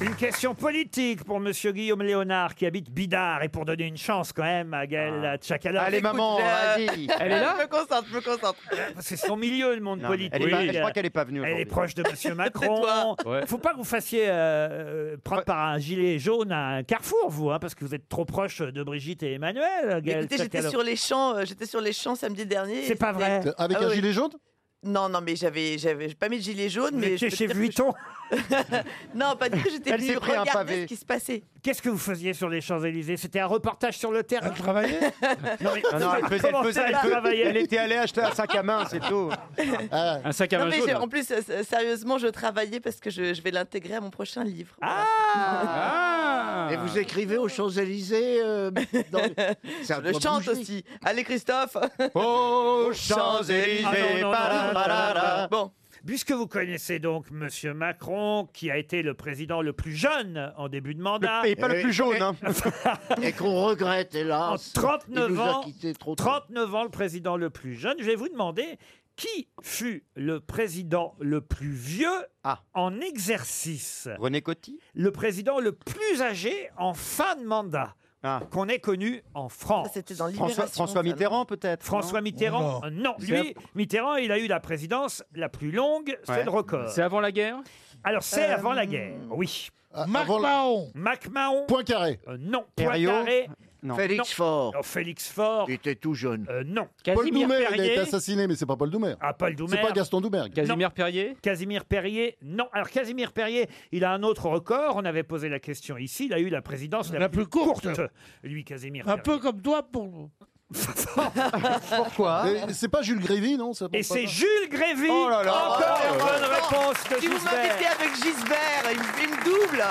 Speaker 1: Une question politique pour Monsieur Guillaume Léonard qui habite Bidart et pour donner une chance quand même à Gaël Tchakalov.
Speaker 5: Ah. Allez, maman,
Speaker 7: hein.
Speaker 5: vas-y. Elle est là
Speaker 7: Je me concentre, je me concentre.
Speaker 1: Parce que C'est son milieu, le monde
Speaker 5: Non, mais
Speaker 1: politique.
Speaker 5: elle est pas- je crois qu'elle est pas venue
Speaker 1: Elle est
Speaker 5: aujourd'hui.
Speaker 1: proche de Monsieur Macron. Il ne faut pas que vous fassiez euh, prendre par un gilet jaune à un carrefour, vous, hein, parce que vous êtes trop proche de Brigitte et Emmanuel.
Speaker 8: Mais
Speaker 1: Gaël
Speaker 8: Écoutez, j'étais
Speaker 1: Tchakalov.
Speaker 8: sur les champs, euh, j'étais sur les champs samedi dernier.
Speaker 1: C'est pas vrai.
Speaker 8: C'était- Ah
Speaker 1: Avec un
Speaker 8: oui.
Speaker 1: gilet jaune
Speaker 8: Non, non, mais j'avais, j'avais j'ai pas mis de gilet jaune,
Speaker 1: Vous
Speaker 8: mais
Speaker 1: étiez
Speaker 8: je peux
Speaker 1: chez
Speaker 8: dire que
Speaker 1: Vuitton.
Speaker 8: je- Non, pas du tout. J'étais
Speaker 1: Elle s'est
Speaker 8: venue
Speaker 1: pris un
Speaker 8: regarder
Speaker 1: pavé.
Speaker 8: ce qui se passait.
Speaker 1: Qu'est-ce que vous faisiez sur les Champs-Élysées C'était un reportage sur le terrain. Elle
Speaker 5: travaillait
Speaker 1: Non, mais
Speaker 5: Non, non, elle, faisait, elle,
Speaker 1: Comment
Speaker 5: faisait,
Speaker 1: ça,
Speaker 5: elle,
Speaker 1: elle
Speaker 5: faisait-
Speaker 1: travaillait
Speaker 5: elle était allée acheter un sac à main, c'est tout.
Speaker 9: Ah.
Speaker 5: Un sac
Speaker 8: non, mais j'ai- en plus, euh, s- sérieusement, je travaillais parce que je, je vais l'intégrer à mon prochain livre.
Speaker 5: Ah
Speaker 9: Et vous écrivez aux Champs-Élysées euh, dans- Ça
Speaker 8: Je
Speaker 9: doit
Speaker 8: chante
Speaker 9: bouger.
Speaker 8: aussi. Allez, Christophe.
Speaker 5: Aux
Speaker 8: Ah, non, non, non, non, non, non, non.
Speaker 1: Bon. Puisque vous connaissez donc Monsieur Macron, qui a été le président le plus jeune en début de mandat.
Speaker 5: et pas le plus jaune, hein.
Speaker 9: Et qu'on regrette,
Speaker 1: Eh
Speaker 5: Ah,
Speaker 1: En
Speaker 9: hélas.
Speaker 1: 39
Speaker 9: Il nous a
Speaker 1: ans,
Speaker 9: quittés trop tôt.
Speaker 1: 39 ans, le président le plus jeune. Je vais vous demander qui fut le président le plus vieux en exercice.
Speaker 5: René Coty
Speaker 1: Le président le plus âgé en fin de mandat. Qu'on ait connu en France.
Speaker 5: François, François Mitterrand, peut-être
Speaker 1: François
Speaker 5: non
Speaker 1: Mitterrand, euh, non.
Speaker 5: C'est
Speaker 1: Lui, Mitterrand, il a eu la présidence la plus longue, c'est
Speaker 5: Ouais.
Speaker 1: le record.
Speaker 5: C'est
Speaker 1: avant la guerre Alors, c'est
Speaker 5: Euh,
Speaker 1: avant la guerre, oui.
Speaker 37: avant la-
Speaker 1: Mahon. Mac Mahon. Poincaré. non,
Speaker 37: Herriot
Speaker 1: Poincaré.
Speaker 37: Non.
Speaker 1: Félix Faure. Oh, Félix Faure. Il était tout jeune. non.
Speaker 6: Paul Doumer, il a été
Speaker 1: Perrier.
Speaker 6: assassiné, mais c'est pas Paul Doumer.
Speaker 1: Ah, Paul Doumer.
Speaker 6: C'est pas Gaston Doumer.
Speaker 1: Non. Casimir Perrier, non. Alors Casimir Perrier, il a un autre record. On avait posé la question ici. Il a eu la présidence la, plus, courte. Lui, Casimir
Speaker 6: Un
Speaker 1: Perrier.
Speaker 6: comme toi pour.
Speaker 1: Pourquoi
Speaker 6: C'est pas Jules Grévy, non ça
Speaker 1: Et
Speaker 6: porte pas
Speaker 1: c'est
Speaker 6: ça
Speaker 1: Jules Grévy.
Speaker 6: Oh là là.
Speaker 1: Encore
Speaker 6: Oh
Speaker 1: une
Speaker 6: là là.
Speaker 1: bonne réponse de
Speaker 8: Si vous
Speaker 1: Gisbert.
Speaker 8: m'embêtez avec Gisbert, il me fait une double.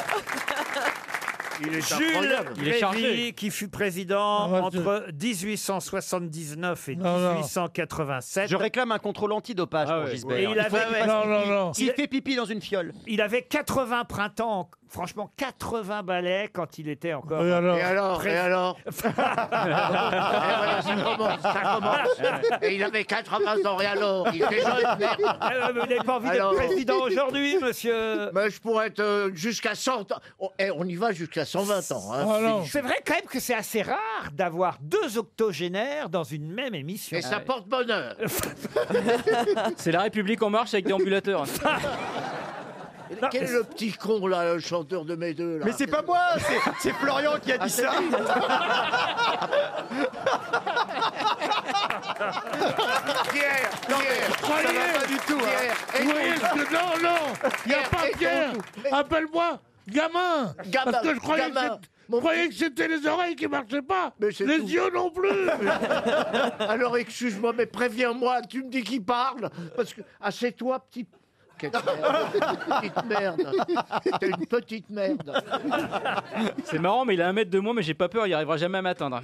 Speaker 1: Jules
Speaker 8: incroyable. Il est
Speaker 1: Grévy,
Speaker 8: chargé.
Speaker 1: qui fut président
Speaker 5: Ah, vas-y.
Speaker 1: entre 1879 et
Speaker 5: Non, non.
Speaker 1: 1887.
Speaker 5: Je réclame un contrôle antidopage pour Gisbert.
Speaker 1: Ah Et il
Speaker 5: Il faut
Speaker 1: avait-
Speaker 5: qu'il fasse
Speaker 1: Non, non,
Speaker 5: pipi.
Speaker 1: non.
Speaker 5: S'il fait pipi dans une fiole.
Speaker 1: Il avait 80 printemps, franchement 80 balais quand il était encore.
Speaker 6: Et alors Et
Speaker 9: alors Et alors
Speaker 5: Ah,
Speaker 9: ça commence, ça
Speaker 1: Ah,
Speaker 9: commence. Et il avait 80 ans, et alors Il était jeune,
Speaker 1: Eh
Speaker 9: merde.
Speaker 1: ouais, mais vous n'avez pas envie d'être président aujourd'hui, monsieur
Speaker 9: Mais je pourrais être euh, jusqu'à 100 ans. Oh, eh, on y va jusqu'à 120 ans.
Speaker 1: Oh,
Speaker 9: hein.
Speaker 1: C'est vrai quand même que c'est assez rare d'avoir deux octogénaires dans une même émission.
Speaker 9: Et ça porte bonheur.
Speaker 1: C'est la République en marche avec des ambulateurs.
Speaker 9: Quel est le petit con, là, le chanteur de mes deux là Ah,
Speaker 5: Mais c'est pas moi, c'est- c'est Florian qui a dit ça.
Speaker 9: Pierre, Pierre,
Speaker 5: ça va pas du tout, hein.
Speaker 6: Oui, je- non, non, il n'y a pas Pierre. Appelle-moi gamin.
Speaker 9: Gamin,
Speaker 6: Parce que je croyais,
Speaker 9: gamin.
Speaker 6: que, c'est- je croyais que c'était les oreilles qui marchaient pas.
Speaker 9: c'est
Speaker 6: les
Speaker 9: tout.
Speaker 6: yeux non plus.
Speaker 9: Alors excuse-moi, mais préviens-moi, tu me dis qui parle Parce que assieds-toi, petit. Quelle merde. petite merde. T'es une petite merde.
Speaker 5: C'est marrant, mais il a un mètre de moi, mais j'ai pas peur, il arrivera jamais à m'atteindre.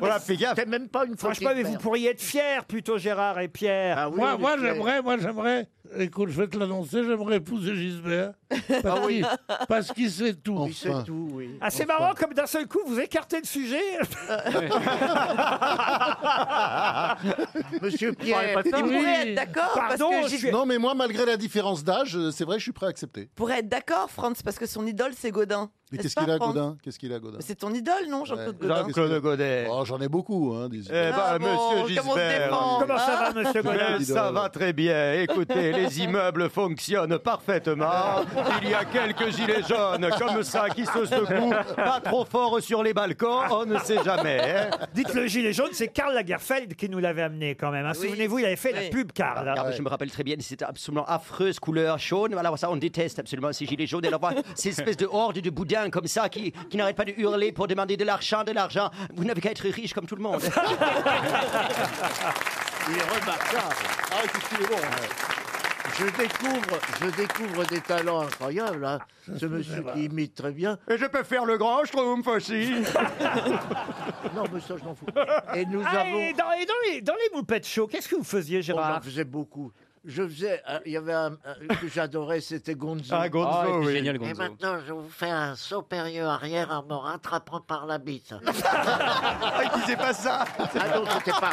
Speaker 9: Voilà, fais gaffe. T'es même pas une
Speaker 1: Franchement, mais vous pourriez être fiers plutôt, Gérard et Pierre.
Speaker 6: moi, moi j'aimerais, moi j'aimerais. Écoute, je vais te l'annoncer, j'aimerais épouser Gisbert.
Speaker 5: Parce qu'il- Parce qu'il sait tout.
Speaker 1: Il sait tout, Ah, c'est marrant comme d'un seul coup vous écartez le sujet.
Speaker 9: Eh ben,
Speaker 5: Monsieur
Speaker 1: Pierre,
Speaker 7: il pourrait être d'accord parce
Speaker 1: Pardon,
Speaker 7: que j'y-
Speaker 24: Non, mais moi, malgré la différence d'âge, euh, c'est vrai, je suis prêt à accepter.
Speaker 7: pourrait être d'accord, Franz, parce que son idole c'est Godin.
Speaker 24: Mais
Speaker 7: N'est-ce
Speaker 24: qu'est-ce
Speaker 7: pas,
Speaker 24: qu'il a,
Speaker 7: Franz
Speaker 24: Godin Qu'est-ce qu'il a, Godin
Speaker 7: Mais C'est ton idole, non, Jean-Claude Godin
Speaker 24: Godet. Oh, j'en ai beaucoup, hein, disons.
Speaker 7: Eh ben, Ah bon, monsieur comment on se Gisbert.
Speaker 5: hein
Speaker 7: défend Comment ça va, monsieur Godin
Speaker 9: Mais Ben, Ça va très bien. Écoutez, les immeubles fonctionnent parfaitement. Il y a quelques gilets jaunes comme ça qui se secouent. Pas trop fort sur les balcons, on ne sait jamais. hein.
Speaker 1: Dites le gilet jaune, c'est Karl Lagerfeld qui nous l'avait amené quand même. hein. Souvenez-vous, il avait fait la pub, Karl.
Speaker 8: Ah, mais Je me rappelle très bien, c'était absolument affreuse couleur jaune. Alors ça, on déteste absolument ces gilets jaunes. Et alors voilà, ces espèces de hordes de boudins comme ça qui, qui n'arrêtent pas de hurler pour demander de l'argent, de l'argent. Vous n'avez qu'à être riche comme tout le monde.
Speaker 5: Il est remarquable. Ah, c'est bon. hein. Je découvre, je découvre des talents incroyables. hein. Ce monsieur qui imite très bien.
Speaker 9: Et je peux faire le grand schtroumpf aussi.
Speaker 5: non, mais ça, je m'en fous. Et nous
Speaker 1: Ah,
Speaker 5: avons.
Speaker 1: et dans, et dans les, dans les moupettes chauds, qu'est-ce que vous faisiez,
Speaker 5: On
Speaker 1: Gérard
Speaker 5: en faisait beaucoup. Je faisais. euh, Il y avait un, un que j'adorais, c'était Gonzo.
Speaker 9: Ah, Gonzo, Ah, il était oui. génial,
Speaker 6: Et maintenant, je vous fais un saut périlleux arrière en me rattrapant par la bite.
Speaker 9: Ah, disait pas ça
Speaker 5: Ah non, c'était pas.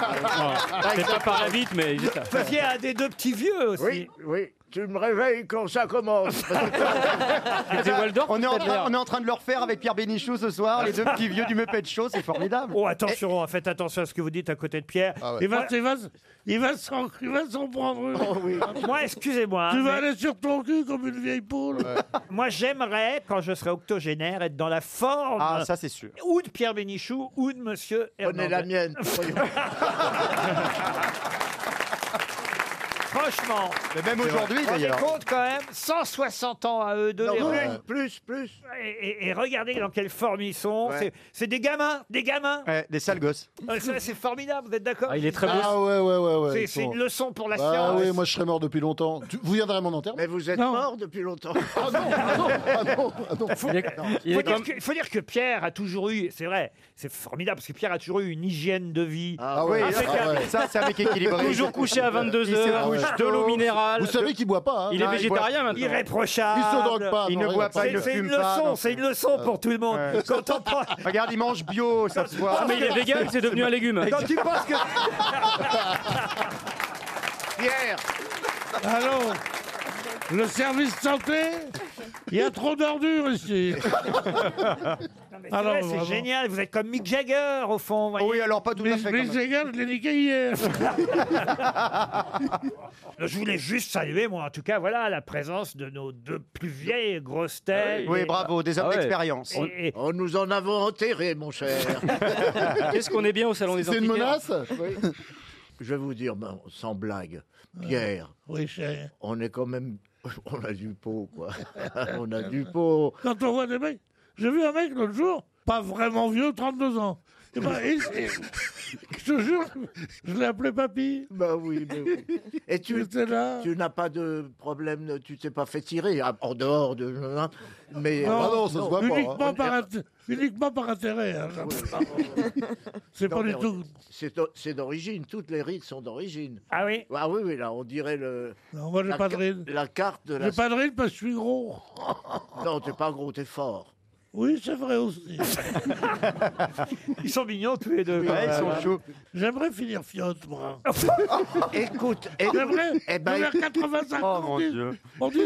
Speaker 3: C'est pas par la vite, mais juste
Speaker 1: Vous faisiez un des deux petits vieux aussi.
Speaker 5: Oui, oui. Tu me réveilles quand ça commence.
Speaker 9: Eh ben, on, est en train, on est en train de le refaire avec Pierre Bénichou ce soir, les deux petits vieux du Muppet Show, c'est formidable. Ah,
Speaker 1: Oh, attention, faites attention à ce que vous dites à côté de Pierre. Eh ben,
Speaker 5: Il va, il va, il va s'en il va s'en prendre une.
Speaker 1: Moi, excusez-moi.
Speaker 5: Tu
Speaker 1: hein,
Speaker 5: vas
Speaker 1: mais-
Speaker 5: aller sur ton cul comme une vieille poule.
Speaker 1: Moi, j'aimerais, quand je serai octogénaire, être dans la forme.
Speaker 9: Ah, ça, c'est sûr.
Speaker 1: Ou de Pierre Bénichou, ou de Monsieur
Speaker 5: Prenez
Speaker 1: Hernandez.
Speaker 5: la mienne.
Speaker 1: Franchement.
Speaker 9: Mais même
Speaker 1: C'est vrai.
Speaker 9: aujourd'hui,
Speaker 1: Vous vous rendez
Speaker 9: d'ailleurs.
Speaker 1: compte quand même 160 ans à eux deux.
Speaker 5: Non,
Speaker 1: les
Speaker 5: plus,
Speaker 24: euh,
Speaker 9: euh,
Speaker 5: plus,
Speaker 1: Russes.
Speaker 5: plus.
Speaker 1: Et, et- et regardez dans quelle forme ils sont.
Speaker 9: Ouais.
Speaker 1: C'est- C'est des gamins, des gamins.
Speaker 9: Ouais, des sales gosses.
Speaker 1: Euh, ça, C'est formidable, vous êtes d'accord
Speaker 24: Ah ouais, ouais, ouais. ouais
Speaker 1: C'est-
Speaker 24: ils
Speaker 1: c'est
Speaker 24: sont-
Speaker 1: une leçon pour la
Speaker 24: Bah
Speaker 1: science.
Speaker 24: oui, moi je serais mort depuis longtemps. Tu- Vous viendrez à mon enterrement
Speaker 5: Mais vous êtes mort depuis
Speaker 1: Ah
Speaker 5: longtemps.
Speaker 1: Faut,
Speaker 24: il
Speaker 1: ah faut
Speaker 24: est
Speaker 1: dire
Speaker 24: comme-
Speaker 1: que, faut dire que Pierre a toujours eu, c'est vrai, c'est formidable parce que Pierre a toujours eu une hygiène de vie. Ah,
Speaker 24: oui, ah ouais. Ça, c'est un mec équilibré.
Speaker 3: Toujours couché à 22
Speaker 24: Il se
Speaker 3: heures,
Speaker 24: couche
Speaker 3: de l'eau
Speaker 24: tôt.
Speaker 3: minérale.
Speaker 24: Vous savez qu'il boit pas, hein.
Speaker 3: Il est
Speaker 24: Ah, il
Speaker 3: végétarien
Speaker 24: boit-
Speaker 3: maintenant.
Speaker 1: Irréprochable.
Speaker 24: Il se drogue pas,
Speaker 9: Il ne boit pas, il ne
Speaker 1: C'est- C'est une
Speaker 9: fume pas,
Speaker 1: leçon,
Speaker 9: non.
Speaker 1: c'est une leçon
Speaker 9: Euh,
Speaker 1: pour tout le monde.
Speaker 9: ouais.
Speaker 1: Quand on prend-
Speaker 9: Regarde, il mange bio, ça se voit.
Speaker 1: Ah, mais il est vegan, c'est devenu un légume. Quand tu penses que-
Speaker 5: Pierre Allô Le service santé Il y a trop d'ordures ici.
Speaker 1: Mais c'est
Speaker 5: Alors,
Speaker 1: vrai, c'est
Speaker 5: Ah vraiment.
Speaker 1: génial, vous êtes comme Mick Jagger au fond. vous voyez.
Speaker 9: Ah Oui, alors pas tout à
Speaker 5: Les,
Speaker 9: fait. quand
Speaker 5: les
Speaker 9: même.
Speaker 5: égards, je l'ai niqué hier.
Speaker 1: Je voulais juste saluer, moi, en tout cas, voilà, la présence de nos deux plus vieilles grosses têtes.
Speaker 9: Ah Oui, bravo,
Speaker 3: Ah
Speaker 9: des hommes d'expérience.
Speaker 1: Et- et-
Speaker 5: Oh, nous en avons enterré, mon cher.
Speaker 3: Qu'est-ce qu'on est bien au salon des
Speaker 24: C'est une
Speaker 3: antiquaires
Speaker 24: menace
Speaker 5: Je vais vous dire, ben, sans blague, Pierre,
Speaker 24: Ah,
Speaker 6: Oui, cher.
Speaker 5: on est quand même... On a du pot, quoi. on a du pot.
Speaker 6: Quand on voit des mecs, j'ai vu un mec l'autre jour, pas vraiment vieux, 32 ans. Eh ben, il- il- je te jure, je l'ai appelé papy.
Speaker 5: Bah oui, mais oui. Et tu,
Speaker 6: J'étais là.
Speaker 5: tu n'as pas de problème, de- tu t'es pas fait tirer, à- en dehors de... hein, Mais, euh,
Speaker 6: Non,
Speaker 24: Ah non, ça se voit pas.
Speaker 6: uniquement,
Speaker 24: hein.
Speaker 6: par int- uniquement par intérêt. hein, j'en- C'est
Speaker 5: Non,
Speaker 6: pas du
Speaker 5: mais
Speaker 6: tout.
Speaker 5: C'est, o- c'est d'origine, toutes les rides sont d'origine.
Speaker 1: Ah oui
Speaker 5: Ah oui, oui, là, on dirait le... Ah,
Speaker 6: Non, moi, j'ai
Speaker 5: la
Speaker 6: pas de
Speaker 5: ca-
Speaker 6: ride.
Speaker 5: La carte de la...
Speaker 6: J'ai pas de ride parce que je suis gros.
Speaker 5: Non, t'es pas gros, t'es fort.
Speaker 6: Oui, c'est vrai aussi.
Speaker 1: Ils sont mignons tous les deux. hein.
Speaker 9: Ouais, ils sont chauds.
Speaker 6: J'aimerais finir fiotte, moi.
Speaker 5: Écoute, écoute,
Speaker 6: J'aimerais
Speaker 5: eh ben,
Speaker 6: vers 85
Speaker 9: Oh
Speaker 6: ans.
Speaker 9: mon
Speaker 6: on dise-
Speaker 9: dieu.
Speaker 6: On dit,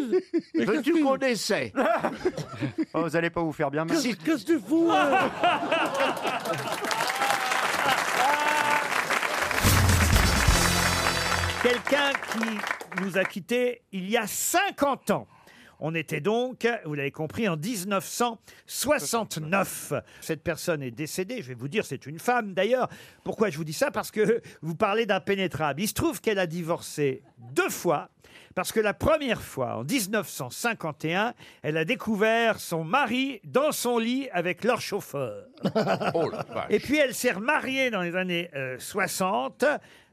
Speaker 6: mais qu'est-ce
Speaker 5: veux-tu
Speaker 6: que-
Speaker 5: qu'on essaie
Speaker 9: Oh, vous allez pas vous faire bien mal.
Speaker 6: qu'est-ce qu'est-ce que tu fous hein
Speaker 1: Quelqu'un qui nous a quittés il y a 50 ans. On était donc, vous l'avez compris, en 1969. Cette personne est décédée, je vais vous dire, c'est une femme d'ailleurs. Pourquoi je vous dis ça Parce que vous parlez d'impénétrable. Il se trouve qu'elle a divorcé deux fois, parce que la première fois, en 1951, elle a découvert son mari dans son lit avec leur chauffeur.
Speaker 38: Oh la vache.
Speaker 1: Et puis elle s'est remariée dans les années euh, 60.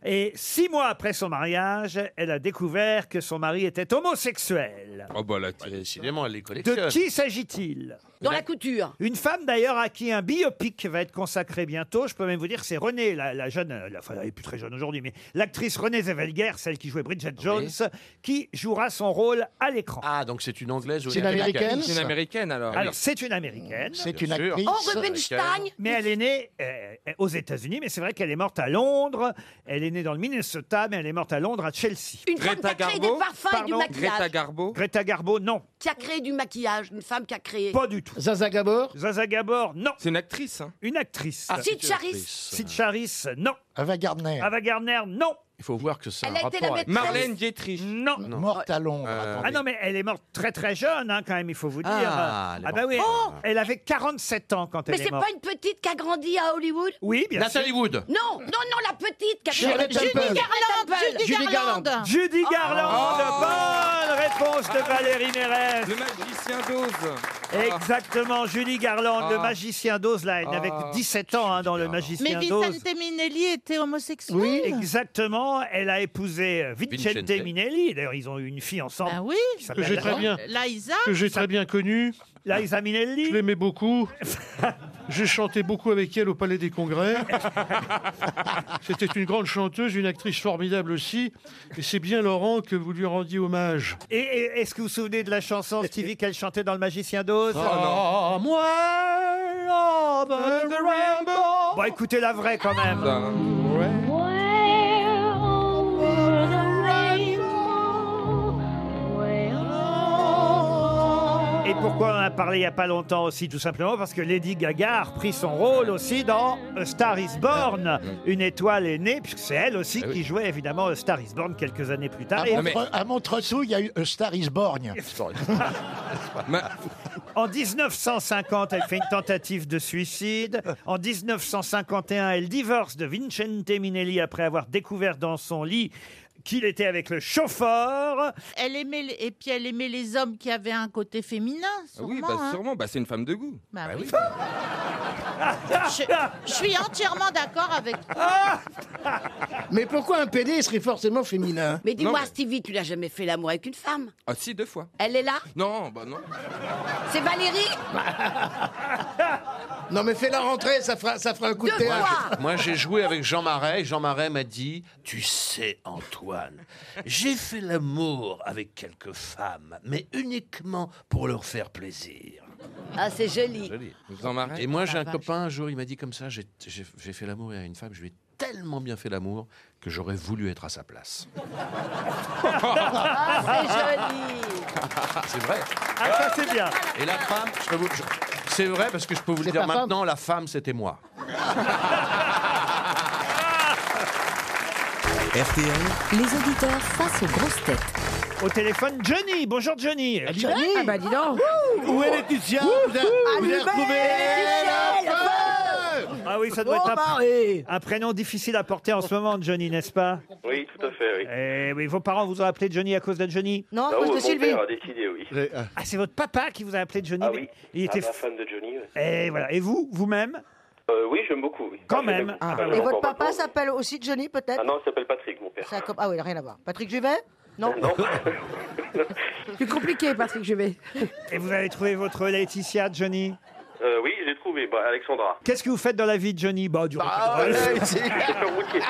Speaker 1: Et six mois après son mariage, elle a découvert que son mari était homosexuel.
Speaker 39: Oh bah là, décidément, elle les
Speaker 1: De
Speaker 39: collectionne.
Speaker 1: qui s'agit-il Dans la couture. Une femme d'ailleurs à qui un biopic va être consacré bientôt. Je peux même vous dire que c'est Renée, la, la jeune, la, enfin, elle est plus très jeune aujourd'hui, mais l'actrice Renée Zellweger, celle qui jouait Bridget Jones, qui jouera son rôle à l'écran.
Speaker 5: Ah, donc c'est une anglaise. ou
Speaker 1: C'est une Américaine
Speaker 12: C'est une américaine alors.
Speaker 1: Alors, c'est une américaine.
Speaker 12: C'est Bien une sûr. actrice. Oh, Rubenstein
Speaker 1: Mais elle est née euh, aux États-Unis, mais c'est vrai qu'elle est morte à Londres. Elle est née dans le Minnesota, mais elle est morte à Londres, à Chelsea.
Speaker 4: Une femme Greta qui a créé des Garbo parfums et du Pardon maquillage. Greta
Speaker 1: Garbo Greta Garbo, non.
Speaker 4: Qui a créé du maquillage, une femme qui a créé.
Speaker 1: Pas du tout. Zaza Gabor Zaza Gabor, non. C'est une actrice. Une actrice.
Speaker 4: Ah, Sid Charisse.
Speaker 1: Sid Charisse, non.
Speaker 24: Ava Gardner.
Speaker 1: Ava Gardner, non.
Speaker 5: Il faut voir que ça.
Speaker 4: Elle a été la maîtresse.
Speaker 12: Marlène Dietrich.
Speaker 1: Non.
Speaker 24: Morte à Londres.
Speaker 1: Ah non, mais elle est morte très très jeune, hein, quand même, il faut vous dire.
Speaker 24: Ah, elle est
Speaker 1: ah bah oui.
Speaker 4: morte.
Speaker 1: Elle avait 47 ans quand
Speaker 4: Oh Mais
Speaker 1: elle est
Speaker 4: c'est
Speaker 1: morte.
Speaker 4: pas une petite qui a grandi à Hollywood
Speaker 1: Oui, bien sûr.
Speaker 4: Non, non, non, la petite qui a
Speaker 1: Shirley
Speaker 4: Judy
Speaker 1: Temple.
Speaker 4: Garland Oh.
Speaker 1: Judy Judy Garland. Garland. Judy Garland, bonne réponse de Valérie Mérès.
Speaker 12: Le magicien d'Oz.
Speaker 1: Exactement, Julie Garland, le
Speaker 12: Ah.
Speaker 1: magicien d'Oz, là, elle n'avait que
Speaker 12: Ah.
Speaker 1: 17 ans hein, dans le
Speaker 40: Mais
Speaker 1: magicien d'Oz.
Speaker 40: Vicente Minelli était homosexuel.
Speaker 1: Exactement, elle a épousé euh, Vincente,
Speaker 40: Vincente.
Speaker 1: Minelli. D'ailleurs, ils ont eu une fille ensemble.
Speaker 40: Ah oui,
Speaker 1: qui s'appelle-
Speaker 40: Que j'ai très bien- Liza.
Speaker 6: que j'ai très bien connue.
Speaker 1: Liza Minelli.
Speaker 6: Je l'aimais beaucoup. J'ai chanté beaucoup avec elle au Palais des Congrès. C'était une grande chanteuse, une actrice formidable aussi. Et c'est bien, Laurent, que vous lui rendiez hommage.
Speaker 1: Et, et est-ce que vous vous souvenez de la chanson Stevie qu'elle chantait dans Le Magicien d'Oz
Speaker 6: Ah, moi,
Speaker 1: Bon, écoutez la vraie quand même. Et pourquoi on en a parlé il n'y a pas longtemps aussi Tout simplement parce que Lady Gaga a repris son rôle aussi dans A Star is Born. Une étoile est née, puisque c'est elle aussi qui jouait évidemment A Star is Born quelques années plus tard.
Speaker 24: À,
Speaker 1: Et-
Speaker 24: Montre- à Montretout, il y a eu A Star is Born.
Speaker 1: En 1950, elle fait une tentative de suicide. En 1951, elle divorce de Vincente Minelli après avoir découvert dans son lit qu'il était avec le chauffeur.
Speaker 40: Elle aimait les- et puis elle aimait les hommes qui avaient un côté féminin. Sûrement,
Speaker 12: Oui, bah
Speaker 40: hein.
Speaker 12: sûrement, bah, c'est une femme de goût.
Speaker 40: Bah oui. Je, je suis entièrement d'accord avec.
Speaker 1: Ah
Speaker 24: Mais pourquoi un PD serait forcément féminin
Speaker 4: Mais dis-moi,
Speaker 24: Non, mais-
Speaker 4: Stevie, tu n'as jamais fait l'amour avec une femme
Speaker 12: Ah si, deux fois.
Speaker 4: Elle est là
Speaker 12: Non, bah non.
Speaker 4: C'est Valérie
Speaker 24: Non, mais fais-la rentrer, ça fera, ça fera un coup de,
Speaker 4: Deux
Speaker 24: théâtre.
Speaker 5: Moi, j'ai joué avec Jean Marais. Jean Marais m'a dit Tu sais, Antoine, j'ai fait l'amour avec quelques femmes, mais uniquement pour leur faire plaisir.
Speaker 4: Ah, c'est joli.
Speaker 12: Jean Marais
Speaker 5: Et moi, j'ai
Speaker 4: La
Speaker 5: un
Speaker 4: vache.
Speaker 5: copain, un jour, il m'a dit comme ça J'ai j'ai- j'ai fait l'amour à une femme, je lui ai tellement bien fait l'amour que j'aurais voulu être à sa place.
Speaker 4: Ah, c'est joli.
Speaker 5: c'est vrai.
Speaker 1: Ah, ça, c'est bien.
Speaker 5: Et la femme, je peux vous- je- c'est vrai parce que je peux vous le
Speaker 24: C'est
Speaker 5: dire
Speaker 24: ta femme
Speaker 5: maintenant, la femme, c'était moi.
Speaker 1: RTL. Les auditeurs face aux grosses têtes. Au téléphone, Johnny. Bonjour, Johnny.
Speaker 24: Johnny Ah bah, dis donc. Où est Laetitia Vous avez- vous avez retrouvé la femme
Speaker 1: Ah oui, ça doit être
Speaker 24: Oh,
Speaker 1: un, un prénom difficile à porter en ce moment, Johnny, n'est-ce pas
Speaker 20: Oui, tout à fait, oui.
Speaker 1: Eh oui, vos parents vous ont appelé Johnny à cause de Johnny
Speaker 20: Ah oui, mon père a décidé, oui.
Speaker 1: Ah, c'est votre papa qui vous a appelé Johnny
Speaker 20: Ah
Speaker 1: mais
Speaker 20: oui,
Speaker 1: Il
Speaker 20: ah,
Speaker 1: était.
Speaker 20: bah,
Speaker 1: f-
Speaker 20: fan de Johnny. ouais.
Speaker 1: Eh, voilà. Et vous, vous-même
Speaker 20: Euh, oui, j'aime beaucoup, oui.
Speaker 1: Quand
Speaker 20: Ah, je l'aime
Speaker 1: même.
Speaker 20: beaucoup.
Speaker 1: Ah.
Speaker 20: je l'aime
Speaker 1: Et
Speaker 20: encore
Speaker 1: votre
Speaker 20: maintenant.
Speaker 8: Papa s'appelle aussi Johnny, peut-être
Speaker 20: Ah non, il s'appelle Patrick, mon père.
Speaker 8: Ça a com- Ah oui, rien à voir. Patrick Juvet Non.
Speaker 20: C'est
Speaker 8: compliqué, Patrick Juvet.
Speaker 1: Et vous avez trouvé votre Laetitia, Johnny
Speaker 20: Euh, oui, j'ai trouvé, bah, Alexandra.
Speaker 1: Qu'est-ce que vous faites dans la vie, Johnny Bah, du
Speaker 20: Chauffeur routier.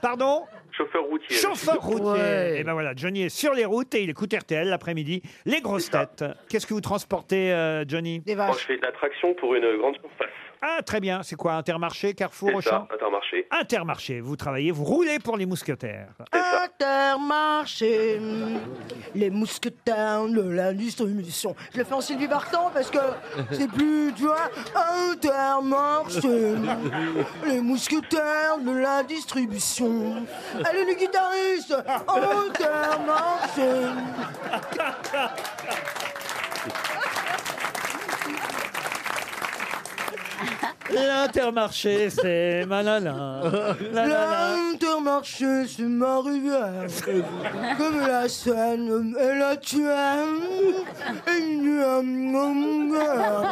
Speaker 1: Pardon
Speaker 20: Chauffeur routier.
Speaker 1: Chauffeur routier. Et ben voilà, Johnny est sur les routes et il écoute RTL l'après-midi. Les grosses têtes. Qu'est-ce que vous transportez, euh, Johnny
Speaker 20: Moi, je fais de la traction pour une grande surface.
Speaker 1: Ah, très bien. C'est quoi Intermarché, Carrefour,
Speaker 20: C'est ça,
Speaker 1: Auchan
Speaker 20: Intermarché.
Speaker 1: Intermarché. Vous travaillez, vous roulez pour les mousquetaires.
Speaker 8: Intermarché, les mousquetaires de la distribution. Je le fais en Sylvie Vartan parce que c'est plus, tu vois, Intermarché, les mousquetaires de la distribution. Elle est le guitariste, Intermarché.
Speaker 1: L'intermarché, c'est malala. La, la, la.
Speaker 8: L'intermarché, c'est ma rivière. Comme la Seine et la Tuenne. Et il y a mon gars.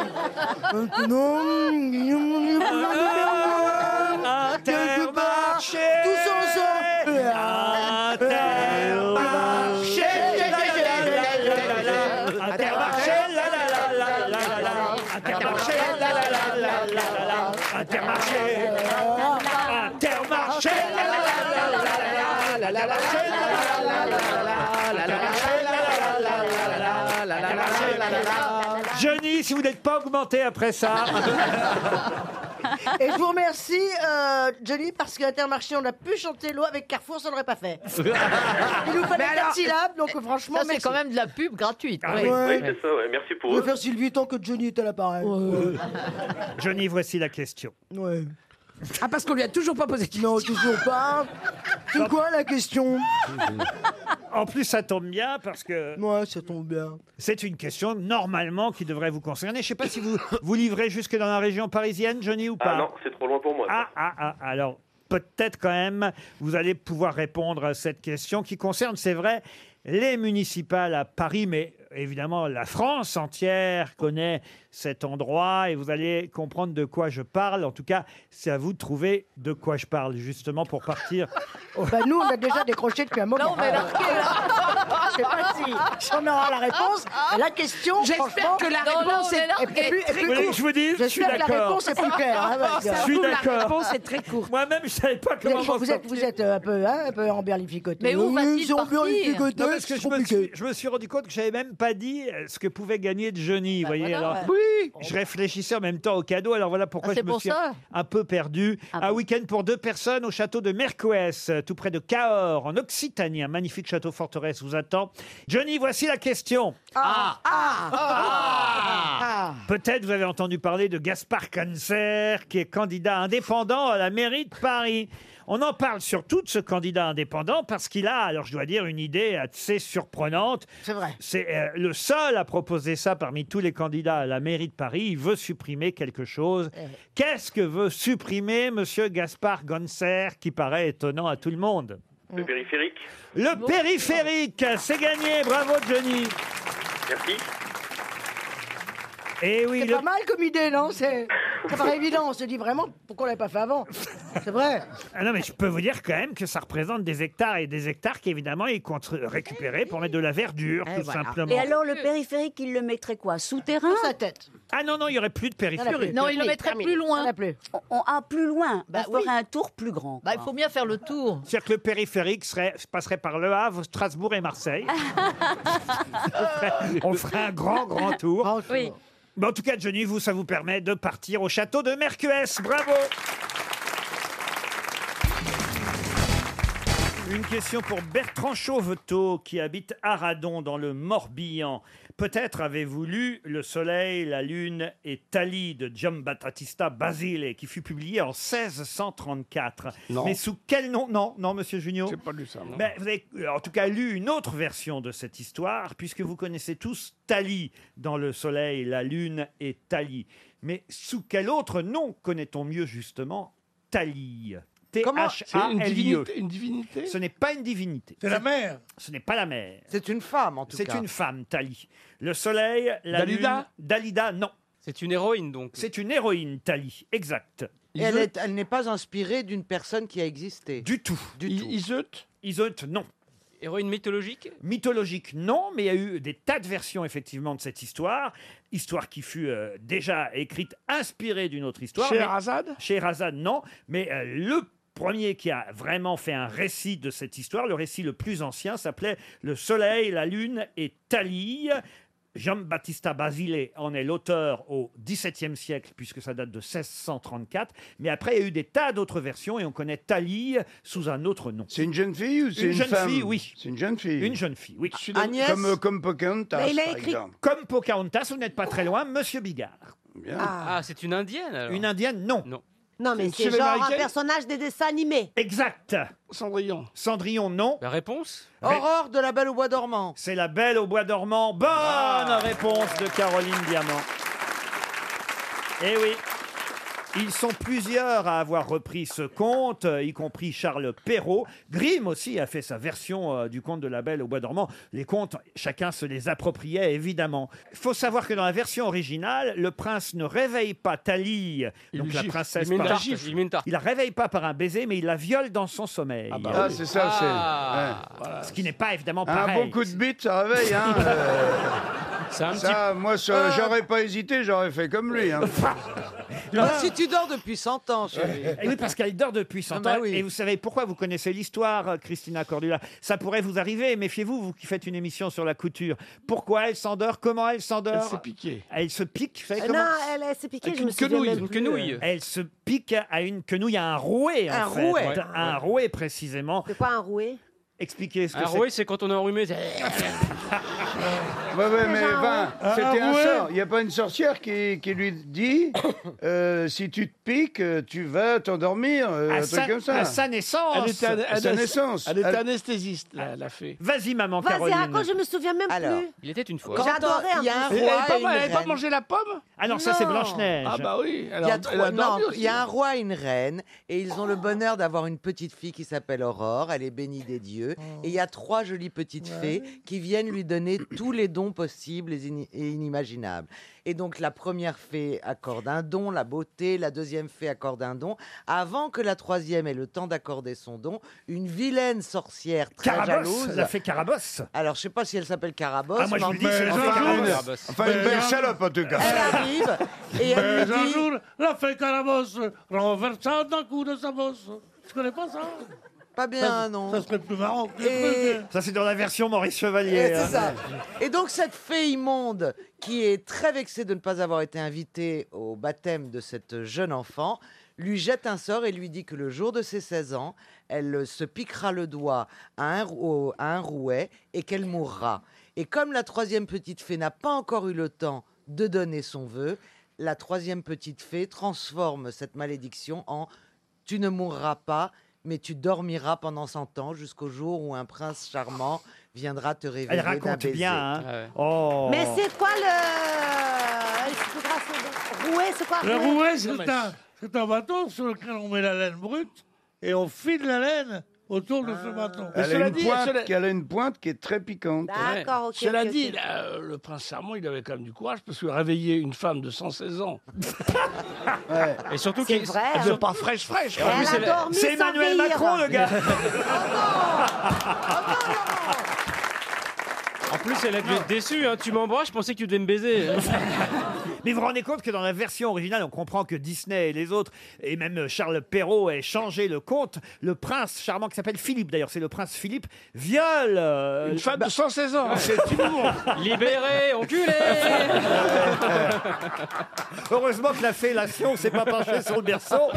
Speaker 8: Maintenant, il y a mon gars. Quelque part, tous ensemble. Intermarché.
Speaker 1: Intermarché, la, la, la, la. Intermarché Intermarché Johnny, si vous n'êtes pas augmenté après ça.
Speaker 29: Et je vous remercie, euh, Johnny, parce qu'Intermarché, on a pu chanter l'eau avec Carrefour, ça ne l'aurait pas fait. Il nous fallait
Speaker 18: Mais
Speaker 29: quatre
Speaker 18: alors,
Speaker 29: syllabes, donc franchement,
Speaker 18: Ça, c'est quand même de la pub gratuite.
Speaker 29: Ah
Speaker 18: oui.
Speaker 20: Ah, Oui, c'est ça, ouais. merci
Speaker 29: Je
Speaker 20: pour
Speaker 29: vais
Speaker 20: eux.
Speaker 29: faire Sylvie tant que Johnny est à l'appareil.
Speaker 1: Johnny, voici la question.
Speaker 29: Ouais. Ah, parce qu'on lui a toujours pas posé Non, toujours pas. C'est quoi la question
Speaker 1: En plus, ça tombe bien parce que.
Speaker 29: Ouais, ça tombe bien.
Speaker 1: C'est une question normalement qui devrait vous concerner. Je ne sais pas si vous vous livrez jusque dans la région parisienne, Johnny, ou pas.
Speaker 20: Ah non, c'est trop loin pour moi. ça.
Speaker 1: Ah, ah, ah, alors peut-être quand même, vous allez pouvoir répondre à cette question qui concerne, c'est vrai, les municipales à Paris, mais évidemment la France entière connaît cet endroit et vous allez comprendre de quoi je parle. En tout cas, c'est à vous de trouver de quoi je parle justement pour partir.
Speaker 29: Bah, nous, on a déjà décroché depuis un moment. Non, mais Je sais pas si, si on aura la réponse. La question,
Speaker 18: J'espère
Speaker 29: franchement,
Speaker 18: que la Non, réponse non, est- mais non, est plus- est plus
Speaker 1: Vous voulez que
Speaker 29: courte.
Speaker 1: je vous dise
Speaker 29: J'espère
Speaker 1: Je suis
Speaker 29: que la
Speaker 1: d'accord.
Speaker 29: réponse est plus claire, hein, parce que-
Speaker 1: Je suis d'accord.
Speaker 29: très courte.
Speaker 1: Moi-même, je savais pas
Speaker 29: Vous
Speaker 1: comment
Speaker 29: êtes,
Speaker 1: m'en
Speaker 29: vous êtes,
Speaker 1: sortir.
Speaker 29: vous êtes un peu, hein, un peu en berlificoté.
Speaker 18: Mais où
Speaker 29: Oui,
Speaker 18: va-t-il
Speaker 29: ils sont en
Speaker 18: partir
Speaker 29: berlificoté,
Speaker 1: Non, parce que
Speaker 29: c'est
Speaker 1: je me,
Speaker 29: compliqué.
Speaker 1: suis, je me suis rendu compte que j'avais même pas dit euh, ce que pouvait gagner Johnny. vous voyez,
Speaker 18: Bah voilà,
Speaker 1: alors,
Speaker 18: ouais.
Speaker 1: Je réfléchissais en même temps au cadeau, alors voilà pourquoi
Speaker 18: Ah,
Speaker 1: je
Speaker 18: c'est
Speaker 1: me
Speaker 18: pour
Speaker 1: suis
Speaker 18: ça Ah
Speaker 1: un peu perdu. un week-end pour deux personnes au château de Mercoès, euh, tout près de Cahors, en Occitanie. Un magnifique château forteresse vous attend. Johnny, voici la question.
Speaker 29: Ah, ah,
Speaker 1: Ah. Peut-être vous avez entendu parler de Gaspard Cancer, qui est candidat indépendant à la mairie de Paris. On en parle surtout de ce candidat indépendant parce qu'il a, alors je dois dire, une idée assez surprenante.
Speaker 29: C'est vrai.
Speaker 1: C'est euh, le seul à proposer ça parmi tous les candidats à la mairie de Paris. Il veut supprimer quelque chose.
Speaker 29: Eh
Speaker 1: Qu'est-ce que veut supprimer Monsieur Gaspard Ganser, qui paraît étonnant à tout le monde
Speaker 20: Le périphérique,
Speaker 1: Le périphérique, c'est gagné. Bravo Johnny.
Speaker 20: merci.
Speaker 1: Et Eh oui,
Speaker 29: C'est
Speaker 1: le
Speaker 29: pas mal comme idée, non C'est- Ça paraît évident. On se dit vraiment pourquoi on l'avait pas fait avant. C'est vrai.
Speaker 1: Ah non, mais je peux vous dire quand même que ça représente des hectares et des hectares qu'évidemment ils comptent récupérer pour mettre de la verdure,
Speaker 18: Eh,
Speaker 4: Eh
Speaker 1: tout simplement.
Speaker 4: Et alors le périphérique, il le mettrait quoi Souterrain
Speaker 29: Sur sa tête.
Speaker 1: Ah non, non, il n'y aurait plus de périphérie.
Speaker 18: Non, il le mettrait plus loin.
Speaker 4: On, on- ah, plus loin.
Speaker 18: Bah
Speaker 4: on ferait
Speaker 18: oui.
Speaker 4: un tour plus grand.
Speaker 18: Bah, il faut bien faire le tour.
Speaker 1: C'est-à-dire que le périphérique serait, passerait par Le Havre, Strasbourg et Marseille. on, ferait, on ferait un grand, grand tour.
Speaker 18: Oui.
Speaker 1: Mais en tout cas, Johnny, vous, ça vous permet de partir au château de Mercues. Bravo Une question pour Bertrand Chauvetot qui habite Aradon dans le Morbihan. Peut-être avez-vous lu Le Soleil, la Lune et Thalie de Giambattista Basile qui fut publié en 1634.
Speaker 27: Non.
Speaker 1: Mais sous quel nom Non, non, monsieur Junio.
Speaker 27: pas lu ça. non.
Speaker 1: Ben, vous avez euh, en tout cas lu une autre version de cette histoire, puisque vous connaissez tous Thalie dans Le Soleil, la Lune et Thalie. Mais sous quel autre nom connaît-on mieux justement Thalie
Speaker 27: Comment C'est
Speaker 1: E.
Speaker 27: une
Speaker 1: T-H-A-L-I-E.
Speaker 27: divinité, une divinité
Speaker 1: Ce n'est pas une divinité.
Speaker 27: C'est la mère.
Speaker 1: Ce n'est pas la mère.
Speaker 7: C'est une femme, en tout cas.
Speaker 1: C'est une femme, Thalie. Le soleil, la
Speaker 23: Dalida
Speaker 1: lune... Dalida, non. C'est une héroïne, donc. C'est une héroïne, Thalie, exact.
Speaker 7: Et elle est- elle n'est pas inspirée d'une personne qui a existé.
Speaker 1: Du tout.
Speaker 7: Du tout.
Speaker 1: Iseut Iseut, non. Héroïne mythologique Mythologique, non, mais il y a eu des tas de versions, effectivement, de cette histoire. Histoire qui fut euh, déjà écrite, inspirée d'une autre histoire. mais-
Speaker 27: Scheherazade
Speaker 1: Scheherazade, non, mais euh, le premier qui a vraiment fait un récit de cette histoire, le récit le plus ancien, s'appelait Le Soleil, la Lune et Thalie. Giambattista Basile en est l'auteur au XVIIe siècle, puisque ça date de 1634. Mais après, il y a eu des tas d'autres versions et on connaît Thalie sous un autre nom.
Speaker 27: C'est une jeune fille ou c'est une,
Speaker 1: jeune
Speaker 27: femme
Speaker 1: fille, oui.
Speaker 27: C'est une jeune fille.
Speaker 1: Une jeune fille, oui.
Speaker 27: Agnès Comme, euh, comme Pocahontas,
Speaker 1: Mais il a
Speaker 27: par
Speaker 1: écrit
Speaker 27: exemple.
Speaker 1: comme Pocahontas, vous n'êtes pas très loin, Monsieur Bigard.
Speaker 23: Ah, c'est une indienne alors.
Speaker 1: Une indienne, non. Non.
Speaker 10: Non, mais
Speaker 1: C'est
Speaker 10: c'est
Speaker 1: une
Speaker 10: genre un
Speaker 1: Américaine
Speaker 10: personnage des dessins animés. Euh,
Speaker 1: Exact.
Speaker 27: Cendrillon.
Speaker 1: Cendrillon, non.
Speaker 23: La réponse
Speaker 1: Aurore de la Belle au Bois dormant. C'est la Belle au Bois dormant. Bonne
Speaker 23: Ah.
Speaker 1: réponse de Caroline Diamant. Eh oui. Ils sont plusieurs à avoir repris ce conte, euh, y compris Charles Perrault. Grimm aussi a fait sa version euh, du conte de la Belle au Bois dormant. Les contes, chacun se les appropriait évidemment. Il faut savoir que dans la version originale, le prince ne réveille pas Thalie, donc
Speaker 23: lui
Speaker 1: la
Speaker 23: gifle.
Speaker 1: princesse.
Speaker 23: Il met une
Speaker 1: par-
Speaker 23: tarte, il met une tarte.
Speaker 1: Il la réveille pas par un baiser, mais il la viole dans son sommeil.
Speaker 27: Ah, c'est ça, c'est.
Speaker 23: Ah.
Speaker 27: ouais, voilà.
Speaker 1: Ce qui n'est pas évidemment
Speaker 27: Un
Speaker 1: pareil.
Speaker 27: bon coup de bite, ça réveille, hein. euh.
Speaker 9: Ça, moi, ça,
Speaker 7: Ah.
Speaker 9: j'aurais pas hésité, j'aurais fait comme lui. hein.
Speaker 7: Ah, si tu dors depuis 100 ans, chérie.
Speaker 1: Et oui, parce qu'elle dort depuis 100
Speaker 7: Ah bah
Speaker 1: ans.
Speaker 7: oui.
Speaker 1: Et vous savez pourquoi vous connaissez l'histoire, euh, Christina Cordula. Ça pourrait vous arriver. Méfiez-vous, vous qui faites une émission sur la couture. Pourquoi elle s'endort Comment elle s'endort
Speaker 25: Elle s'est
Speaker 1: piquée. Elle se pique. Fait
Speaker 10: Euh,
Speaker 1: comment
Speaker 10: non, elle, elle s'est piquée,
Speaker 1: Avec
Speaker 10: je me souviens même plus. euh,
Speaker 1: Elle se pique à une quenouille, à un rouet. en
Speaker 10: Un
Speaker 1: fait.
Speaker 10: rouet. Ouais.
Speaker 1: Un rouet, précisément.
Speaker 10: C'est quoi un rouet
Speaker 1: Expliquez ce que
Speaker 23: Un roué, c'est quand on est enrhumé. c'est-
Speaker 9: Ouais, ouais, mais
Speaker 23: Déjà,
Speaker 9: ben,
Speaker 23: hein.
Speaker 9: c'était
Speaker 23: Ah,
Speaker 9: un
Speaker 23: ouais.
Speaker 9: sort. Il n'y a pas une sorcière qui, qui lui dit euh, si tu te piques, euh, tu vas t'endormir, euh,
Speaker 1: À
Speaker 9: un
Speaker 1: sa-
Speaker 9: truc comme ça.
Speaker 1: à sa naissance.
Speaker 9: Elle était,
Speaker 1: À sa naissance.
Speaker 9: Elle était
Speaker 25: anesthésiste, la, fée.
Speaker 1: Vas-y, maman
Speaker 10: Vas-y,
Speaker 1: Caroline.
Speaker 10: raconte, je me souviens même plus.
Speaker 23: Il était une fois.
Speaker 10: J'adorais un
Speaker 7: il y a un
Speaker 10: peu.
Speaker 7: roi
Speaker 10: Elle avait pas-
Speaker 7: et une
Speaker 10: elle avait pas
Speaker 7: reine.
Speaker 10: mangé
Speaker 25: la pomme
Speaker 23: Ah
Speaker 9: Ah
Speaker 1: Alors ça, c'est Blanche-Neige.
Speaker 25: Ah bah oui,
Speaker 7: Il
Speaker 25: alors
Speaker 7: y, a
Speaker 25: elle
Speaker 7: trois-
Speaker 25: a dormi
Speaker 7: non,
Speaker 25: aussi.
Speaker 7: il y a un roi et une reine, et ils ont le bonheur d'avoir une petite fille qui s'appelle Aurore, elle est bénie des dieux, et il y a trois jolies petites
Speaker 6: Ouais.
Speaker 7: fées qui viennent lui donner tous les dons possibles et ini- et inimaginables. Et donc la première fée accorde un don, la beauté, la deuxième fée accorde un don. Avant que la troisième ait le temps d'accorder son don, une vilaine sorcière très
Speaker 1: Carabosse,
Speaker 7: jalouse...
Speaker 1: la fée Carabosse
Speaker 7: Alors je sais pas si elle s'appelle Carabosse.
Speaker 9: Ah, moi, je
Speaker 7: mais
Speaker 9: vous le dis,
Speaker 7: enfin,
Speaker 9: c'est
Speaker 7: enfin,
Speaker 9: un jour.
Speaker 7: Carabosse.
Speaker 9: Enfin, une belle salope, en tout cas.
Speaker 7: Elle arrive et elle lui
Speaker 25: Mais un
Speaker 7: dit...
Speaker 25: jour, la fée Carabosse renversa d'un coup de sa bosse. Tu connais pas ça
Speaker 7: Pas bien, non.
Speaker 25: Ça serait plus marrant. que- hein.
Speaker 7: Et-
Speaker 1: Ça, c'est dans la version Maurice
Speaker 7: Et,
Speaker 1: Chevalier.
Speaker 7: c'est
Speaker 25: euh,
Speaker 1: hein.
Speaker 7: ça. Et donc cette fée immonde qui est très vexée de ne pas avoir été invitée au baptême de cette jeune enfant lui jette un sort et lui dit que le jour de ses 16 ans, elle se piquera le doigt à un, rou- au- à un rouet et qu'elle mourra. Et comme la troisième petite fée n'a pas encore eu le temps de donner son vœu, la troisième petite fée transforme cette malédiction en tu ne mourras pas, mais tu dormiras pendant 100 ans jusqu'au jour où un prince charmant viendra te réveiller.
Speaker 1: Elle
Speaker 7: d'un
Speaker 1: raconte
Speaker 7: baiser.
Speaker 1: bien. hein. Oh.
Speaker 10: Mais c'est quoi le. Elle se foutra son don. Rouet, c'est quoi
Speaker 25: Le rouet, c'est un, c'est un bâton sur lequel on met la laine brute et on file la laine autour
Speaker 10: Ah.
Speaker 25: de ce bâton. Mais
Speaker 9: Elle a,
Speaker 25: cela
Speaker 9: une
Speaker 25: dit-
Speaker 9: pointe,
Speaker 25: cela-
Speaker 9: elle a une pointe qui est très piquante.
Speaker 10: D'accord, ok,
Speaker 25: Cela
Speaker 10: ok,
Speaker 25: dit,
Speaker 10: ok.
Speaker 25: là, euh, le prince Charmant, il avait quand même du courage parce que réveiller une femme de 116 ans. Et surtout
Speaker 10: C'est qu'il- vrai,
Speaker 25: Elle
Speaker 10: hein.
Speaker 25: devait pas fraîche, fraîche.
Speaker 10: Elle a dormi
Speaker 1: C'est
Speaker 10: sans
Speaker 1: Emmanuel
Speaker 10: vieillir. Oh
Speaker 1: Macron, le gars.
Speaker 7: Oh
Speaker 23: En plus, elle a dû être déçue. hein. Tu m'embrasses, je pensais que tu devais me baiser.
Speaker 1: Mais vous vous rendez compte que dans la version originale, on comprend que Disney et les autres, et même Charles Perrault, aient changé le conte. Le prince charmant qui s'appelle Philippe, d'ailleurs, c'est le prince Philippe, viole. Une
Speaker 25: femme de 116 ans.
Speaker 1: C'est
Speaker 23: Libéré, enculé
Speaker 1: Heureusement que la fellation s'est pas penchée sur le berceau.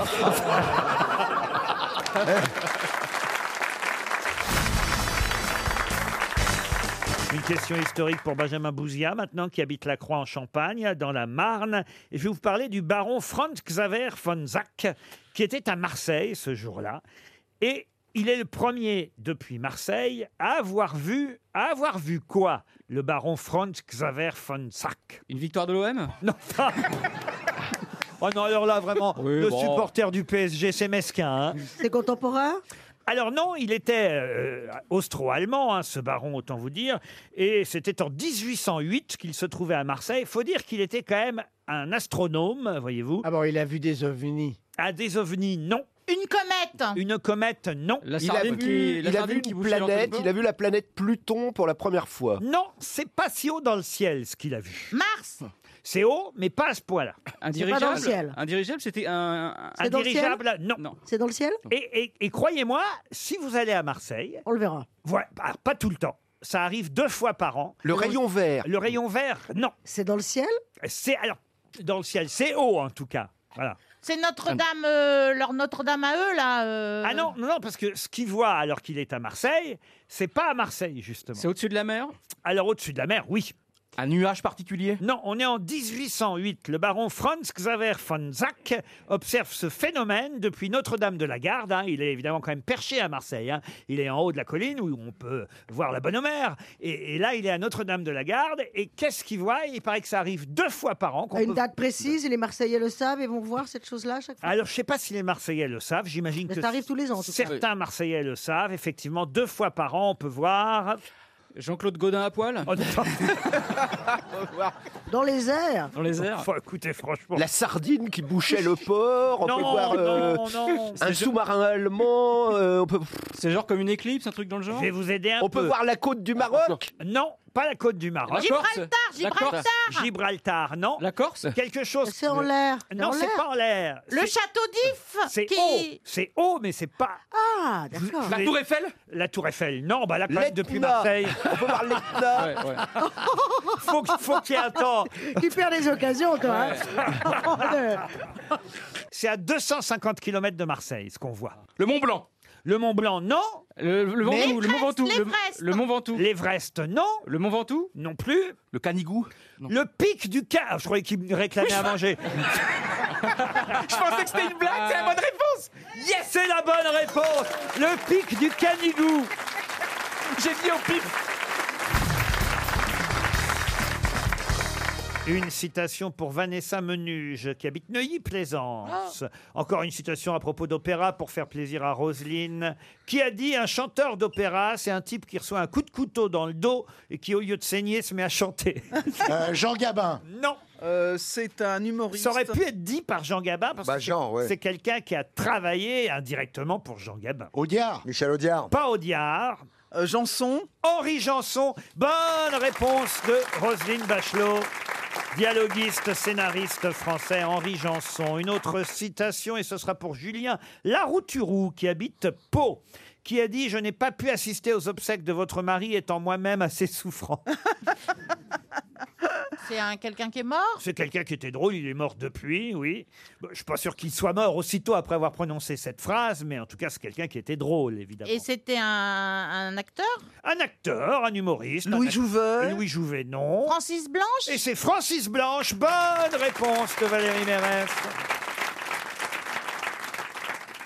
Speaker 1: Une question historique pour Benjamin Bouzia, maintenant, qui habite la Croix en Champagne, dans la Marne. Et je vais vous parler du baron Franz Xaver von Zach, qui était à Marseille ce jour-là. Et il est le premier, depuis Marseille, à avoir vu... À avoir vu quoi, le baron Franz Xaver von Zach
Speaker 23: Une victoire de l'OM
Speaker 1: Non. Oh non, alors là, vraiment, le
Speaker 23: bon.
Speaker 1: supporter du PSG, c'est mesquin. hein. C'est contemporain alors non, il était euh, austro-allemand, hein, ce baron, autant vous dire, et c'était en 1808 qu'il se trouvait à Marseille. Faut dire qu'il était quand même un astronome, voyez-vous. Ah bon, il a vu des ovnis Ah, des ovnis, non.
Speaker 19: Une comète
Speaker 1: Une comète, non.
Speaker 2: Il a vu, il a vu une planète, il a vu la planète Pluton pour la première fois.
Speaker 1: Non, c'est pas si haut dans le ciel ce qu'il a vu. Mars C'est haut, mais pas à ce point-là.
Speaker 23: Un dirigeable, Un dirigeable, c'était un.
Speaker 1: Un dirigeable, non.
Speaker 10: C'est dans le ciel
Speaker 1: Et, et- et croyez-moi, si vous allez à Marseille,
Speaker 10: On le verra.
Speaker 1: voilà, bah, pas tout le temps. Ça arrive deux fois par an.
Speaker 2: Le rayon vert.
Speaker 1: Le rayon vert, non.
Speaker 10: C'est dans le ciel
Speaker 1: C'est alors dans le ciel, c'est haut en tout cas. Voilà.
Speaker 19: C'est Notre-Dame, euh, leur Notre-Dame à eux, là. euh.
Speaker 1: Ah non, non, non, parce que ce qu'il voit alors qu'il est à Marseille, c'est pas à Marseille justement. C'est
Speaker 23: au-dessus de la mer
Speaker 1: Alors au-dessus de la mer, oui.
Speaker 23: Un nuage particulier
Speaker 1: Non, on est en 1808. Le baron Franz Xaver von Zach observe ce phénomène depuis Notre-Dame de la Garde. hein. Il est évidemment quand même perché à Marseille. hein. Il est en haut de la colline où on peut voir la bonne mer. Et, et là, il est à Notre-Dame de la Garde. Et qu'est-ce qu'il voit Il paraît que ça arrive deux fois par an. qu'on
Speaker 10: À une
Speaker 1: peut-
Speaker 10: date précise, et les Marseillais le savent et vont voir cette chose-là à chaque fois.
Speaker 1: Alors, je ne sais pas si les Marseillais le savent. J'imagine
Speaker 10: Mais
Speaker 1: que
Speaker 10: ça arrive tous les ans, en tout cas.
Speaker 1: certains Marseillais le savent. Effectivement, deux fois par an, on peut voir. Oh,
Speaker 23: Jean-Claude Godin à poil
Speaker 10: Dans les airs
Speaker 23: Dans les airs
Speaker 1: Faut écouter, franchement.
Speaker 2: La sardine qui bouchait le port, on
Speaker 23: Non,
Speaker 2: peut voir
Speaker 23: non,
Speaker 2: euh,
Speaker 1: Oh,
Speaker 23: non.
Speaker 2: un
Speaker 23: C'est-
Speaker 2: sous-marin allemand, euh, on peut...
Speaker 23: C'est genre comme une éclipse, un truc dans le genre
Speaker 1: Je vais vous aider un
Speaker 2: On peut voir la côte du Maroc
Speaker 1: Non, Pas la côte du Maroc.
Speaker 19: La Gibraltar, Corse La Corse Gibraltar.
Speaker 1: Gibraltar, non. La Corse Quelque chose.
Speaker 19: C'est en l'air, c'est
Speaker 1: Non,
Speaker 19: en
Speaker 1: c'est
Speaker 19: l'air.
Speaker 1: pas en l'air.
Speaker 19: Le
Speaker 1: C'est-
Speaker 19: château d'If
Speaker 1: C'est
Speaker 19: qui-
Speaker 1: haut, c'est haut, mais c'est pas.
Speaker 19: Ah,
Speaker 1: Vous-
Speaker 19: d'accord.
Speaker 1: vous avez- La Tour Eiffel, non, bah la place depuis
Speaker 19: L'Etna.
Speaker 1: Marseille.
Speaker 19: On peut voir l'Etna.
Speaker 1: Ouais, ouais. Faut, que- faut qu'il y ait un temps.
Speaker 29: Tu perds les occasions, toi. hein.
Speaker 1: C'est à 250 km de Marseille, ce qu'on voit. Le Mont Blanc. Le Mont Blanc, non. Le,
Speaker 23: Ventoux, le Mont Ventoux, le- le
Speaker 1: Mont Ventoux. L'Everest, non. Le Mont Ventoux, non plus. Le Canigou. Le pic du Car. Ah, Je croyais qu'il me réclamait à manger.
Speaker 17: Je pensais que c'était une blague, c'est la bonne réponse
Speaker 1: Yes C'est la bonne réponse Le pic du Canigou
Speaker 17: J'ai dit au pif
Speaker 1: Une citation pour Vanessa Menuge, qui habite Neuilly-Plaisance.
Speaker 17: Oh.
Speaker 1: Encore une citation à propos d'opéra pour faire plaisir à Roselyne, qui a dit Un chanteur d'opéra, c'est un type qui reçoit un coup de couteau dans le dos et qui, au lieu de saigner, se met à chanter. Jean Gabin Non. Euh, c'est un humoriste. Ça aurait pu être dit par Jean Gabin, parce
Speaker 11: Bah,
Speaker 1: que c'est-
Speaker 11: Jean, ouais.
Speaker 1: c'est quelqu'un qui a travaillé indirectement pour Jean Gabin.
Speaker 11: Audiard. Michel Audiard.
Speaker 1: Pas Audiard. Euh, Janson. Henri Janson. Bonne réponse de Roselyne Bachelot. Dialoguiste, scénariste français Henri Janson. Une autre citation, et ce sera pour Julien Larouturou, qui habite Pau, qui a dit Je n'ai pas pu assister aux obsèques de votre mari, étant moi-même assez souffrant.
Speaker 19: C'est un quelqu'un qui est mort
Speaker 1: C'est quelqu'un qui était drôle, il est mort depuis, oui. Bon, je suis pas sûr qu'il soit mort aussitôt après avoir prononcé cette phrase, mais en tout cas, c'est quelqu'un qui était drôle, évidemment.
Speaker 19: Et c'était un, un acteur
Speaker 1: Un acteur, un humoriste. Louis Jouvet. Louis Jouvet, non.
Speaker 19: Francis Blanche
Speaker 1: Et c'est Francis Blanche. Bonne réponse de Valérie Mérès.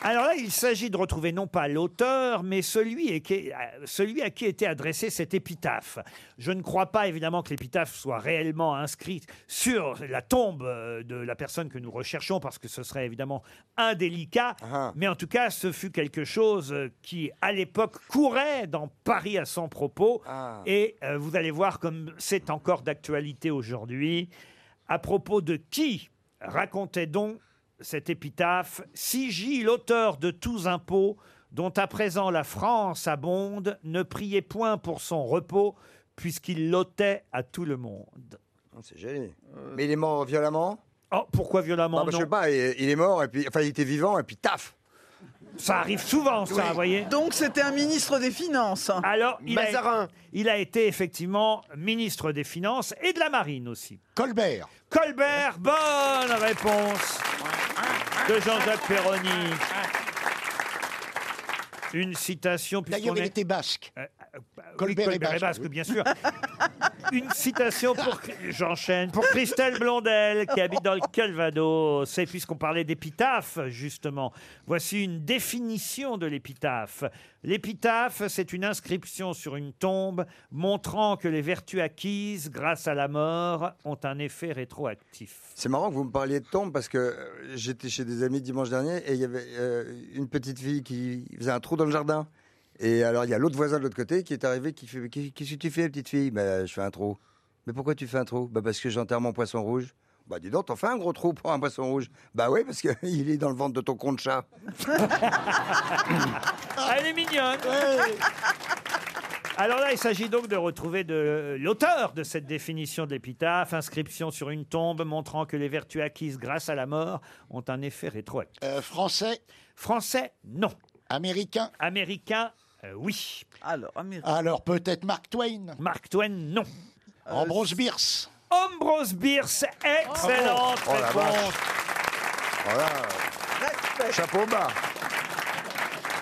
Speaker 1: Alors là, il s'agit de retrouver non pas l'auteur, mais celui, et qui- euh, celui à qui était adressée cette épitaphe. Je ne crois pas évidemment que l'épitaphe soit réellement inscrite sur la tombe euh, de la personne que nous recherchons, parce que ce serait évidemment indélicat. Mais en tout cas, ce fut quelque chose euh, qui, à l'époque, courait dans Paris à son propos. Et euh, vous allez voir comme c'est encore d'actualité aujourd'hui. À propos de qui racontait donc cette épitaphe Si J, l'auteur de tous impôts, dont à présent la France abonde, ne priez point pour son repos, puisqu'il l'ôtait à tout le monde.
Speaker 11: C'est joli. Mais il est mort violemment
Speaker 1: Oh, pourquoi violemment
Speaker 11: Je sais pas, il, il est mort, et puis, enfin, il était vivant, et puis taf
Speaker 1: Ça arrive souvent, ça, vous voyez
Speaker 22: Donc c'était un ministre des Finances.
Speaker 1: Alors, il A, il a été effectivement ministre des Finances et de la Marine aussi. Colbert. Colbert, bonne réponse de Jean-Jacques Perroni. Une citation.
Speaker 17: D'ailleurs, il était
Speaker 1: basque.
Speaker 17: Colbert est
Speaker 1: Colbert est
Speaker 17: basque,
Speaker 1: basque,
Speaker 17: oui.
Speaker 1: bien sûr. Une citation pour j'enchaîne pour Christelle Blondel qui habite dans le Calvados. C'est puisqu'on parlait d'épitaphe justement. Voici une définition de l'épitaphe. L'épitaphe, c'est une inscription sur une tombe montrant que les vertus acquises grâce à la mort ont un effet rétroactif.
Speaker 11: C'est marrant que vous me parliez de tombe parce que euh, j'étais chez des amis dimanche dernier et il y avait euh, une petite fille qui faisait un trou dans le jardin. Et alors il y a l'autre voisin de l'autre côté qui est arrivé qui fait Qu'est- Qu'est-ce que tu fais, petite fille Bah, Je fais un trou. Mais pourquoi tu fais un trou bah, Parce que j'enterre mon poisson rouge. Bah dis donc, t'en fais un gros trou pour un poisson rouge. Bah oui, parce qu'il est dans le ventre de ton compte chat.
Speaker 1: Elle est mignonne. Alors là, il s'agit donc de retrouver de l'auteur de cette définition de l'épitaphe, inscription sur une tombe montrant que les vertus acquises grâce à la mort ont un effet rétroactif.
Speaker 24: Euh,
Speaker 1: français Français, non. Américain Américain, euh, oui. Alors,
Speaker 24: Alors peut-être Mark Twain.
Speaker 1: Mark Twain, non.
Speaker 24: Ambrose Bierce.
Speaker 1: Ambrose Bierce, excellente
Speaker 24: Oh, oh la
Speaker 1: réponse
Speaker 24: vache. Oh
Speaker 11: Chapeau bas.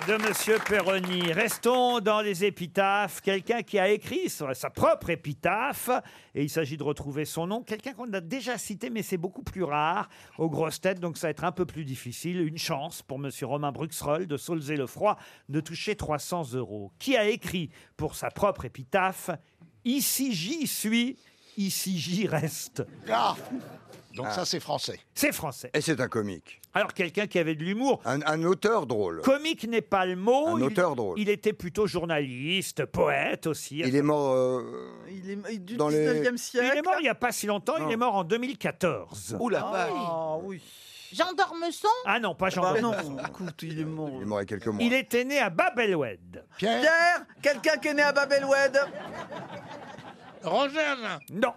Speaker 1: de Monsieur Perroni. Restons dans les épitaphes. Quelqu'un qui a écrit sa sa propre épitaphe, et il s'agit de retrouver son nom. Quelqu'un qu'on a déjà cité, mais c'est beaucoup plus rare aux grosses têtes, donc ça va être un peu plus difficile. Une chance pour Monsieur Romain Bruxroll de Saulzay-le-Froid de toucher 300 euros. Qui a écrit pour sa propre épitaphe Ici j'y suis, ici j'y reste.
Speaker 11: Ah.
Speaker 24: Donc ça, c'est français.
Speaker 1: Ah. C'est français.
Speaker 11: Et c'est un comique.
Speaker 1: Alors quelqu'un qui avait de l'humour.
Speaker 11: Un, un auteur drôle.
Speaker 1: Comique n'est pas le mot.
Speaker 11: Un
Speaker 1: Oh, Il-
Speaker 11: auteur drôle.
Speaker 1: Il était plutôt journaliste, poète aussi.
Speaker 11: Il est mort euh,
Speaker 22: Il est il- du
Speaker 11: Dans les-
Speaker 22: 19e siècle.
Speaker 1: Il est mort il n'y a pas si longtemps, il est mort en 2014.
Speaker 22: Ah oui.
Speaker 19: Jean Dormesson
Speaker 1: Ah non, pas Jean
Speaker 22: Bah non,
Speaker 1: Dormesson.
Speaker 22: écoute, il est mort.
Speaker 11: Il est mort il y a quelques mois.
Speaker 1: Il était né à Babelwed.
Speaker 22: Pierre, quelqu'un qui est né à Babelwed
Speaker 1: Rogel Non.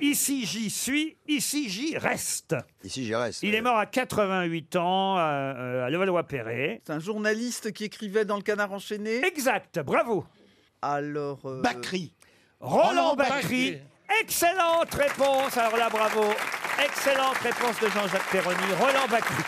Speaker 1: Ici j'y suis, ici j'y reste.
Speaker 11: Ici, j'y reste.
Speaker 1: Il est mort à 88 ans euh, euh, à Levallois-Perret.
Speaker 22: C'est un journaliste qui écrivait dans le canard enchaîné.
Speaker 1: Exact, bravo.
Speaker 22: Alors. euh,
Speaker 1: Bacri. Roland
Speaker 22: Roland
Speaker 1: Bacri.
Speaker 22: Bacri.
Speaker 1: Excellente réponse. Alors là, bravo. Excellente réponse de Jean-Jacques Perroni. Roland Bacri.